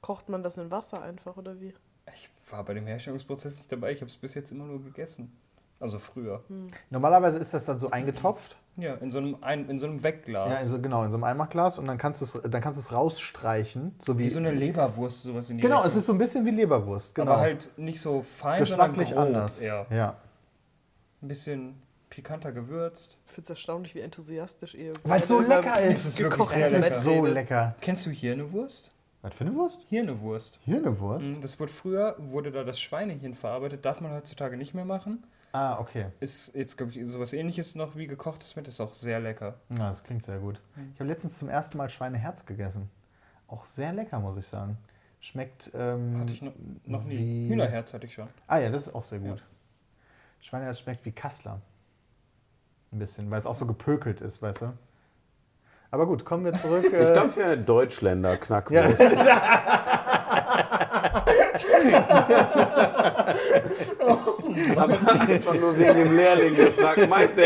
[SPEAKER 3] Kocht man das in Wasser einfach oder wie?
[SPEAKER 4] Ich war bei dem Herstellungsprozess nicht dabei. Ich habe es bis jetzt immer nur gegessen. Also früher.
[SPEAKER 3] Hm.
[SPEAKER 2] Normalerweise ist das dann so eingetopft.
[SPEAKER 4] Ja, in so einem, ein, in so einem
[SPEAKER 2] Ja,
[SPEAKER 4] Wegglas.
[SPEAKER 2] in so, genau, in so einem Eimerglas und dann kannst du es dann kannst du es rausstreichen, so wie,
[SPEAKER 4] wie so eine Leberwurst, sowas in die
[SPEAKER 2] Genau,
[SPEAKER 4] Richtung.
[SPEAKER 2] es ist so ein bisschen wie Leberwurst, genau.
[SPEAKER 4] Aber halt nicht so fein,
[SPEAKER 2] geschmacklich
[SPEAKER 4] sondern grob.
[SPEAKER 2] anders.
[SPEAKER 4] Ja.
[SPEAKER 2] ja.
[SPEAKER 4] Ein bisschen pikanter gewürzt.
[SPEAKER 3] Ich finde es erstaunlich, wie enthusiastisch ihr
[SPEAKER 2] Weil es so
[SPEAKER 3] über
[SPEAKER 2] lecker ist.
[SPEAKER 4] Es ist wirklich
[SPEAKER 3] gekochtes
[SPEAKER 4] sehr
[SPEAKER 2] Es
[SPEAKER 3] Met
[SPEAKER 2] ist
[SPEAKER 4] lecker.
[SPEAKER 2] so
[SPEAKER 3] redet.
[SPEAKER 2] lecker.
[SPEAKER 4] Kennst du Hirnewurst?
[SPEAKER 2] Was für eine Wurst?
[SPEAKER 4] Hirnewurst.
[SPEAKER 2] Hier eine Wurst.
[SPEAKER 4] Mhm, Das wurde früher, wurde da das Schweinehirn verarbeitet, darf man heutzutage nicht mehr machen.
[SPEAKER 2] Ah, okay.
[SPEAKER 4] Ist jetzt, glaube ich, sowas ähnliches noch wie gekochtes mit, ist auch sehr lecker.
[SPEAKER 2] Ja, das klingt sehr gut.
[SPEAKER 4] Mhm.
[SPEAKER 2] Ich habe letztens zum ersten Mal Schweineherz gegessen. Auch sehr lecker, muss ich sagen. Schmeckt. Ähm,
[SPEAKER 4] Hatte ich noch, noch nie.
[SPEAKER 2] Wie-
[SPEAKER 4] Hühnerherz hatte ich schon.
[SPEAKER 2] Ah ja, das ist auch sehr gut. Schweineherz schmeckt wie Kassler. Ein bisschen, weil es auch so gepökelt ist, weißt du? Aber gut, kommen wir
[SPEAKER 4] <laughs>
[SPEAKER 2] zurück.
[SPEAKER 1] Ich
[SPEAKER 2] äh,
[SPEAKER 1] glaube, ich wäre eine Deutschländer-Knackwurst.
[SPEAKER 2] <laughs> ja.
[SPEAKER 1] Aber einfach nur wegen dem Lehrling gefragt. Meister,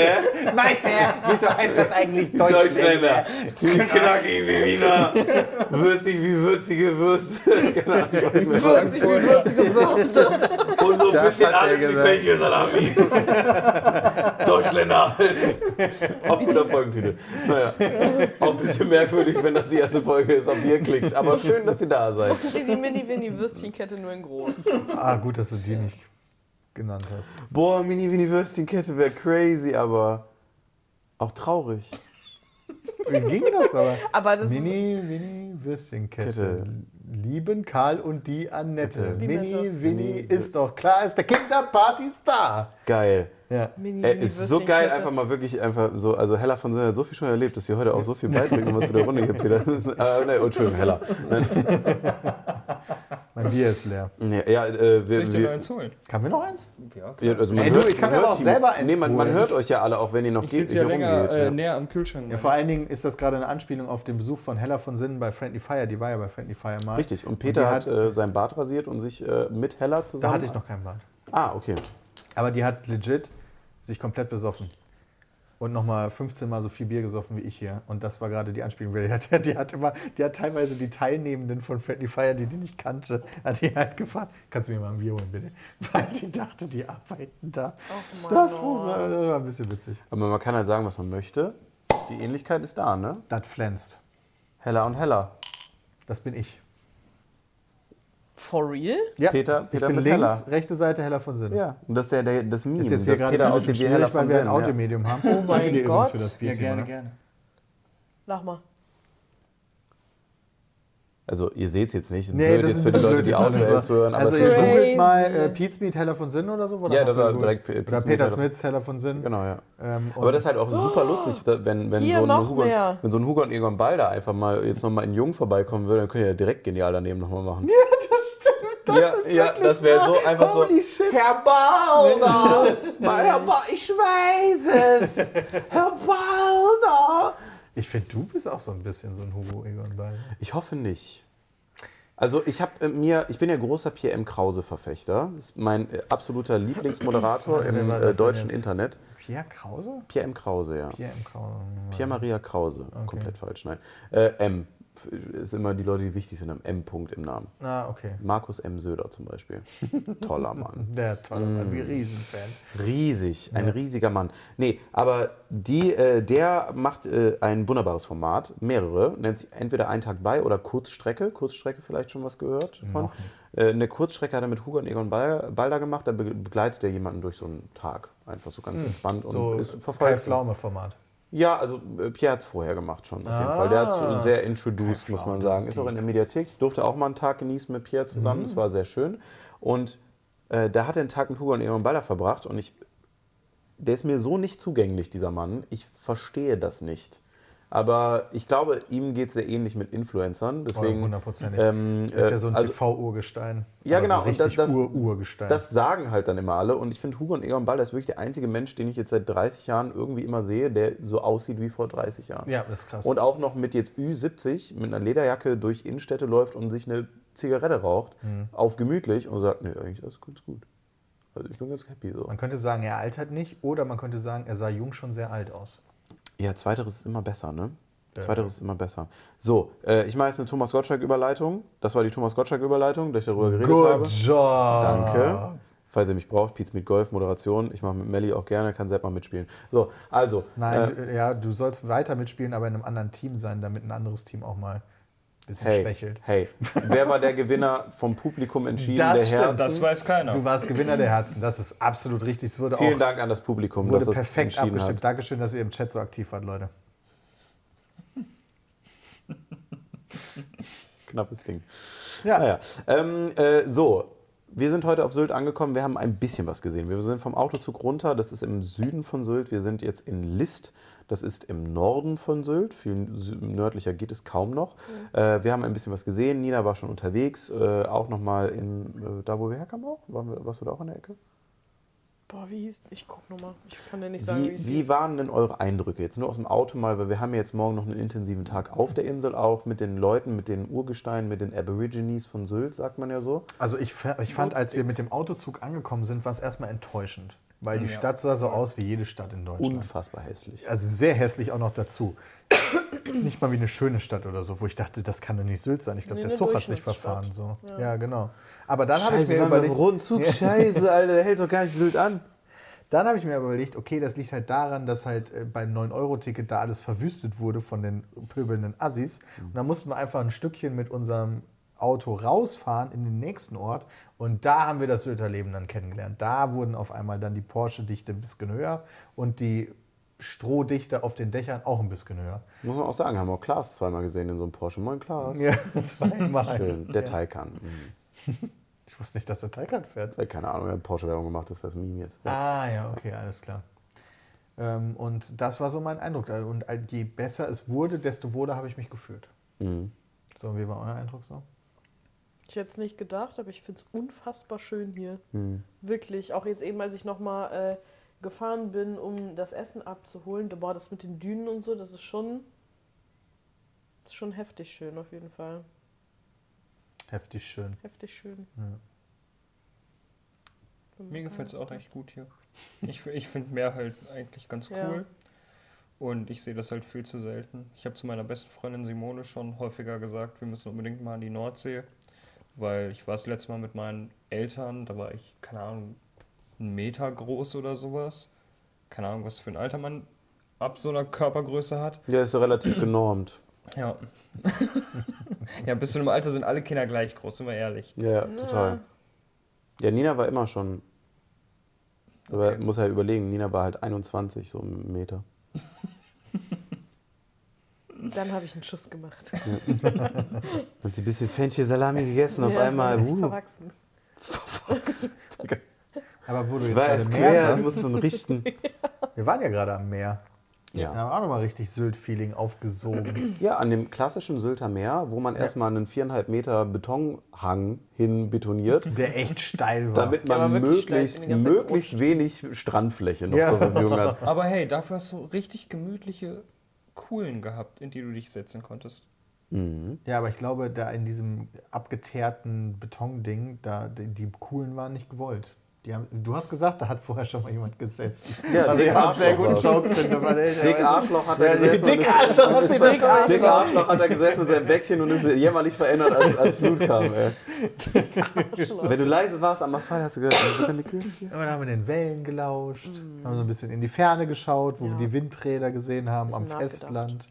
[SPEAKER 2] Meister, <laughs> wieso heißt das eigentlich
[SPEAKER 1] Deutschländer. Knackig wie Wiener. Würzig wie würzige Würste. <laughs> Keine Ahnung, ich weiß nicht mehr.
[SPEAKER 3] Würzig wie
[SPEAKER 1] <laughs>
[SPEAKER 3] würzige Würste.
[SPEAKER 1] Und so ein
[SPEAKER 2] Das
[SPEAKER 1] bisschen
[SPEAKER 2] hat er
[SPEAKER 1] alles wie
[SPEAKER 2] gesagt.
[SPEAKER 1] Fenchelsalami. Deutschländer. Auch guter Folgentitel. Naja. Auch ein bisschen merkwürdig, wenn das die erste Folge ist, auf die ihr klickt. Aber schön, dass ihr da seid.
[SPEAKER 3] Die Mini-Winnie-Würstchenkette nur in groß.
[SPEAKER 2] Ah, gut, dass du die nicht genannt hast.
[SPEAKER 1] Boah, Mini-Mini-Würstchenkette wäre crazy, aber Auch traurig.
[SPEAKER 2] Wie ging das aber?
[SPEAKER 3] <laughs> Aber das ist,
[SPEAKER 2] Mini, Winnie, Würstchenkette.
[SPEAKER 1] Kette.
[SPEAKER 2] Lieben Karl und die
[SPEAKER 1] Bitte.
[SPEAKER 2] Annette.
[SPEAKER 3] Die
[SPEAKER 2] Mini,
[SPEAKER 3] Nette.
[SPEAKER 2] Winnie
[SPEAKER 1] Mini,
[SPEAKER 2] ist doch klar, ist der Kinderparty-Star.
[SPEAKER 1] Geil.
[SPEAKER 2] Ja.
[SPEAKER 3] Mini,
[SPEAKER 1] Ey,
[SPEAKER 3] Mini
[SPEAKER 1] ist so geil,
[SPEAKER 3] Würstchenkette.
[SPEAKER 1] einfach mal wirklich einfach so. Also Hella von Sinn hat so viel schon erlebt, dass sie heute auch so viel beiträgt, wenn man zu der Runde hier, Peter. ah, nein, Entschuldigung, Hella.
[SPEAKER 2] Mein Bier ist leer.
[SPEAKER 1] Nee, ja, äh,
[SPEAKER 4] Soll ich
[SPEAKER 1] wir,
[SPEAKER 4] dir noch
[SPEAKER 1] wir,
[SPEAKER 4] eins holen?
[SPEAKER 2] Kann wir noch eins?
[SPEAKER 4] Ja, klar.
[SPEAKER 1] ja, also man
[SPEAKER 2] Ey, du,
[SPEAKER 1] hört,
[SPEAKER 2] ich kann
[SPEAKER 1] man
[SPEAKER 2] aber
[SPEAKER 1] hört
[SPEAKER 2] auch
[SPEAKER 1] die-
[SPEAKER 2] selber eins
[SPEAKER 1] Nee, man, man
[SPEAKER 2] holen.
[SPEAKER 1] hört euch ja alle, auch wenn ihr noch
[SPEAKER 4] Ich
[SPEAKER 1] geht,
[SPEAKER 4] sitze ja
[SPEAKER 1] hier
[SPEAKER 4] länger
[SPEAKER 1] rumgeht,
[SPEAKER 4] äh,
[SPEAKER 1] ja.
[SPEAKER 4] näher am Kühlschrank.
[SPEAKER 2] Ja, vor allen Dingen ist das gerade eine Anspielung auf den Besuch von Hella von Sinnen bei Friendly Fire. Die war ja bei Friendly Fire mal.
[SPEAKER 1] Richtig, und
[SPEAKER 2] die
[SPEAKER 1] Peter hat,
[SPEAKER 2] hat-
[SPEAKER 1] äh, sein Bart rasiert und sich äh, mit Hella zusammen.
[SPEAKER 2] Da hatte ich noch keinen Bart.
[SPEAKER 1] Ah, okay.
[SPEAKER 2] Aber die hat legit sich komplett besoffen. Und nochmal 15 Mal so viel Bier gesoffen wie ich hier. Und das war gerade die Anspielung. Die hat, die, hat immer, die hat teilweise die Teilnehmenden von Friendly Fire, die die nicht kannte, hat die halt gefragt, kannst du mir mal ein Bier holen, bitte? <laughs> Weil die dachte, die arbeiten da.
[SPEAKER 3] Och, Mann,
[SPEAKER 2] das,
[SPEAKER 3] oh.
[SPEAKER 2] muss, das war ein bisschen witzig.
[SPEAKER 1] Aber man kann halt sagen, was man möchte. Die Ähnlichkeit ist da, ne?
[SPEAKER 2] Das flänzt.
[SPEAKER 1] Hella und Hella.
[SPEAKER 2] Das bin ich.
[SPEAKER 3] For real?
[SPEAKER 2] Ja,
[SPEAKER 1] Peter- Peter
[SPEAKER 2] ich bin
[SPEAKER 1] mit
[SPEAKER 2] links, rechte Seite Heller von Sinn.
[SPEAKER 1] Ja, und das ist der, der, das Meme,
[SPEAKER 2] Ist jetzt hier
[SPEAKER 1] dass
[SPEAKER 2] gerade
[SPEAKER 1] Peter
[SPEAKER 2] ein bisschen
[SPEAKER 1] aussieht wie Hella
[SPEAKER 2] schwierig,
[SPEAKER 1] von
[SPEAKER 2] weil wir ein
[SPEAKER 1] Sinn. Ja.
[SPEAKER 2] Automedium haben. Oh
[SPEAKER 3] mein
[SPEAKER 2] Danke dir übrigens
[SPEAKER 3] Gott.
[SPEAKER 2] für das
[SPEAKER 4] ja,
[SPEAKER 2] Bierchen,
[SPEAKER 4] gerne,
[SPEAKER 2] oder?
[SPEAKER 4] gerne.
[SPEAKER 3] Lach mal.
[SPEAKER 1] Also, ihr seht es jetzt nicht.
[SPEAKER 2] Nee,
[SPEAKER 1] blöd
[SPEAKER 2] das
[SPEAKER 1] jetzt
[SPEAKER 2] ist
[SPEAKER 1] für die
[SPEAKER 2] ein bisschen
[SPEAKER 1] Leute,
[SPEAKER 2] blöd.
[SPEAKER 1] die
[SPEAKER 2] jetzt alles
[SPEAKER 1] Audio
[SPEAKER 2] war.
[SPEAKER 1] zuhören. Aber
[SPEAKER 2] also
[SPEAKER 1] es
[SPEAKER 2] ihr
[SPEAKER 1] ist
[SPEAKER 3] schon-
[SPEAKER 1] gut.
[SPEAKER 2] googelt mal
[SPEAKER 3] Crazy.
[SPEAKER 2] äh, Pete Smith, Heller von Sinn oder so? Oder
[SPEAKER 1] Ja,
[SPEAKER 2] was
[SPEAKER 1] das
[SPEAKER 2] ihr
[SPEAKER 1] war
[SPEAKER 2] googelt?
[SPEAKER 1] direkt P- Pete
[SPEAKER 2] Oder
[SPEAKER 1] Smith,
[SPEAKER 2] Peter
[SPEAKER 1] Heller-
[SPEAKER 2] Smith, Heller von Sinn.
[SPEAKER 1] Genau, ja. <laughs>
[SPEAKER 2] Ähm, und
[SPEAKER 1] Aber das ist halt auch super lustig, da- wenn, wenn,
[SPEAKER 3] Hier
[SPEAKER 1] so ein
[SPEAKER 3] noch
[SPEAKER 1] Hugo,
[SPEAKER 3] mehr.
[SPEAKER 1] wenn so ein Hugo und Egon Balder einfach mal jetzt nochmal in Jung vorbeikommen würde, dann könnt ihr ja direkt genial daneben nochmal machen.
[SPEAKER 2] ja, das stimmt. Das
[SPEAKER 1] Ja,
[SPEAKER 2] ist
[SPEAKER 1] ja,
[SPEAKER 2] wirklich
[SPEAKER 1] das wär
[SPEAKER 2] wahr. <laughs>
[SPEAKER 1] so einfach so-
[SPEAKER 2] Holy shit.
[SPEAKER 1] Herr Balder! Herr ba ich weiß es! Herr Balder!
[SPEAKER 2] Ich finde, du bist auch so ein bisschen so ein Hugo Egon Balder.
[SPEAKER 1] Ich hoffe nicht. Also ich habe mir, ich bin ja großer Pierre M. Krause-Verfechter. Ist mein äh, absoluter Lieblingsmoderator
[SPEAKER 2] Wer
[SPEAKER 1] im
[SPEAKER 2] war
[SPEAKER 1] äh,
[SPEAKER 2] das denn
[SPEAKER 1] deutschen
[SPEAKER 2] jetzt?
[SPEAKER 1] Internet.
[SPEAKER 2] Pierre Krause?
[SPEAKER 1] Pierre M. Krause, ja.
[SPEAKER 2] Pierre M. Krause.
[SPEAKER 1] Pierre Maria Krause. Komplett falsch, nein. Äh, M. F- Ist immer die Leute, die wichtig sind, am M-Punkt im Namen.
[SPEAKER 2] Ah, okay.
[SPEAKER 1] Markus M. Söder zum
[SPEAKER 2] <laughs>
[SPEAKER 1] Beispiel. Toller Mann.
[SPEAKER 2] Der tolle
[SPEAKER 1] Mm.
[SPEAKER 2] Mann, wie Riesenfan.
[SPEAKER 1] Riesig, ein riesiger Mann. Nee, aber die, äh, der macht äh, ein wunderbares Format, mehrere, nennt sich entweder Ein Tag bei oder Kurzstrecke. Kurzstrecke vielleicht schon was gehört von.
[SPEAKER 2] Noch
[SPEAKER 1] Äh, eine Kurzstrecke hat er mit Hugo und Egon Bal- Balder gemacht, da be begleitet er jemanden durch so einen Tag. Einfach so ganz entspannt und
[SPEAKER 2] Hm. So
[SPEAKER 1] ist
[SPEAKER 2] Kai
[SPEAKER 1] verfolgt.
[SPEAKER 2] Pflaume-Format.
[SPEAKER 1] Ja, also äh, Pierre hat es vorher gemacht schon, auf jeden
[SPEAKER 2] Ah.
[SPEAKER 1] Fall. Der hat es sehr introduced, muss
[SPEAKER 2] Kein
[SPEAKER 1] man
[SPEAKER 2] Pflaumen,
[SPEAKER 1] sagen. Ist auch in der Mediathek. Ich durfte auch mal einen Tag genießen mit Pierre
[SPEAKER 2] Mhm.
[SPEAKER 1] zusammen. Das war sehr schön. Und äh, da hat er einen Tag mit Hugo und Egon Baller verbracht. Und ich, der ist mir so nicht zugänglich, dieser Mann. Ich verstehe das nicht. Aber ich glaube, ihm geht es sehr ähnlich mit Influencern.
[SPEAKER 2] Oh,
[SPEAKER 1] Deswegen,
[SPEAKER 2] hundertprozentig.
[SPEAKER 1] ähm,
[SPEAKER 2] Das ist ja so ein
[SPEAKER 1] äh, also-
[SPEAKER 2] TV-Urgestein.
[SPEAKER 1] Ja,
[SPEAKER 2] Aber
[SPEAKER 1] genau,
[SPEAKER 2] So
[SPEAKER 1] und
[SPEAKER 2] richtig
[SPEAKER 1] das- das-
[SPEAKER 2] Ur-Urgestein.
[SPEAKER 1] das sagen halt dann immer alle. Und ich finde, Hugo und Egon Balder ist wirklich der einzige Mensch, den ich jetzt seit 30 Jahren irgendwie immer sehe, der so aussieht wie vor 30 Jahren.
[SPEAKER 2] ja, das ist krass.
[SPEAKER 1] Und auch noch mit jetzt Ü70 mit einer Lederjacke durch Innenstädte läuft und sich eine Zigarette raucht,
[SPEAKER 2] Mhm.
[SPEAKER 1] auf gemütlich und sagt, nee, eigentlich ist alles ganz gut. Also ich bin ganz happy so.
[SPEAKER 2] man könnte sagen, er altert nicht oder man könnte sagen, er sah jung schon sehr alt aus.
[SPEAKER 1] Ja, zweiteres ist immer besser, ne? Zweiteres ist immer besser. So, äh, ich mache jetzt eine Thomas Gottschalk-Überleitung. Das war die Thomas Gottschalk-Überleitung, dass ich darüber geredet habe.
[SPEAKER 2] job.
[SPEAKER 1] Danke. Falls ihr mich braucht, Pizza mit Golf, Moderation. Ich mache mit Melli auch gerne, kann selbst mal mitspielen. So, also.
[SPEAKER 2] Nein,
[SPEAKER 1] äh,
[SPEAKER 2] du- ja, du sollst weiter mitspielen, aber in einem anderen Team sein, damit ein anderes Team auch mal ein bisschen
[SPEAKER 1] hey,
[SPEAKER 2] schwächelt. <laughs>
[SPEAKER 1] hey, wer war der Gewinner vom Publikum entschieden?
[SPEAKER 2] Das
[SPEAKER 1] der
[SPEAKER 2] stimmt,
[SPEAKER 1] Herzen?
[SPEAKER 4] Das weiß keiner.
[SPEAKER 2] Du warst Gewinner der Herzen, das ist absolut richtig. Es wurde
[SPEAKER 1] Vielen
[SPEAKER 2] auch
[SPEAKER 1] Dank an das Publikum,
[SPEAKER 2] wurde
[SPEAKER 1] dass das
[SPEAKER 2] perfekt
[SPEAKER 1] entschieden
[SPEAKER 2] abgestimmt.
[SPEAKER 1] hat.
[SPEAKER 2] Dankeschön, dass ihr im Chat so aktiv wart, Leute.
[SPEAKER 1] Knappes Ding.
[SPEAKER 2] Ja,
[SPEAKER 1] Naja, ähm, äh, so. Wir sind heute auf Sylt angekommen. Wir haben ein bisschen was gesehen. Wir sind vom Autozug runter. Das ist im Süden von Sylt. Wir sind jetzt in List. Das ist im Norden von Sylt. Viel sü- nördlicher geht es kaum noch.
[SPEAKER 2] Mhm.
[SPEAKER 1] Äh, wir haben ein bisschen was gesehen. Nina war schon unterwegs. Äh, auch nochmal in, äh, da wo wir herkamen auch. Waren wir, warst du da auch in der Ecke?
[SPEAKER 3] Boah, wie hieß. Ich guck nochmal. Ich kann dir nicht sagen, wie,
[SPEAKER 1] Wie,
[SPEAKER 3] es
[SPEAKER 1] wie
[SPEAKER 3] hieß.
[SPEAKER 1] waren denn eure Eindrücke? Jetzt nur aus dem Auto mal, weil wir haben ja jetzt morgen noch einen intensiven Tag auf der Insel auch mit den Leuten, mit den Urgesteinen, mit den Aborigines von Sylt, sagt man ja so.
[SPEAKER 2] Also ich, fa- ich fand, als wir mit dem Autozug angekommen sind, war es erstmal enttäuschend. Weil die
[SPEAKER 4] Ja.
[SPEAKER 2] Stadt sah so aus wie jede Stadt in Deutschland.
[SPEAKER 1] Unfassbar hässlich.
[SPEAKER 2] also sehr hässlich auch noch dazu. nicht mal wie eine schöne Stadt oder so, wo ich dachte, das kann doch nicht Sylt sein. Ich glaube,
[SPEAKER 3] Nee,
[SPEAKER 2] der
[SPEAKER 3] eine
[SPEAKER 2] Zug hat sich
[SPEAKER 3] Durchschnittsstadt.
[SPEAKER 2] verfahren. So. Ja. genau. Aber dann habe ich
[SPEAKER 1] Scheiße,
[SPEAKER 2] mir
[SPEAKER 1] waren wir im
[SPEAKER 2] überlegt,
[SPEAKER 1] roten Zug. Scheiße, Alter, der hält doch gar nicht Sylt an.
[SPEAKER 2] dann habe ich mir aber überlegt, okay, das liegt halt daran, dass halt äh, beim 9-Euro-Ticket da alles verwüstet wurde von den pöbelnden Assis.
[SPEAKER 1] Mhm.
[SPEAKER 2] Und dann mussten wir einfach ein Stückchen mit unserem Auto rausfahren in den nächsten Ort. Und da haben wir das Sylter Leben dann kennengelernt. Da wurden auf einmal dann die Porsche-Dichte ein bisschen höher und die Strohdichte auf den Dächern auch ein bisschen höher.
[SPEAKER 1] Muss man auch sagen, haben wir auch Klaas zweimal gesehen in so einem Porsche. Moin Klaas.
[SPEAKER 2] Ja, <laughs> zweimal.
[SPEAKER 1] Schön. Der
[SPEAKER 2] Ja.
[SPEAKER 1] Taycan. Mhm.
[SPEAKER 2] Ich wusste nicht, dass der Taycan fährt.
[SPEAKER 1] Äh, Keine Ahnung, wer hat Porsche-Werbung gemacht, das ist das Meme jetzt.
[SPEAKER 2] Ah, ja, okay, alles klar. Ähm, und das war so mein Eindruck. Also, Und äh, je besser es wurde, desto wohler habe ich mich gefühlt.
[SPEAKER 1] Mhm.
[SPEAKER 2] So, wie war euer Eindruck so?
[SPEAKER 3] Ich hätte es nicht gedacht, aber ich finde es unfassbar schön hier.
[SPEAKER 1] Mhm.
[SPEAKER 3] Wirklich. Auch jetzt eben, als ich nochmal äh, gefahren bin, um das Essen abzuholen, da war das mit den Dünen und so, das ist schon. Das ist schon heftig schön, auf jeden Fall.
[SPEAKER 2] Heftig schön.
[SPEAKER 3] Heftig schön.
[SPEAKER 4] Mir gefällt es auch echt gut hier. Ich, ich finde Meer halt eigentlich ganz cool.
[SPEAKER 3] Ja.
[SPEAKER 4] Und ich sehe das halt viel zu selten. Ich habe zu meiner besten Freundin Simone schon häufiger gesagt, wir müssen unbedingt mal an die Nordsee. Weil ich war das letzte Mal mit meinen Eltern, da war ich, keine Ahnung, einen Meter groß oder sowas. Keine Ahnung, was für ein Alter man ab so einer Körpergröße hat.
[SPEAKER 1] Ja, ist so relativ genormt.
[SPEAKER 4] Ja. <laughs> ja, bis zu einem Alter sind alle Kinder gleich groß, sind wir ehrlich.
[SPEAKER 1] Ja, total. Ja, Nina war immer schon. Aber
[SPEAKER 4] Okay.
[SPEAKER 1] muss halt überlegen, Nina war halt 21, so einen Meter.
[SPEAKER 3] Dann habe ich einen Schuss
[SPEAKER 1] <laughs>
[SPEAKER 3] gemacht.
[SPEAKER 1] Hat sie ein bisschen Fenchelsalami gegessen auf
[SPEAKER 3] Ja,
[SPEAKER 1] einmal.
[SPEAKER 3] dann ist sie
[SPEAKER 1] Uh,
[SPEAKER 3] verwachsen.
[SPEAKER 2] Aber wo du jetzt
[SPEAKER 1] war
[SPEAKER 2] gerade
[SPEAKER 1] es
[SPEAKER 2] im Meer
[SPEAKER 1] quer, das
[SPEAKER 2] sagst,
[SPEAKER 1] muss man
[SPEAKER 3] <laughs>
[SPEAKER 1] richten.
[SPEAKER 2] wir waren ja gerade am Meer. Wir
[SPEAKER 1] Ja.
[SPEAKER 2] haben auch nochmal richtig Sylt-Feeling aufgesogen.
[SPEAKER 1] ja, an dem klassischen Sylter Meer, wo man erstmal einen viereinhalb Meter Betonhang hin betoniert,
[SPEAKER 2] der echt steil war.
[SPEAKER 1] damit
[SPEAKER 3] Der
[SPEAKER 1] man
[SPEAKER 3] war wirklich steil,
[SPEAKER 1] möglichst,
[SPEAKER 3] ich bin die ganze Zeit
[SPEAKER 1] möglichst wenig Strandfläche noch
[SPEAKER 2] Ja.
[SPEAKER 1] zur Verfügung
[SPEAKER 3] <laughs>
[SPEAKER 1] hat.
[SPEAKER 4] Aber hey, dafür hast du richtig gemütliche Kuhlen gehabt, in die du dich setzen konntest.
[SPEAKER 2] Ja, aber ich glaube, da in diesem abgeteerten Betonding, da die, die coolen waren nicht gewollt. Die haben, du hast gesagt, da hat vorher schon mal jemand gesetzt.
[SPEAKER 1] <laughs> Ja,
[SPEAKER 2] also
[SPEAKER 1] Dick
[SPEAKER 2] ihr habt sehr
[SPEAKER 1] Arschloch
[SPEAKER 2] guten
[SPEAKER 1] war's.
[SPEAKER 2] Job.
[SPEAKER 1] <laughs>
[SPEAKER 2] finde, weil ich-
[SPEAKER 1] Dick
[SPEAKER 3] also
[SPEAKER 2] aber-
[SPEAKER 1] Arschloch hat
[SPEAKER 2] Ja, also
[SPEAKER 1] er gesessen. und
[SPEAKER 2] <laughs> Dick
[SPEAKER 1] ist-
[SPEAKER 2] Arschloch hat sie
[SPEAKER 1] Dick
[SPEAKER 2] Dick Arschloch.
[SPEAKER 1] Arschloch hat er gesessen mit seinem Bäckchen und ist jämmerlich verändert, als, als Flut kam. Ey. Wenn du leise warst am Asphalt, hast du gehört, ist das eine Kirche?
[SPEAKER 2] Und dann haben wir den Wellen gelauscht,
[SPEAKER 1] Mhm.
[SPEAKER 2] haben so ein bisschen in die Ferne geschaut, wo
[SPEAKER 3] Ja.
[SPEAKER 2] wir die Windräder gesehen haben am
[SPEAKER 3] Bisschen nachgedacht.
[SPEAKER 2] Festland.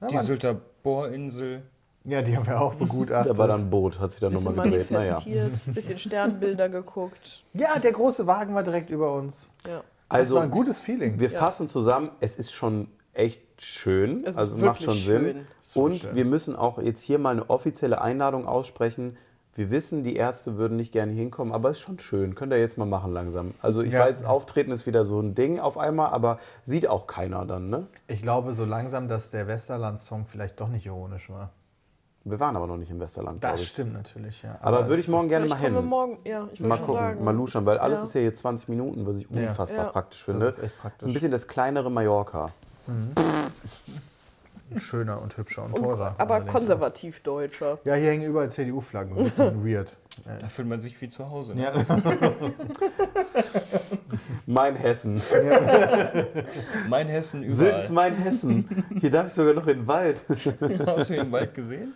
[SPEAKER 2] Ja,
[SPEAKER 4] Die
[SPEAKER 2] Mann.
[SPEAKER 4] Sylter Bohrinsel.
[SPEAKER 2] ja, die haben wir auch begutachtet.
[SPEAKER 1] Da war dann ein Boot, hat sich dann nochmal
[SPEAKER 3] Bisschen
[SPEAKER 1] gedreht. Naja.
[SPEAKER 3] manifestiert, bisschen Sternbilder geguckt.
[SPEAKER 2] ja, der große Wagen war direkt über uns. Das
[SPEAKER 3] Ja.
[SPEAKER 2] war
[SPEAKER 1] Also,
[SPEAKER 2] ein gutes Feeling.
[SPEAKER 1] wir fassen zusammen, es ist schon echt schön.
[SPEAKER 3] Es ist
[SPEAKER 1] also, macht schon
[SPEAKER 3] wirklich
[SPEAKER 1] Sinn.
[SPEAKER 3] schön.
[SPEAKER 1] Und wir müssen auch jetzt hier mal eine offizielle Einladung aussprechen. Wir wissen, die Ärzte würden nicht gerne hinkommen, aber ist schon schön. Könnt ihr jetzt mal machen langsam. Also ich
[SPEAKER 2] Ja.
[SPEAKER 1] weiß, Auftreten ist wieder so ein Ding auf einmal, aber sieht auch keiner dann, ne?
[SPEAKER 2] ich glaube so langsam, dass der Westerland-Song vielleicht doch nicht ironisch war.
[SPEAKER 1] Wir waren aber noch nicht im Westerland, glaub
[SPEAKER 2] Das
[SPEAKER 1] ich.
[SPEAKER 2] stimmt natürlich, ja.
[SPEAKER 1] Aber würde ich morgen gerne
[SPEAKER 3] Vielleicht
[SPEAKER 1] mal
[SPEAKER 3] kommen wir
[SPEAKER 1] hin.
[SPEAKER 3] morgen, ja, ich
[SPEAKER 1] Mal
[SPEAKER 3] würde schon
[SPEAKER 1] gucken,
[SPEAKER 3] sagen.
[SPEAKER 1] mal luschern, weil alles
[SPEAKER 3] Ja.
[SPEAKER 1] ist ja hier 20 Minuten, was ich
[SPEAKER 2] Ja.
[SPEAKER 1] unfassbar
[SPEAKER 3] Ja.
[SPEAKER 1] praktisch
[SPEAKER 2] Das
[SPEAKER 1] finde.
[SPEAKER 2] ist echt praktisch.
[SPEAKER 1] So ein bisschen das kleinere Mallorca.
[SPEAKER 2] schöner und hübscher und
[SPEAKER 3] Und-
[SPEAKER 2] teurer.
[SPEAKER 3] aber
[SPEAKER 2] allerdings.
[SPEAKER 3] konservativ deutscher.
[SPEAKER 2] Ja, hier hängen überall CDU-Flaggen. So ein
[SPEAKER 1] <laughs>
[SPEAKER 2] bisschen weird.
[SPEAKER 4] Da fühlt man sich wie zu Hause. Ne?
[SPEAKER 2] Ja.
[SPEAKER 1] Mein <laughs> Hessen.
[SPEAKER 4] Mein Hessen
[SPEAKER 1] Sylt ist
[SPEAKER 4] überall.
[SPEAKER 1] mein Hessen. Hier darf ich sogar noch in den Wald. <laughs>
[SPEAKER 4] <laughs> Hast du den Wald gesehen?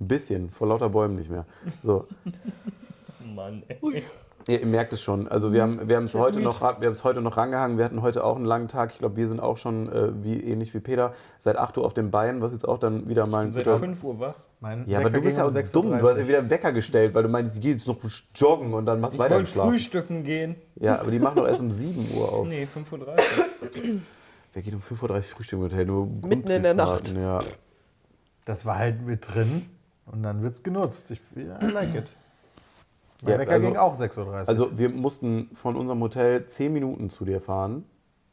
[SPEAKER 1] Ein bisschen, vor lauter Bäumen nicht mehr. So,
[SPEAKER 4] Mann, ey.
[SPEAKER 1] ihr, ihr merkt es schon. Also wir haben wir haben es
[SPEAKER 3] werd
[SPEAKER 1] heute
[SPEAKER 3] müde.
[SPEAKER 1] noch ra- wir haben es heute noch rangehangen. Wir hatten heute auch einen langen Tag. Ich glaube, wir sind auch schon äh, wie ähnlich wie Peter seit 8 Uhr auf dem Bein, was jetzt auch dann wieder mal ein
[SPEAKER 4] Seit
[SPEAKER 1] guter-
[SPEAKER 4] 5 Uhr wach.
[SPEAKER 2] Mein
[SPEAKER 1] Ja,
[SPEAKER 2] Wecker
[SPEAKER 1] aber du bist
[SPEAKER 2] ging
[SPEAKER 1] ja
[SPEAKER 2] um
[SPEAKER 1] auch dumm. Du hast
[SPEAKER 2] 6:30.
[SPEAKER 1] ja wieder einen Wecker gestellt, weil du meinst, ich geh jetzt noch joggen und dann machst
[SPEAKER 4] Ich
[SPEAKER 1] du weiter im
[SPEAKER 4] wollte
[SPEAKER 1] Schlaf.
[SPEAKER 4] frühstücken gehen.
[SPEAKER 1] Ja, aber die machen doch erst um 7 Uhr auf.
[SPEAKER 4] Nee, 5.30 Uhr.
[SPEAKER 1] Wer geht um 5.30 Uhr frühstücken im Hotel? Nur
[SPEAKER 3] Mitten in der
[SPEAKER 1] Grundpsychopathen, Ja.
[SPEAKER 2] Das war halt mit drin und dann wird's genutzt. Ich I like it. Mein
[SPEAKER 1] Ja,
[SPEAKER 2] Wecker
[SPEAKER 1] also-
[SPEAKER 2] ging auch 6.30 Uhr.
[SPEAKER 1] Also wir mussten von unserem Hotel 10 Minuten zu dir fahren.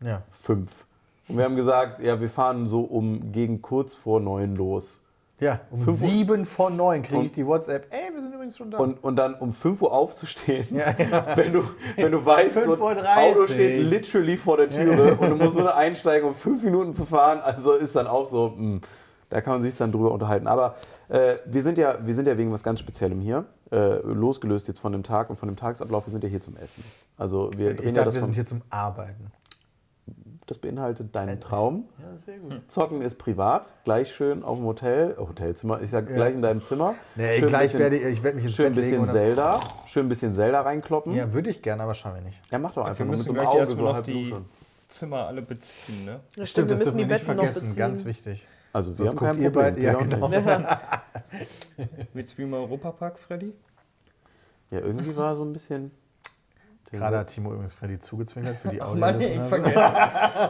[SPEAKER 2] ja.
[SPEAKER 1] Fünf. Und wir haben gesagt, ja, wir fahren so um gegen kurz vor neun los.
[SPEAKER 2] ja, um
[SPEAKER 1] Fünf Uhr-
[SPEAKER 2] 7 vor 9 kriege ich
[SPEAKER 1] Und-
[SPEAKER 2] die WhatsApp. Ey, wir sind übrigens schon da.
[SPEAKER 1] Und, und dann um 5 Uhr aufzustehen,
[SPEAKER 2] ja,
[SPEAKER 1] <laughs>
[SPEAKER 2] ja.
[SPEAKER 1] wenn, du, wenn du weißt, so ein
[SPEAKER 2] 5.30
[SPEAKER 1] Auto steht literally vor der Türe und du musst nur einsteigen, um fünf Minuten zu fahren. Also ist dann auch so, hm, da kann man sich dann drüber unterhalten. Aber äh, wir, sind ja, wir sind ja wegen was ganz Speziellem hier, äh, losgelöst jetzt von dem Tag und von dem Tagesablauf, wir sind ja hier zum Essen. Also wir
[SPEAKER 2] Ich
[SPEAKER 1] drehen ja
[SPEAKER 2] dachte,
[SPEAKER 1] das,
[SPEAKER 2] wir
[SPEAKER 1] von,
[SPEAKER 2] sind hier zum Arbeiten.
[SPEAKER 1] das beinhaltet deinen Traum.
[SPEAKER 2] Ja, sehr gut.
[SPEAKER 1] Zocken ist privat, gleich schön auf dem Hotel, äh, Hotelzimmer, ich sag gleich in deinem Zimmer.
[SPEAKER 2] Nee,
[SPEAKER 1] Schön
[SPEAKER 2] gleich
[SPEAKER 1] bisschen-
[SPEAKER 2] werde ich, ich werde mich ins
[SPEAKER 1] Schön ein
[SPEAKER 2] Bett legen.
[SPEAKER 1] bisschen
[SPEAKER 2] Und dann,
[SPEAKER 1] Zelda, schön ein bisschen Zelda reinkloppen. Ja,
[SPEAKER 2] ja, würde ich gerne, aber schauen wir nicht.
[SPEAKER 1] mach doch einfach
[SPEAKER 4] Wir
[SPEAKER 1] mal mit so
[SPEAKER 4] müssen
[SPEAKER 1] einem
[SPEAKER 4] gleich
[SPEAKER 1] Auge
[SPEAKER 4] erstmal
[SPEAKER 1] so
[SPEAKER 4] noch
[SPEAKER 1] halb
[SPEAKER 4] die
[SPEAKER 1] bluteln.
[SPEAKER 4] Zimmer alle beziehen, ne?
[SPEAKER 3] Ja, stimmt, wir müssen die
[SPEAKER 2] dürfen
[SPEAKER 3] Betten noch beziehen.
[SPEAKER 2] ganz wichtig.
[SPEAKER 1] Also wir
[SPEAKER 2] Sonst
[SPEAKER 1] haben kein
[SPEAKER 2] guckt ihr
[SPEAKER 1] Problem.
[SPEAKER 2] beide, ja,
[SPEAKER 1] Peter und
[SPEAKER 2] genau.
[SPEAKER 1] ich.
[SPEAKER 4] Willst du wie im Europapark, Freddy?
[SPEAKER 2] <laughs>
[SPEAKER 1] Ja, irgendwie war so ein bisschen.
[SPEAKER 2] Gerade hat Timo übrigens Freddy zugezwinkert für die
[SPEAKER 4] Mann, ich
[SPEAKER 2] Audio.
[SPEAKER 4] vergesse.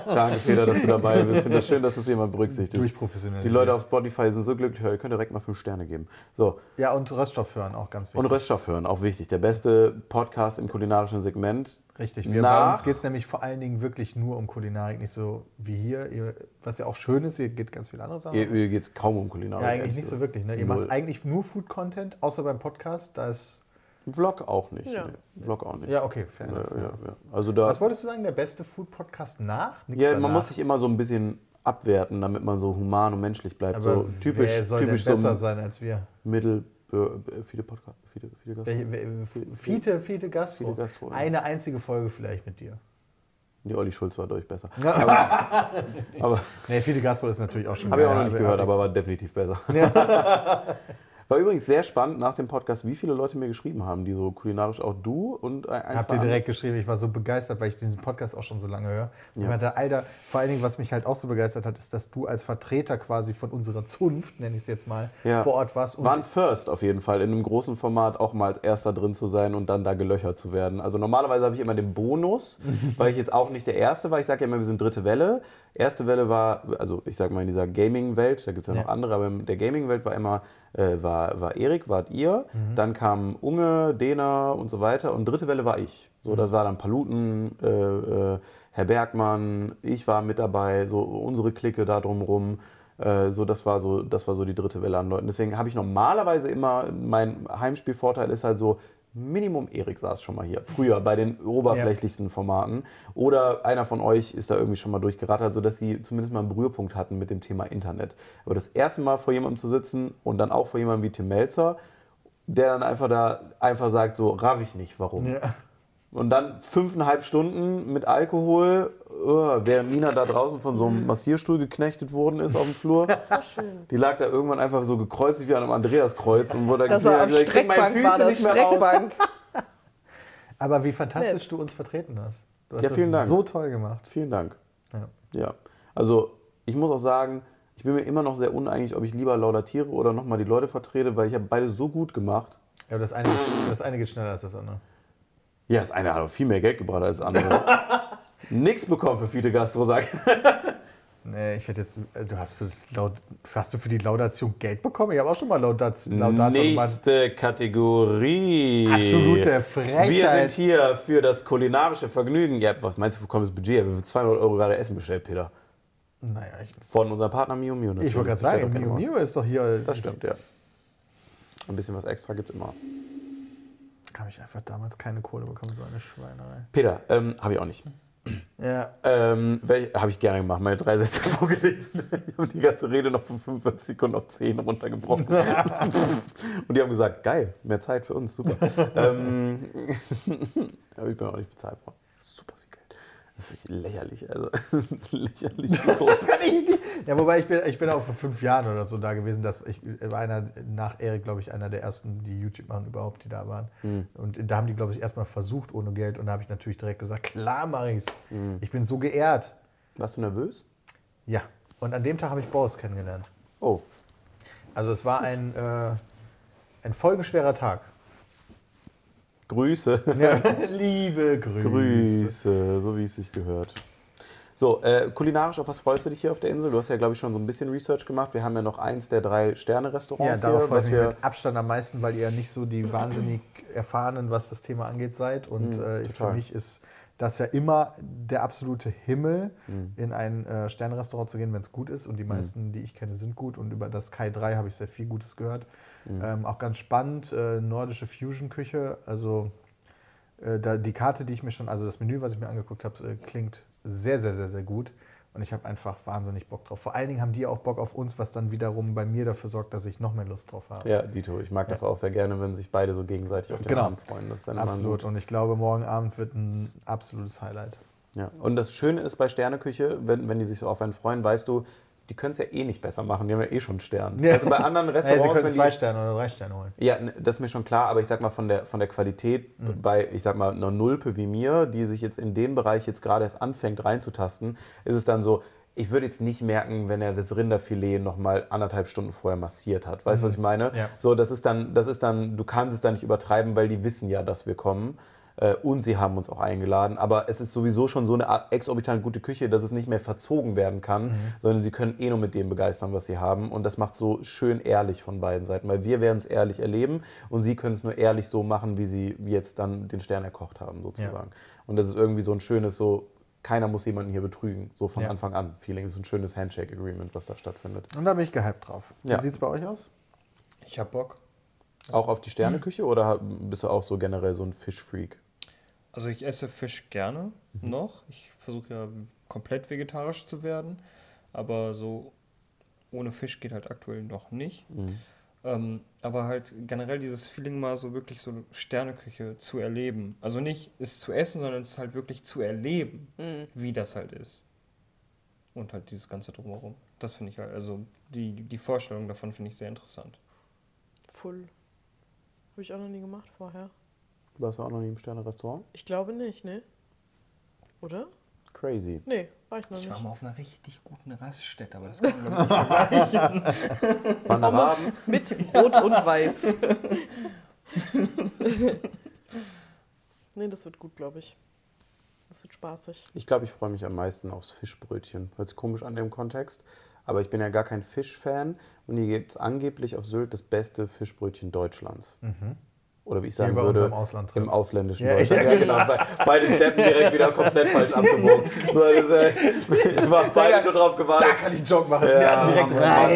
[SPEAKER 1] Danke, Peter, dass du dabei bist. Ich finde das schön, dass das jemand berücksichtigt.
[SPEAKER 2] Durchprofessionell.
[SPEAKER 1] Die Leute auf Spotify sind so glücklich, ihr könnt direkt mal fünf Sterne geben. So,
[SPEAKER 2] Ja, und Röststoff hören auch ganz wichtig.
[SPEAKER 1] und Röststoff hören, auch wichtig. Der beste Podcast im kulinarischen Segment.
[SPEAKER 2] Richtig. Wir,
[SPEAKER 1] Nach-
[SPEAKER 2] bei uns geht es nämlich vor allen Dingen wirklich nur um Kulinarik, nicht so wie hier. Ihr, was ja auch schön ist, hier geht ganz viel anderes an.
[SPEAKER 1] Ihr, ihr geht es kaum um Kulinarik.
[SPEAKER 2] ja, eigentlich
[SPEAKER 1] ehrlich
[SPEAKER 2] nicht so
[SPEAKER 1] gesagt.
[SPEAKER 2] wirklich. Ne? Ihr
[SPEAKER 1] Null.
[SPEAKER 2] macht eigentlich nur Food-Content, außer beim Podcast. Da ist.
[SPEAKER 1] Vlog auch nicht.
[SPEAKER 3] Ja.
[SPEAKER 1] Nee. Vlog auch nicht.
[SPEAKER 2] Ja, okay, fair
[SPEAKER 1] Ja,
[SPEAKER 2] enough.
[SPEAKER 1] ja, ja. Also da,
[SPEAKER 2] Was wolltest du sagen, der beste Food-Podcast nach? Nix
[SPEAKER 1] ja,
[SPEAKER 2] danach.
[SPEAKER 1] man muss sich immer so ein bisschen abwerten, damit man so human und menschlich bleibt.
[SPEAKER 2] Aber
[SPEAKER 1] so typisch,
[SPEAKER 2] wer soll
[SPEAKER 1] typisch
[SPEAKER 2] denn
[SPEAKER 1] so
[SPEAKER 2] besser
[SPEAKER 1] ein
[SPEAKER 2] sein als wir?
[SPEAKER 1] Mittel, äh, viele Podcast, viele, viele Gast.
[SPEAKER 2] Welche- wer- Fiete, Fiete Gastro.
[SPEAKER 1] Fiete Gastro, ja.
[SPEAKER 2] Eine einzige Folge vielleicht mit dir.
[SPEAKER 1] Nee, Olli Schulz war durch
[SPEAKER 2] Hm?
[SPEAKER 1] besser.
[SPEAKER 2] Ja.
[SPEAKER 1] <laughs> Aber
[SPEAKER 2] nee, Fiete Gastro ist natürlich auch schon
[SPEAKER 1] habe ich auch
[SPEAKER 2] geil,
[SPEAKER 1] noch nicht gehört, aber war definitiv
[SPEAKER 2] <laughs>
[SPEAKER 1] besser. War übrigens sehr spannend nach dem Podcast, wie viele Leute mir geschrieben haben, die so kulinarisch auch du und ein, ein
[SPEAKER 2] Habt
[SPEAKER 1] zwei
[SPEAKER 2] ihr direkt geschrieben, ich war so begeistert, weil ich diesen Podcast auch schon so lange höre.
[SPEAKER 1] Ja.
[SPEAKER 2] Und ich meinte, Alter, vor allen Dingen, was mich halt auch so begeistert hat, ist, dass du als Vertreter quasi von unserer Zunft, nenne ich es jetzt mal,
[SPEAKER 1] Ja.
[SPEAKER 2] vor Ort warst. Und
[SPEAKER 1] War ein First auf jeden Fall, in einem großen Format auch mal als Erster drin zu sein und dann da gelöchert zu werden. Also normalerweise habe ich immer den Bonus, weil ich jetzt auch nicht der Erste war. Ich sage ja immer, wir sind dritte Welle. Erste Welle war, also ich sage mal in dieser Gaming-Welt, da gibt es ja noch
[SPEAKER 2] Ja.
[SPEAKER 1] andere, aber in der Gaming-Welt war immer, äh, war, war Erik, wart ihr. Dann kamen Unge, Dena und so weiter. Und dritte Welle war ich. So, das war dann Paluten, äh, äh, Herr Bergmann, ich war mit dabei, so unsere Clique da drumrum. Äh, so, das war so, das war so die dritte Welle an Leuten. Deswegen habe ich normalerweise immer, mein Heimspielvorteil ist halt so, Minimum Erik saß schon mal hier. Früher bei den oberflächlichsten Formaten. Oder einer von euch ist da irgendwie schon mal durchgerattert, sodass sie zumindest mal einen Berührpunkt hatten mit dem Thema Internet. Aber das erste Mal vor jemandem zu sitzen und dann auch vor jemandem wie Tim Melzer, der dann einfach da einfach sagt, so raff ich nicht, warum.
[SPEAKER 2] ja.
[SPEAKER 1] Und dann fünfeinhalb Stunden mit Alkohol, uh, während Nina da draußen von so einem Massierstuhl geknechtet worden ist auf dem Flur.
[SPEAKER 3] Mhm. War schön.
[SPEAKER 1] Die lag da irgendwann einfach so gekreuzigt wie an einem Andreaskreuz und wurde
[SPEAKER 3] Das war
[SPEAKER 1] gesagt,
[SPEAKER 3] am
[SPEAKER 1] Also, ich krieg meine
[SPEAKER 3] Streckbank, war
[SPEAKER 1] Füße
[SPEAKER 3] das.
[SPEAKER 1] nicht mehr raus.
[SPEAKER 3] Streckbank.
[SPEAKER 2] <laughs>
[SPEAKER 1] <laughs>
[SPEAKER 2] Aber wie fantastisch
[SPEAKER 3] Nett.
[SPEAKER 2] du uns vertreten hast. Du hast
[SPEAKER 1] Ja, vielen Dank.
[SPEAKER 2] das so toll gemacht.
[SPEAKER 1] Vielen Dank.
[SPEAKER 2] Ja.
[SPEAKER 1] Ja. Also, ich muss auch sagen, ich bin mir immer noch sehr uneinig, ob ich lieber laudatiere oder nochmal die Leute vertrete, weil ich habe beide so gut gemacht.
[SPEAKER 2] Ja, aber das eine, geht- das eine geht schneller als das andere.
[SPEAKER 1] Ja, das eine hat auch viel mehr Geld gebracht als das
[SPEAKER 3] <laughs>
[SPEAKER 1] andere. Nix bekommen für Fiete Gastro, sag ich.
[SPEAKER 2] Nee, ich hätte jetzt, äh, du hast, für das Laud, hast du für die Laudation Geld bekommen? Ich habe auch schon mal Laudation.
[SPEAKER 1] Nächste Kategorie.
[SPEAKER 2] Absolute
[SPEAKER 1] Wir sind
[SPEAKER 2] Frechheit.
[SPEAKER 1] hier für das kulinarische Vergnügen. Ja, was meinst du, wo kommt das Budget? her? Wir haben für 200 Euro gerade Essen bestellt, Peter.
[SPEAKER 2] naja, ich,
[SPEAKER 1] Von unserem Partner Miu Miu. natürlich.
[SPEAKER 2] ich wollte
[SPEAKER 1] Das
[SPEAKER 2] gerade
[SPEAKER 1] bestellt doch
[SPEAKER 2] sagen,
[SPEAKER 1] keiner
[SPEAKER 2] Miu
[SPEAKER 1] bei uns.
[SPEAKER 2] Miu ist doch hier.
[SPEAKER 1] Das stimmt, ja. Ein bisschen was extra gibt's immer.
[SPEAKER 2] Habe ich einfach damals keine Kohle bekommen, so eine Schweinerei.
[SPEAKER 1] Peter, ähm, habe ich auch nicht.
[SPEAKER 2] Ja,
[SPEAKER 1] Ähm, habe ich gerne gemacht, meine drei Sätze <laughs> vorgelesen. Ich habe die ganze Rede noch von 45 Sekunden auf 10
[SPEAKER 2] <laughs>
[SPEAKER 1] runtergebrochen. Und die haben gesagt, geil, mehr Zeit für uns,
[SPEAKER 2] <laughs>
[SPEAKER 1] super. ähm, <laughs> aber ich bin auch nicht bezahlt worden. Super viel Geld. Das ist wirklich lächerlich. Also, <laughs> das ist lächerlich groß.
[SPEAKER 2] <laughs> <laughs> Das kann ich nicht. Ja, wobei ich bin, ich bin auch vor fünf Jahren oder so da gewesen, dass ich ich war einer nach Erik, glaube ich, einer der ersten, die YouTube machen überhaupt, die da waren.
[SPEAKER 1] Hm.
[SPEAKER 2] Und da haben die, glaube ich, erstmal versucht ohne Geld und da habe ich natürlich direkt gesagt, klar mache ich's.
[SPEAKER 1] Hm.
[SPEAKER 2] Ich bin so geehrt.
[SPEAKER 1] Warst du nervös?
[SPEAKER 2] Ja. Und an dem Tag habe ich Boris kennengelernt.
[SPEAKER 1] Oh,
[SPEAKER 2] Also es war ein, äh, ein folgenschwerer Tag.
[SPEAKER 1] Grüße.
[SPEAKER 2] Liebe <laughs> Grüße.
[SPEAKER 1] Grüße, so wie es sich gehört. So, äh, kulinarisch, auf was freust du dich hier auf der Insel? Du hast ja, glaube ich, schon so ein bisschen Research gemacht. Wir haben ja noch eins der drei
[SPEAKER 2] Ja,
[SPEAKER 1] Sterne-Restaurants
[SPEAKER 2] darauf
[SPEAKER 1] hier,
[SPEAKER 2] freue
[SPEAKER 1] was
[SPEAKER 2] ich mich
[SPEAKER 1] wir
[SPEAKER 2] mit Abstand am meisten, weil ihr ja nicht so die wahnsinnig erfahrenen, was das Thema angeht, seid. Und äh, ich- für
[SPEAKER 1] Mm, total.
[SPEAKER 2] mich ist das ja immer der absolute Himmel,
[SPEAKER 1] Mm.
[SPEAKER 2] in ein äh, Sternrestaurant zu gehen, wenn es gut ist. Und die meisten, die ich kenne, sind gut. Und über das Kai 3 habe ich sehr viel Gutes gehört.
[SPEAKER 1] Mm.
[SPEAKER 2] Ähm, auch ganz spannend, äh, nordische Fusion-Küche. Also äh, da, die Karte, die ich mir schon, also das Menü, was ich mir angeguckt habe, äh, klingt sehr, sehr, sehr, sehr gut. Und ich habe einfach wahnsinnig Bock drauf. Vor allen Dingen haben die auch Bock auf uns, was dann wiederum bei mir dafür sorgt, dass ich noch mehr Lust drauf habe.
[SPEAKER 1] Ja, Dito, ich mag das auch sehr gerne, wenn sich beide so gegenseitig auf den
[SPEAKER 2] Genau.
[SPEAKER 1] Arm freuen. Das ist dann immer
[SPEAKER 2] Absolut.
[SPEAKER 1] gut.
[SPEAKER 2] Und ich glaube, morgen Abend wird ein absolutes Highlight.
[SPEAKER 1] Ja. Und das Schöne ist bei Sterneküche, wenn, wenn die sich so auf einen freuen, weißt du, die können es ja eh nicht besser machen, die haben ja eh schon Sterne.
[SPEAKER 2] Ja.
[SPEAKER 1] Also bei
[SPEAKER 2] <laughs>
[SPEAKER 1] anderen
[SPEAKER 2] Naja, sie
[SPEAKER 1] Restaurants,
[SPEAKER 2] können
[SPEAKER 1] wenn
[SPEAKER 2] zwei
[SPEAKER 1] die,
[SPEAKER 2] Sterne oder drei Sterne holen.
[SPEAKER 1] Ja, n- das ist mir schon klar, aber ich sag mal von der, von der Qualität
[SPEAKER 2] Mhm.
[SPEAKER 1] bei, ich sag mal, einer Nulpe wie mir, die sich jetzt in dem Bereich jetzt gerade erst anfängt reinzutasten, ist es dann so, ich würde jetzt nicht merken, wenn er das Rinderfilet nochmal anderthalb Stunden vorher massiert hat. Weißt du, was ich meine?
[SPEAKER 2] Mhm. Ja.
[SPEAKER 1] So, das ist dann, das ist dann, du kannst es dann nicht übertreiben, weil die wissen ja, dass wir kommen. Äh, und sie haben uns auch eingeladen. Aber es ist sowieso schon so eine Art exorbitant gute Küche, dass es nicht mehr verzogen werden kann, sondern sie können eh nur mit dem begeistern, was sie haben. Und das macht so schön ehrlich von beiden Seiten, weil wir werden es ehrlich erleben und sie können es nur ehrlich so machen, wie sie jetzt dann den Stern erkocht haben, sozusagen. Und das ist irgendwie so ein schönes, so keiner muss jemanden hier betrügen, so von
[SPEAKER 2] Ja.
[SPEAKER 1] Anfang an. Feeling ist ein schönes Handshake-Agreement, was da stattfindet.
[SPEAKER 2] Und da bin ich gehypt drauf.
[SPEAKER 1] Ja.
[SPEAKER 2] Wie sieht es bei euch aus?
[SPEAKER 4] Ich hab Bock.
[SPEAKER 1] Auch auf die Sterneküche oder hab- bist du auch so generell so ein Fischfreak?
[SPEAKER 4] Also ich esse Fisch gerne noch. Ich versuche ja komplett vegetarisch zu werden, aber so ohne Fisch geht halt aktuell noch nicht. Ähm, aber halt generell dieses Feeling mal so wirklich so Sterneküche zu erleben. Also nicht es zu essen, sondern es halt wirklich zu erleben, wie das halt ist. Und halt dieses ganze drumherum. Das finde ich halt, also die, die Vorstellung davon finde ich sehr interessant.
[SPEAKER 3] Full. Habe ich auch noch nie gemacht vorher.
[SPEAKER 1] Warst du auch noch nie im Sterne-Restaurant?
[SPEAKER 3] Ich glaube nicht, ne? Oder? <laughs>
[SPEAKER 1] Crazy.
[SPEAKER 3] Nee, war ich noch nicht.
[SPEAKER 4] mal auf einer richtig guten Raststätte, aber das kann man nicht
[SPEAKER 1] Panoramen,
[SPEAKER 3] Mit Rot und
[SPEAKER 1] <laughs>
[SPEAKER 3] Weiß. nee, das wird gut, glaube ich. Das wird spaßig.
[SPEAKER 1] ich glaube, ich freue mich am meisten aufs Fischbrötchen. Hört sich komisch an dem Kontext, aber ich bin ja gar kein Fischfan und hier gibt es angeblich auf Sylt das beste Fischbrötchen Deutschlands. Oder wie ich sagen
[SPEAKER 2] bei uns
[SPEAKER 1] würde,
[SPEAKER 2] im Ausland
[SPEAKER 1] im ausländischen
[SPEAKER 2] Ja,
[SPEAKER 1] Deutschland.
[SPEAKER 2] ja,
[SPEAKER 1] Ja, genau. Be beide Deppen direkt wieder komplett falsch <laughs> abgebogen. So, das, äh, es war beide nur drauf gewartet.
[SPEAKER 2] kann ich einen Joke machen.
[SPEAKER 1] Mann, Mann, Mann,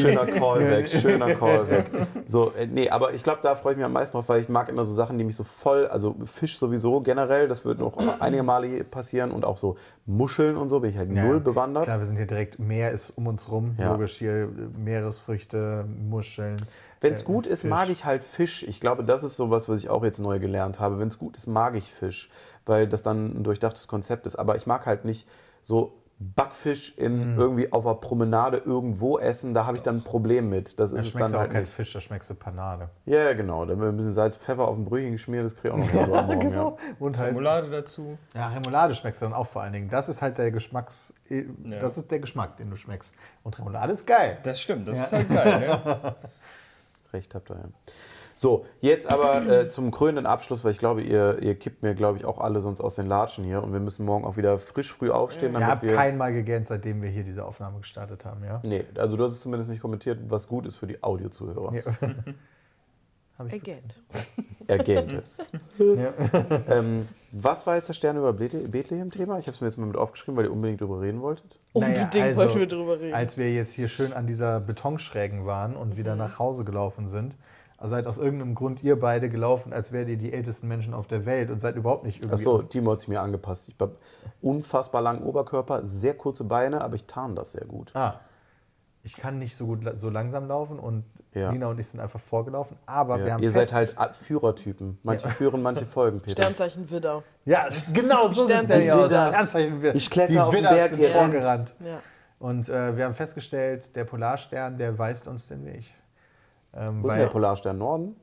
[SPEAKER 1] Schöner Callback, schöner Callback. So, äh, nee, aber ich glaube, da freue ich mich am meisten drauf, weil ich mag immer so Sachen, die mich so voll, also Fisch sowieso generell, das wird
[SPEAKER 2] <clears throat>
[SPEAKER 1] noch einige Male passieren und auch so Muscheln und so, bin ich halt null bewandert.
[SPEAKER 2] Klar, wir sind hier direkt, Meer ist um uns rum.
[SPEAKER 1] Ja.
[SPEAKER 2] Logisch hier äh, Meeresfrüchte, Muscheln.
[SPEAKER 1] Wenn es
[SPEAKER 2] äh,
[SPEAKER 1] gut ist,
[SPEAKER 2] Fisch.
[SPEAKER 1] mag ich halt Fisch. Ich glaube, das ist sowas, was ich auch jetzt neu gelernt habe. Wenn es gut ist, mag ich Fisch, weil das dann ein durchdachtes Konzept ist. Aber ich mag halt nicht so Backfisch
[SPEAKER 2] Mhm.
[SPEAKER 1] in irgendwie auf einer Promenade irgendwo essen. Da habe ich dann ein Problem mit. Das
[SPEAKER 2] Da
[SPEAKER 1] ist es
[SPEAKER 2] schmeckst
[SPEAKER 1] dann
[SPEAKER 2] du auch
[SPEAKER 1] halt
[SPEAKER 2] kein
[SPEAKER 1] nicht.
[SPEAKER 2] Fisch, da schmeckst du Panade.
[SPEAKER 1] Ja, ja, genau. Da wird ein bisschen Salz, Pfeffer auf dem Brötchen geschmiert, das kriege ich
[SPEAKER 2] <laughs>
[SPEAKER 1] auch noch mal so am Morgen. ja.
[SPEAKER 2] Und halt
[SPEAKER 4] Marmelade dazu.
[SPEAKER 2] Ja, Remoulade schmeckst du dann auch vor allen Dingen. Das ist halt der Geschmacks, äh,
[SPEAKER 4] Ja.
[SPEAKER 2] das ist der Geschmack, den du schmeckst. Und Remoulade ist geil.
[SPEAKER 4] Das stimmt, das ist halt geil, ne?
[SPEAKER 2] <laughs>
[SPEAKER 1] Recht habt ihr, ja. So, jetzt aber äh, zum krönenden Abschluss, weil ich glaube, ihr, ihr kippt mir, glaube ich, auch alle sonst aus den Latschen hier und wir müssen morgen auch wieder frisch früh aufstehen,
[SPEAKER 2] Wir
[SPEAKER 1] damit
[SPEAKER 2] haben
[SPEAKER 1] wir.
[SPEAKER 2] kein Mal gegähnt, seitdem wir hier diese Aufnahme gestartet haben, ja?
[SPEAKER 1] Nee, also du hast es zumindest nicht kommentiert, was gut ist für die Audiozuhörer.
[SPEAKER 2] Ja. Hab ich
[SPEAKER 3] Again.
[SPEAKER 1] Er gähnte.
[SPEAKER 2] <laughs> Ja.
[SPEAKER 1] ähm, was war jetzt das Stern über Bethle- Bethlehem-Thema? Ich habe es mir jetzt mal mit aufgeschrieben, weil ihr unbedingt drüber reden wolltet.
[SPEAKER 2] Naja,
[SPEAKER 3] Unbedingt
[SPEAKER 2] also,
[SPEAKER 3] wollten wir drüber reden.
[SPEAKER 2] Als wir jetzt hier schön an dieser Betonschrägen waren und
[SPEAKER 3] Mhm.
[SPEAKER 2] wieder nach Hause gelaufen sind, also seid aus irgendeinem Grund ihr beide gelaufen, als wärt ihr die ältesten Menschen auf der Welt und seid überhaupt nicht irgendwie.
[SPEAKER 1] Achso,
[SPEAKER 2] aus-
[SPEAKER 1] Timo hat sich mir angepasst. Ich habe unfassbar langen Oberkörper, sehr kurze Beine, aber ich tarn das sehr gut.
[SPEAKER 2] Ah, ich kann nicht so gut la- so langsam laufen und
[SPEAKER 1] Ja.
[SPEAKER 2] Nina und ich sind einfach vorgelaufen, aber wir
[SPEAKER 1] Ja,
[SPEAKER 2] haben
[SPEAKER 1] ihr seid
[SPEAKER 2] fest-
[SPEAKER 1] halt A- Führertypen. Manche führen, manche folgen, Peter.
[SPEAKER 3] Sternzeichen Widder.
[SPEAKER 2] Ja, s- genau so sieht
[SPEAKER 3] Sternzeichen
[SPEAKER 2] der aus.
[SPEAKER 3] Widders.
[SPEAKER 2] Sternzeichen Widders.
[SPEAKER 1] Ich kletter auf den
[SPEAKER 2] Widders
[SPEAKER 1] Berg,
[SPEAKER 2] sind
[SPEAKER 1] ihr rennt.
[SPEAKER 2] vorgerannt.
[SPEAKER 3] Ja.
[SPEAKER 2] Und äh, wir haben festgestellt, der Polarstern, der weist uns den Weg.
[SPEAKER 1] Wo
[SPEAKER 2] Ähm,
[SPEAKER 1] ist denn
[SPEAKER 2] weil,
[SPEAKER 1] der Polarstern? Norden?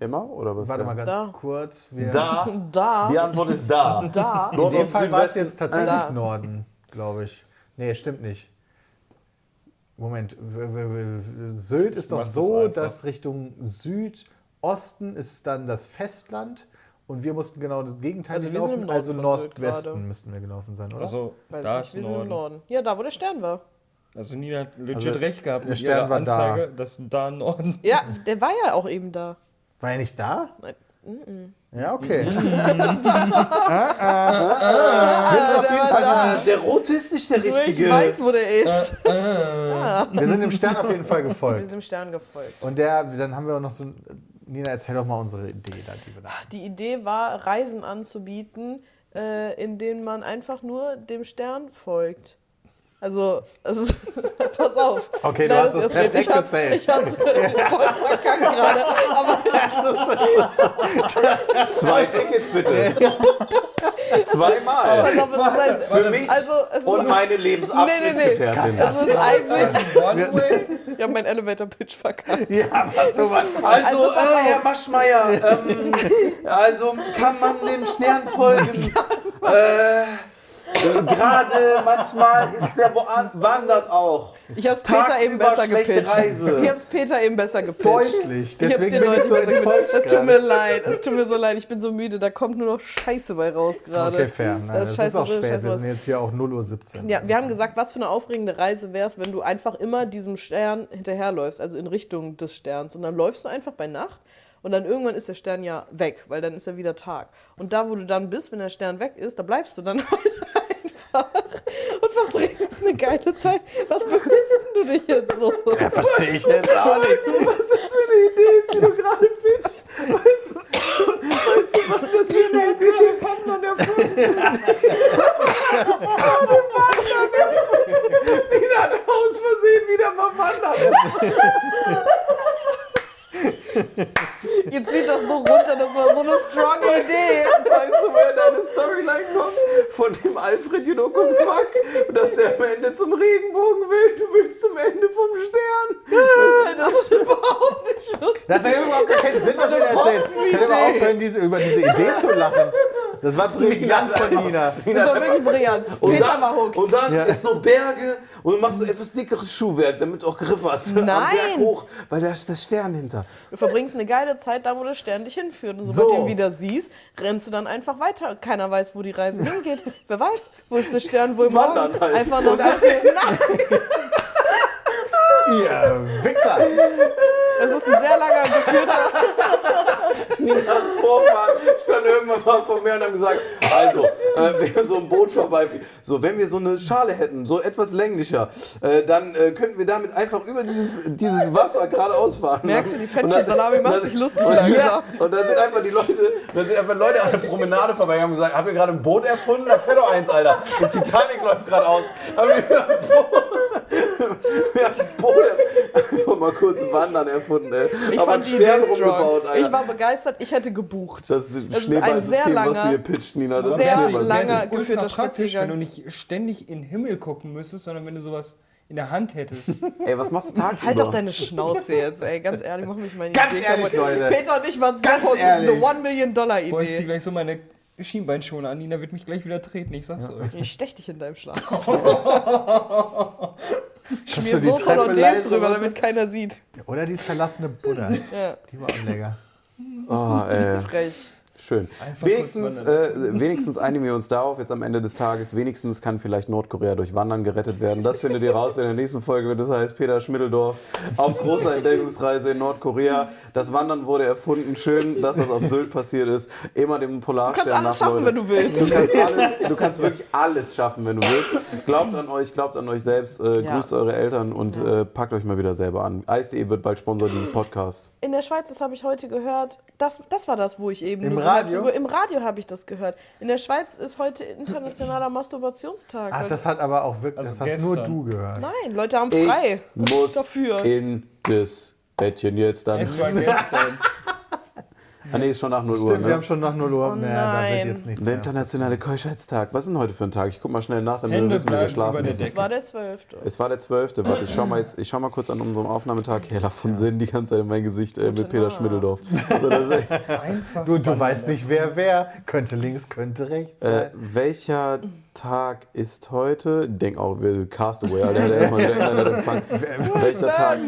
[SPEAKER 1] Immer? Oder was?
[SPEAKER 2] warte
[SPEAKER 1] denn?
[SPEAKER 2] mal ganz
[SPEAKER 3] Da.
[SPEAKER 2] kurz. Wir,
[SPEAKER 1] Da.
[SPEAKER 3] Da.
[SPEAKER 1] Ah, Die Antwort ist da.
[SPEAKER 3] <laughs> Da.
[SPEAKER 2] in
[SPEAKER 1] Nord-
[SPEAKER 2] dem
[SPEAKER 1] und
[SPEAKER 2] Fall war es
[SPEAKER 1] Südwesten-
[SPEAKER 2] jetzt tatsächlich
[SPEAKER 3] Da.
[SPEAKER 2] Norden, glaube ich. Nee, stimmt nicht. Moment, w- w- w- Sylt ist doch
[SPEAKER 4] mach das
[SPEAKER 2] so,
[SPEAKER 4] einfach.
[SPEAKER 2] dass Richtung Südosten ist dann das Festland und wir mussten genau das Gegenteil
[SPEAKER 3] Also wir sind im
[SPEAKER 2] laufen,
[SPEAKER 3] Norden
[SPEAKER 2] also
[SPEAKER 3] von Sylt gerade.
[SPEAKER 2] Nordwesten müssten wir gelaufen sein, oder?
[SPEAKER 4] Also,
[SPEAKER 3] Weiß
[SPEAKER 4] da
[SPEAKER 3] nicht,
[SPEAKER 4] ist
[SPEAKER 3] wir sind im
[SPEAKER 4] Norden.
[SPEAKER 3] Norden. Ja, da, wo der Stern war.
[SPEAKER 4] Also, Nina hat legit
[SPEAKER 2] Also,
[SPEAKER 4] recht gehabt
[SPEAKER 2] der
[SPEAKER 4] mit
[SPEAKER 2] Stern
[SPEAKER 4] ihrer
[SPEAKER 2] war da.
[SPEAKER 4] Anzeige, dass da Norden.
[SPEAKER 3] Ja, der war ja auch eben da.
[SPEAKER 2] War er nicht da?
[SPEAKER 3] Nein. Mhm.
[SPEAKER 2] Ja, okay. <laughs> Wir sind auf jeden Fall-
[SPEAKER 1] Der rote ist nicht der
[SPEAKER 3] Nur ich weiß, wo der ist.
[SPEAKER 2] Wir sind dem Stern auf jeden Fall
[SPEAKER 3] Wir
[SPEAKER 2] gefolgt.
[SPEAKER 3] sind dem Stern gefolgt.
[SPEAKER 2] Und der, dann haben wir auch noch so. Nina, erzähl doch mal unsere Idee da, die wir da haben.
[SPEAKER 3] Die Idee war, Reisen anzubieten, äh, in denen man einfach nur dem Stern folgt. Also, also <laughs> pass auf.
[SPEAKER 2] Okay, du
[SPEAKER 3] Nein,
[SPEAKER 2] hast
[SPEAKER 3] das
[SPEAKER 2] es
[SPEAKER 3] ist richtig.
[SPEAKER 2] perfekt
[SPEAKER 3] ich hab's,
[SPEAKER 2] gezählt.
[SPEAKER 3] Ich hab's voll verkackt gerade. Aber
[SPEAKER 1] Zwei
[SPEAKER 3] Also-
[SPEAKER 1] Tickets bitte. Zweimal.
[SPEAKER 3] pass auf, es ist halt,
[SPEAKER 1] Für mich
[SPEAKER 3] also, es
[SPEAKER 2] Oh
[SPEAKER 1] und
[SPEAKER 3] ist,
[SPEAKER 1] meine Lebensabschnittsgefährtin.
[SPEAKER 3] es ist eigentlich...
[SPEAKER 4] One-Way?
[SPEAKER 3] Ich habe meinen Elevator-Pitch verkackt.
[SPEAKER 2] Ja, was so was.
[SPEAKER 1] Also,
[SPEAKER 3] Also, pass
[SPEAKER 1] äh, Herr
[SPEAKER 3] auf.
[SPEAKER 1] Maschmeyer, ähm, also kann man dem Stern folgen? äh, Gerade manchmal ist der woan- wandert auch.
[SPEAKER 3] Ich hab's Peter eben
[SPEAKER 1] Tagsüber
[SPEAKER 3] besser
[SPEAKER 1] schlechte
[SPEAKER 3] gepitcht.
[SPEAKER 1] Reise.
[SPEAKER 3] Ich hab's Peter eben besser gepitcht.
[SPEAKER 2] Deutlich.
[SPEAKER 3] Ich hab's
[SPEAKER 2] Deswegen
[SPEAKER 3] dir
[SPEAKER 2] bin ich
[SPEAKER 3] deutlich
[SPEAKER 2] so
[SPEAKER 3] besser gepitcht.
[SPEAKER 2] enttäuscht.
[SPEAKER 3] Das tut
[SPEAKER 2] gerade.
[SPEAKER 3] mir leid, es tut mir so leid, ich bin so müde, da kommt nur noch Scheiße bei raus gerade.
[SPEAKER 2] Okay, fair. Nein,
[SPEAKER 3] Das
[SPEAKER 2] das
[SPEAKER 3] ist
[SPEAKER 2] ist,
[SPEAKER 3] scheiße
[SPEAKER 2] auch
[SPEAKER 3] drin,
[SPEAKER 2] spät.
[SPEAKER 3] scheiße
[SPEAKER 2] Wir
[SPEAKER 3] was.
[SPEAKER 2] sind jetzt hier auch 0.17 Uhr.
[SPEAKER 3] Ja, wir haben gesagt, was für eine aufregende Reise wäre es, wenn du einfach immer diesem Stern hinterherläufst, also in Richtung des Sterns. Und dann läufst du einfach bei Nacht und dann irgendwann ist der Stern ja weg, weil dann ist ja wieder Tag. Und da, wo du dann bist, wenn der Stern weg ist, da bleibst du dann <laughs> halt einfach und verbringst eine geile Zeit. Was begrüßt du dich jetzt so?
[SPEAKER 2] Ja, verstehe ich jetzt auch nicht.
[SPEAKER 1] Was das für eine Idee ist, die du gerade pitcht? Weißt du, weißt du, was das für eine Idee ist? Wandern erfunden. Gerade Wandern erfunden. Nina hat aus Versehen wieder mal Wandern erfunden.
[SPEAKER 3] Ihr zieht das so runter, das war so eine strong Idee.
[SPEAKER 1] Weißt du, woher deine Storyline kommt? Von dem Alfred Jenokus Quack, dass der am Ende zum Regenbogen will. Du willst zum Ende vom Stern.
[SPEAKER 3] Das ist überhaupt nicht lustig.
[SPEAKER 2] Das hat überhaupt gar keinen Sinn, was wir da erzählen. Können wir mal
[SPEAKER 3] Idee.
[SPEAKER 2] aufhören, diese, über diese Idee zu lachen? Das war brillant von Nina.
[SPEAKER 3] Das war wirklich brillant. Peter war hooked.
[SPEAKER 1] Und dann
[SPEAKER 2] Ja.
[SPEAKER 1] ist so Berge und machst so etwas dickeres Schuhwerk, damit du auch Grip hast. Am
[SPEAKER 3] Nein.
[SPEAKER 1] Berg hoch, weil da ist der Stern hinter.
[SPEAKER 3] Du verbringst eine geile Zeit da, wo der Stern dich hinführt. Und sobald
[SPEAKER 2] So.
[SPEAKER 3] du ihn wieder siehst, rennst du dann einfach weiter. Keiner weiß, wo die Reise hingeht. Wer weiß, wo ist der Stern wohl
[SPEAKER 1] Wandern
[SPEAKER 3] morgen?
[SPEAKER 1] halt.
[SPEAKER 3] Einfach nach
[SPEAKER 2] Und als wir- Ihr Wichser.
[SPEAKER 3] Das ist ein sehr langer geführter.
[SPEAKER 1] Ninas Vorfahren stand irgendwann mal vor mir und haben gesagt, also, äh, wenn so ein Boot vorbeifliegt, so, wenn wir so eine Schale hätten, so etwas länglicher, äh, dann äh, könnten wir damit einfach über dieses, dieses Wasser geradeaus fahren.
[SPEAKER 3] Merkst du, die
[SPEAKER 1] Und dann-
[SPEAKER 3] Fettchen-Salami
[SPEAKER 1] und
[SPEAKER 3] macht
[SPEAKER 1] dann-
[SPEAKER 3] sich lustig
[SPEAKER 1] und dann-
[SPEAKER 3] langsam.
[SPEAKER 1] Und dann sind einfach die Leute, dann sind einfach Leute an der Promenade vorbei und haben gesagt, habt ihr gerade ein Boot erfunden? Da fährt doch eins, Alter. Die Titanic läuft geradeaus. Haben wir ein Boot- wir haben ein Boot erfunden. einfach mal kurz Wandern erfunden, ey.
[SPEAKER 3] Ich
[SPEAKER 1] Aber einen
[SPEAKER 3] fand die Idee
[SPEAKER 1] Stern
[SPEAKER 3] strong.
[SPEAKER 1] rumgebaut, Alter.
[SPEAKER 3] Ich war begeistert, ich hätte gebucht.
[SPEAKER 1] Das ist das
[SPEAKER 3] Das ist ein
[SPEAKER 1] Schneeballsystem,
[SPEAKER 3] sehr
[SPEAKER 1] was du hier
[SPEAKER 3] langer-
[SPEAKER 1] pitcht, Nina. Das
[SPEAKER 3] sehr
[SPEAKER 1] ist
[SPEAKER 4] Wär-
[SPEAKER 1] Schneeball.
[SPEAKER 4] wär so
[SPEAKER 3] langer
[SPEAKER 4] ultra
[SPEAKER 3] geführter
[SPEAKER 4] praktisch,
[SPEAKER 3] Spaziergang.
[SPEAKER 4] wenn du nicht ständig in den Himmel gucken müsstest, sondern wenn du sowas in der
[SPEAKER 3] <laughs>
[SPEAKER 4] Hand hättest.
[SPEAKER 1] Ey, was machst du tagsüber?
[SPEAKER 3] Halt doch deine Schnauze jetzt, ey. Ganz ehrlich, mach mich meine
[SPEAKER 2] Ganz
[SPEAKER 3] Idee
[SPEAKER 2] ehrlich,
[SPEAKER 3] kaputt.
[SPEAKER 2] Leute.
[SPEAKER 3] Peter und ich waren so
[SPEAKER 2] Ganz
[SPEAKER 3] hooked. Das ist eine
[SPEAKER 2] ehrlich.
[SPEAKER 4] Boah, ich zieh
[SPEAKER 3] One-Million-Dollar-Idee.
[SPEAKER 4] gleich so meine Schienbeinschoner an. Nina wird mich gleich wieder treten, ich sag's euch.
[SPEAKER 3] Ich stech dich in deinem Schlaf.
[SPEAKER 2] Kannst
[SPEAKER 3] Mir
[SPEAKER 2] du die
[SPEAKER 3] so
[SPEAKER 2] Treppe
[SPEAKER 3] Hollandaise
[SPEAKER 2] leise
[SPEAKER 3] drüber,
[SPEAKER 2] runter-
[SPEAKER 3] damit keiner sieht.
[SPEAKER 2] Oder die zerlassene Buddha.
[SPEAKER 3] Ja,
[SPEAKER 2] Die war auch lecker.
[SPEAKER 1] Oh, ey.
[SPEAKER 3] frech.
[SPEAKER 1] Schön.
[SPEAKER 4] kurz
[SPEAKER 1] Wenigstens,
[SPEAKER 4] wandern.
[SPEAKER 1] äh, wenigstens einigen wir uns darauf, jetzt am Ende des Tages, wenigstens kann vielleicht Nordkorea durch Wandern gerettet werden. Das findet ihr raus in der nächsten Folge, wenn das heißt Peter Schmiddeldorf auf großer Entdeckungsreise in Nordkorea. Das Wandern wurde erfunden. Schön, dass das auf Sylt passiert ist. Immer dem
[SPEAKER 3] Du kannst
[SPEAKER 1] Polarstern
[SPEAKER 3] alles schaffen,
[SPEAKER 1] nachläuft.
[SPEAKER 3] wenn du willst.
[SPEAKER 1] Du kannst, alle, du kannst wirklich alles schaffen, wenn du willst. Glaubt an euch, glaubt an euch selbst, äh,
[SPEAKER 3] Ja.
[SPEAKER 1] grüßt eure Eltern und äh, packt euch mal wieder selber an. Eis.de wird bald Sponsor dieses Podcasts.
[SPEAKER 3] In der Schweiz, das habe ich heute gehört. Das, das war das, wo ich eben.
[SPEAKER 2] Im
[SPEAKER 3] nur so
[SPEAKER 2] Radio?
[SPEAKER 3] halb so- Im Radio habe ich das gehört. In der Schweiz ist heute internationaler
[SPEAKER 2] Ach,
[SPEAKER 3] Masturbationstag. Leute.
[SPEAKER 2] Ah, das hat aber auch wirklich,
[SPEAKER 4] Also
[SPEAKER 2] das hast nur
[SPEAKER 4] gestern.
[SPEAKER 2] du gehört.
[SPEAKER 3] Nein, Leute haben
[SPEAKER 1] Ich
[SPEAKER 3] frei.
[SPEAKER 1] muss
[SPEAKER 3] Dafür.
[SPEAKER 1] in das Bettchen jetzt dann.
[SPEAKER 4] Es war gestern.
[SPEAKER 1] Ah, nee, ist schon nach 0 Uhr.
[SPEAKER 2] Stimmt, wir
[SPEAKER 1] Ne?
[SPEAKER 2] haben schon nach 0 Uhr.
[SPEAKER 3] Oh
[SPEAKER 2] nee, da wird
[SPEAKER 3] nein.
[SPEAKER 2] jetzt nichts
[SPEAKER 1] Der
[SPEAKER 2] mehr.
[SPEAKER 1] internationale Keuschheitstag. Was ist denn heute für ein Tag? Ich guck mal schnell nach, damit wir
[SPEAKER 4] Hände
[SPEAKER 1] wissen, wie wir
[SPEAKER 4] bleiben über
[SPEAKER 1] schlafen
[SPEAKER 4] der
[SPEAKER 1] müssen.
[SPEAKER 3] Das war der 12.
[SPEAKER 1] Es war der 12. Warte, ich schau mal, jetzt, ich schau mal kurz an unserem Aufnahmetag. Hela von Sinn, die ganze Zeit in mein Gesicht äh, mit
[SPEAKER 3] Gute
[SPEAKER 1] Peter
[SPEAKER 3] Nacht.
[SPEAKER 1] Schmiddeldorf. Also das ist echt-
[SPEAKER 4] Einfach
[SPEAKER 2] Du, du
[SPEAKER 4] wandern.
[SPEAKER 2] weißt nicht, wer wer. Könnte links, könnte rechts
[SPEAKER 1] äh,
[SPEAKER 2] sein.
[SPEAKER 1] welcher Tag ist heute? Denk auch, wir-
[SPEAKER 2] <laughs>
[SPEAKER 1] Castaway, Alter, der erstmal wieder Internet empfangen. Welcher Tag?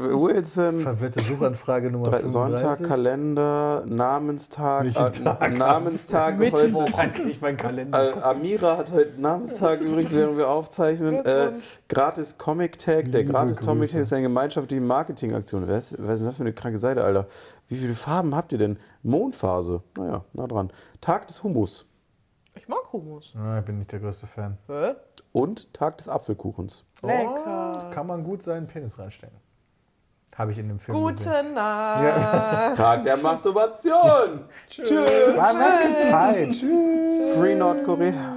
[SPEAKER 1] Wilson.
[SPEAKER 2] Verwirrte Suchanfrage Nummer
[SPEAKER 1] Drei- Sonntag,
[SPEAKER 2] 35.
[SPEAKER 1] Kalender, Namenstag,
[SPEAKER 2] Welchen
[SPEAKER 1] äh,
[SPEAKER 2] Tag?
[SPEAKER 1] Namenstag heute.
[SPEAKER 2] Eigentlich mein Kalender.
[SPEAKER 1] Äh, Amira hat heute Namenstag übrigens, während wir aufzeichnen. Äh,
[SPEAKER 3] Glückwunsch.
[SPEAKER 1] gratis Comic Tag. Der
[SPEAKER 2] Liebe
[SPEAKER 1] Gratis Comic
[SPEAKER 2] Grüße.
[SPEAKER 1] Tag ist eine gemeinschaftliche Marketingaktion. Was, was ist denn das für eine kranke Seite, Alter? Wie viele Farben habt ihr denn? Mondphase. Naja, nah dran. Tag des Hummus
[SPEAKER 3] Ich mag Hummus.
[SPEAKER 2] Ah, ich bin nicht der größte Fan.
[SPEAKER 3] Hä?
[SPEAKER 1] und Tag des Apfelkuchens.
[SPEAKER 2] Oh.
[SPEAKER 3] Lecker.
[SPEAKER 2] Kann man gut seinen Penis reinstecken. Habe ich in dem Film gesehen.
[SPEAKER 3] Gute Nacht.
[SPEAKER 1] Tag der Masturbation. Tschüss.
[SPEAKER 2] Bye, bye. Hi, tschüss.
[SPEAKER 1] Free Nordkorea.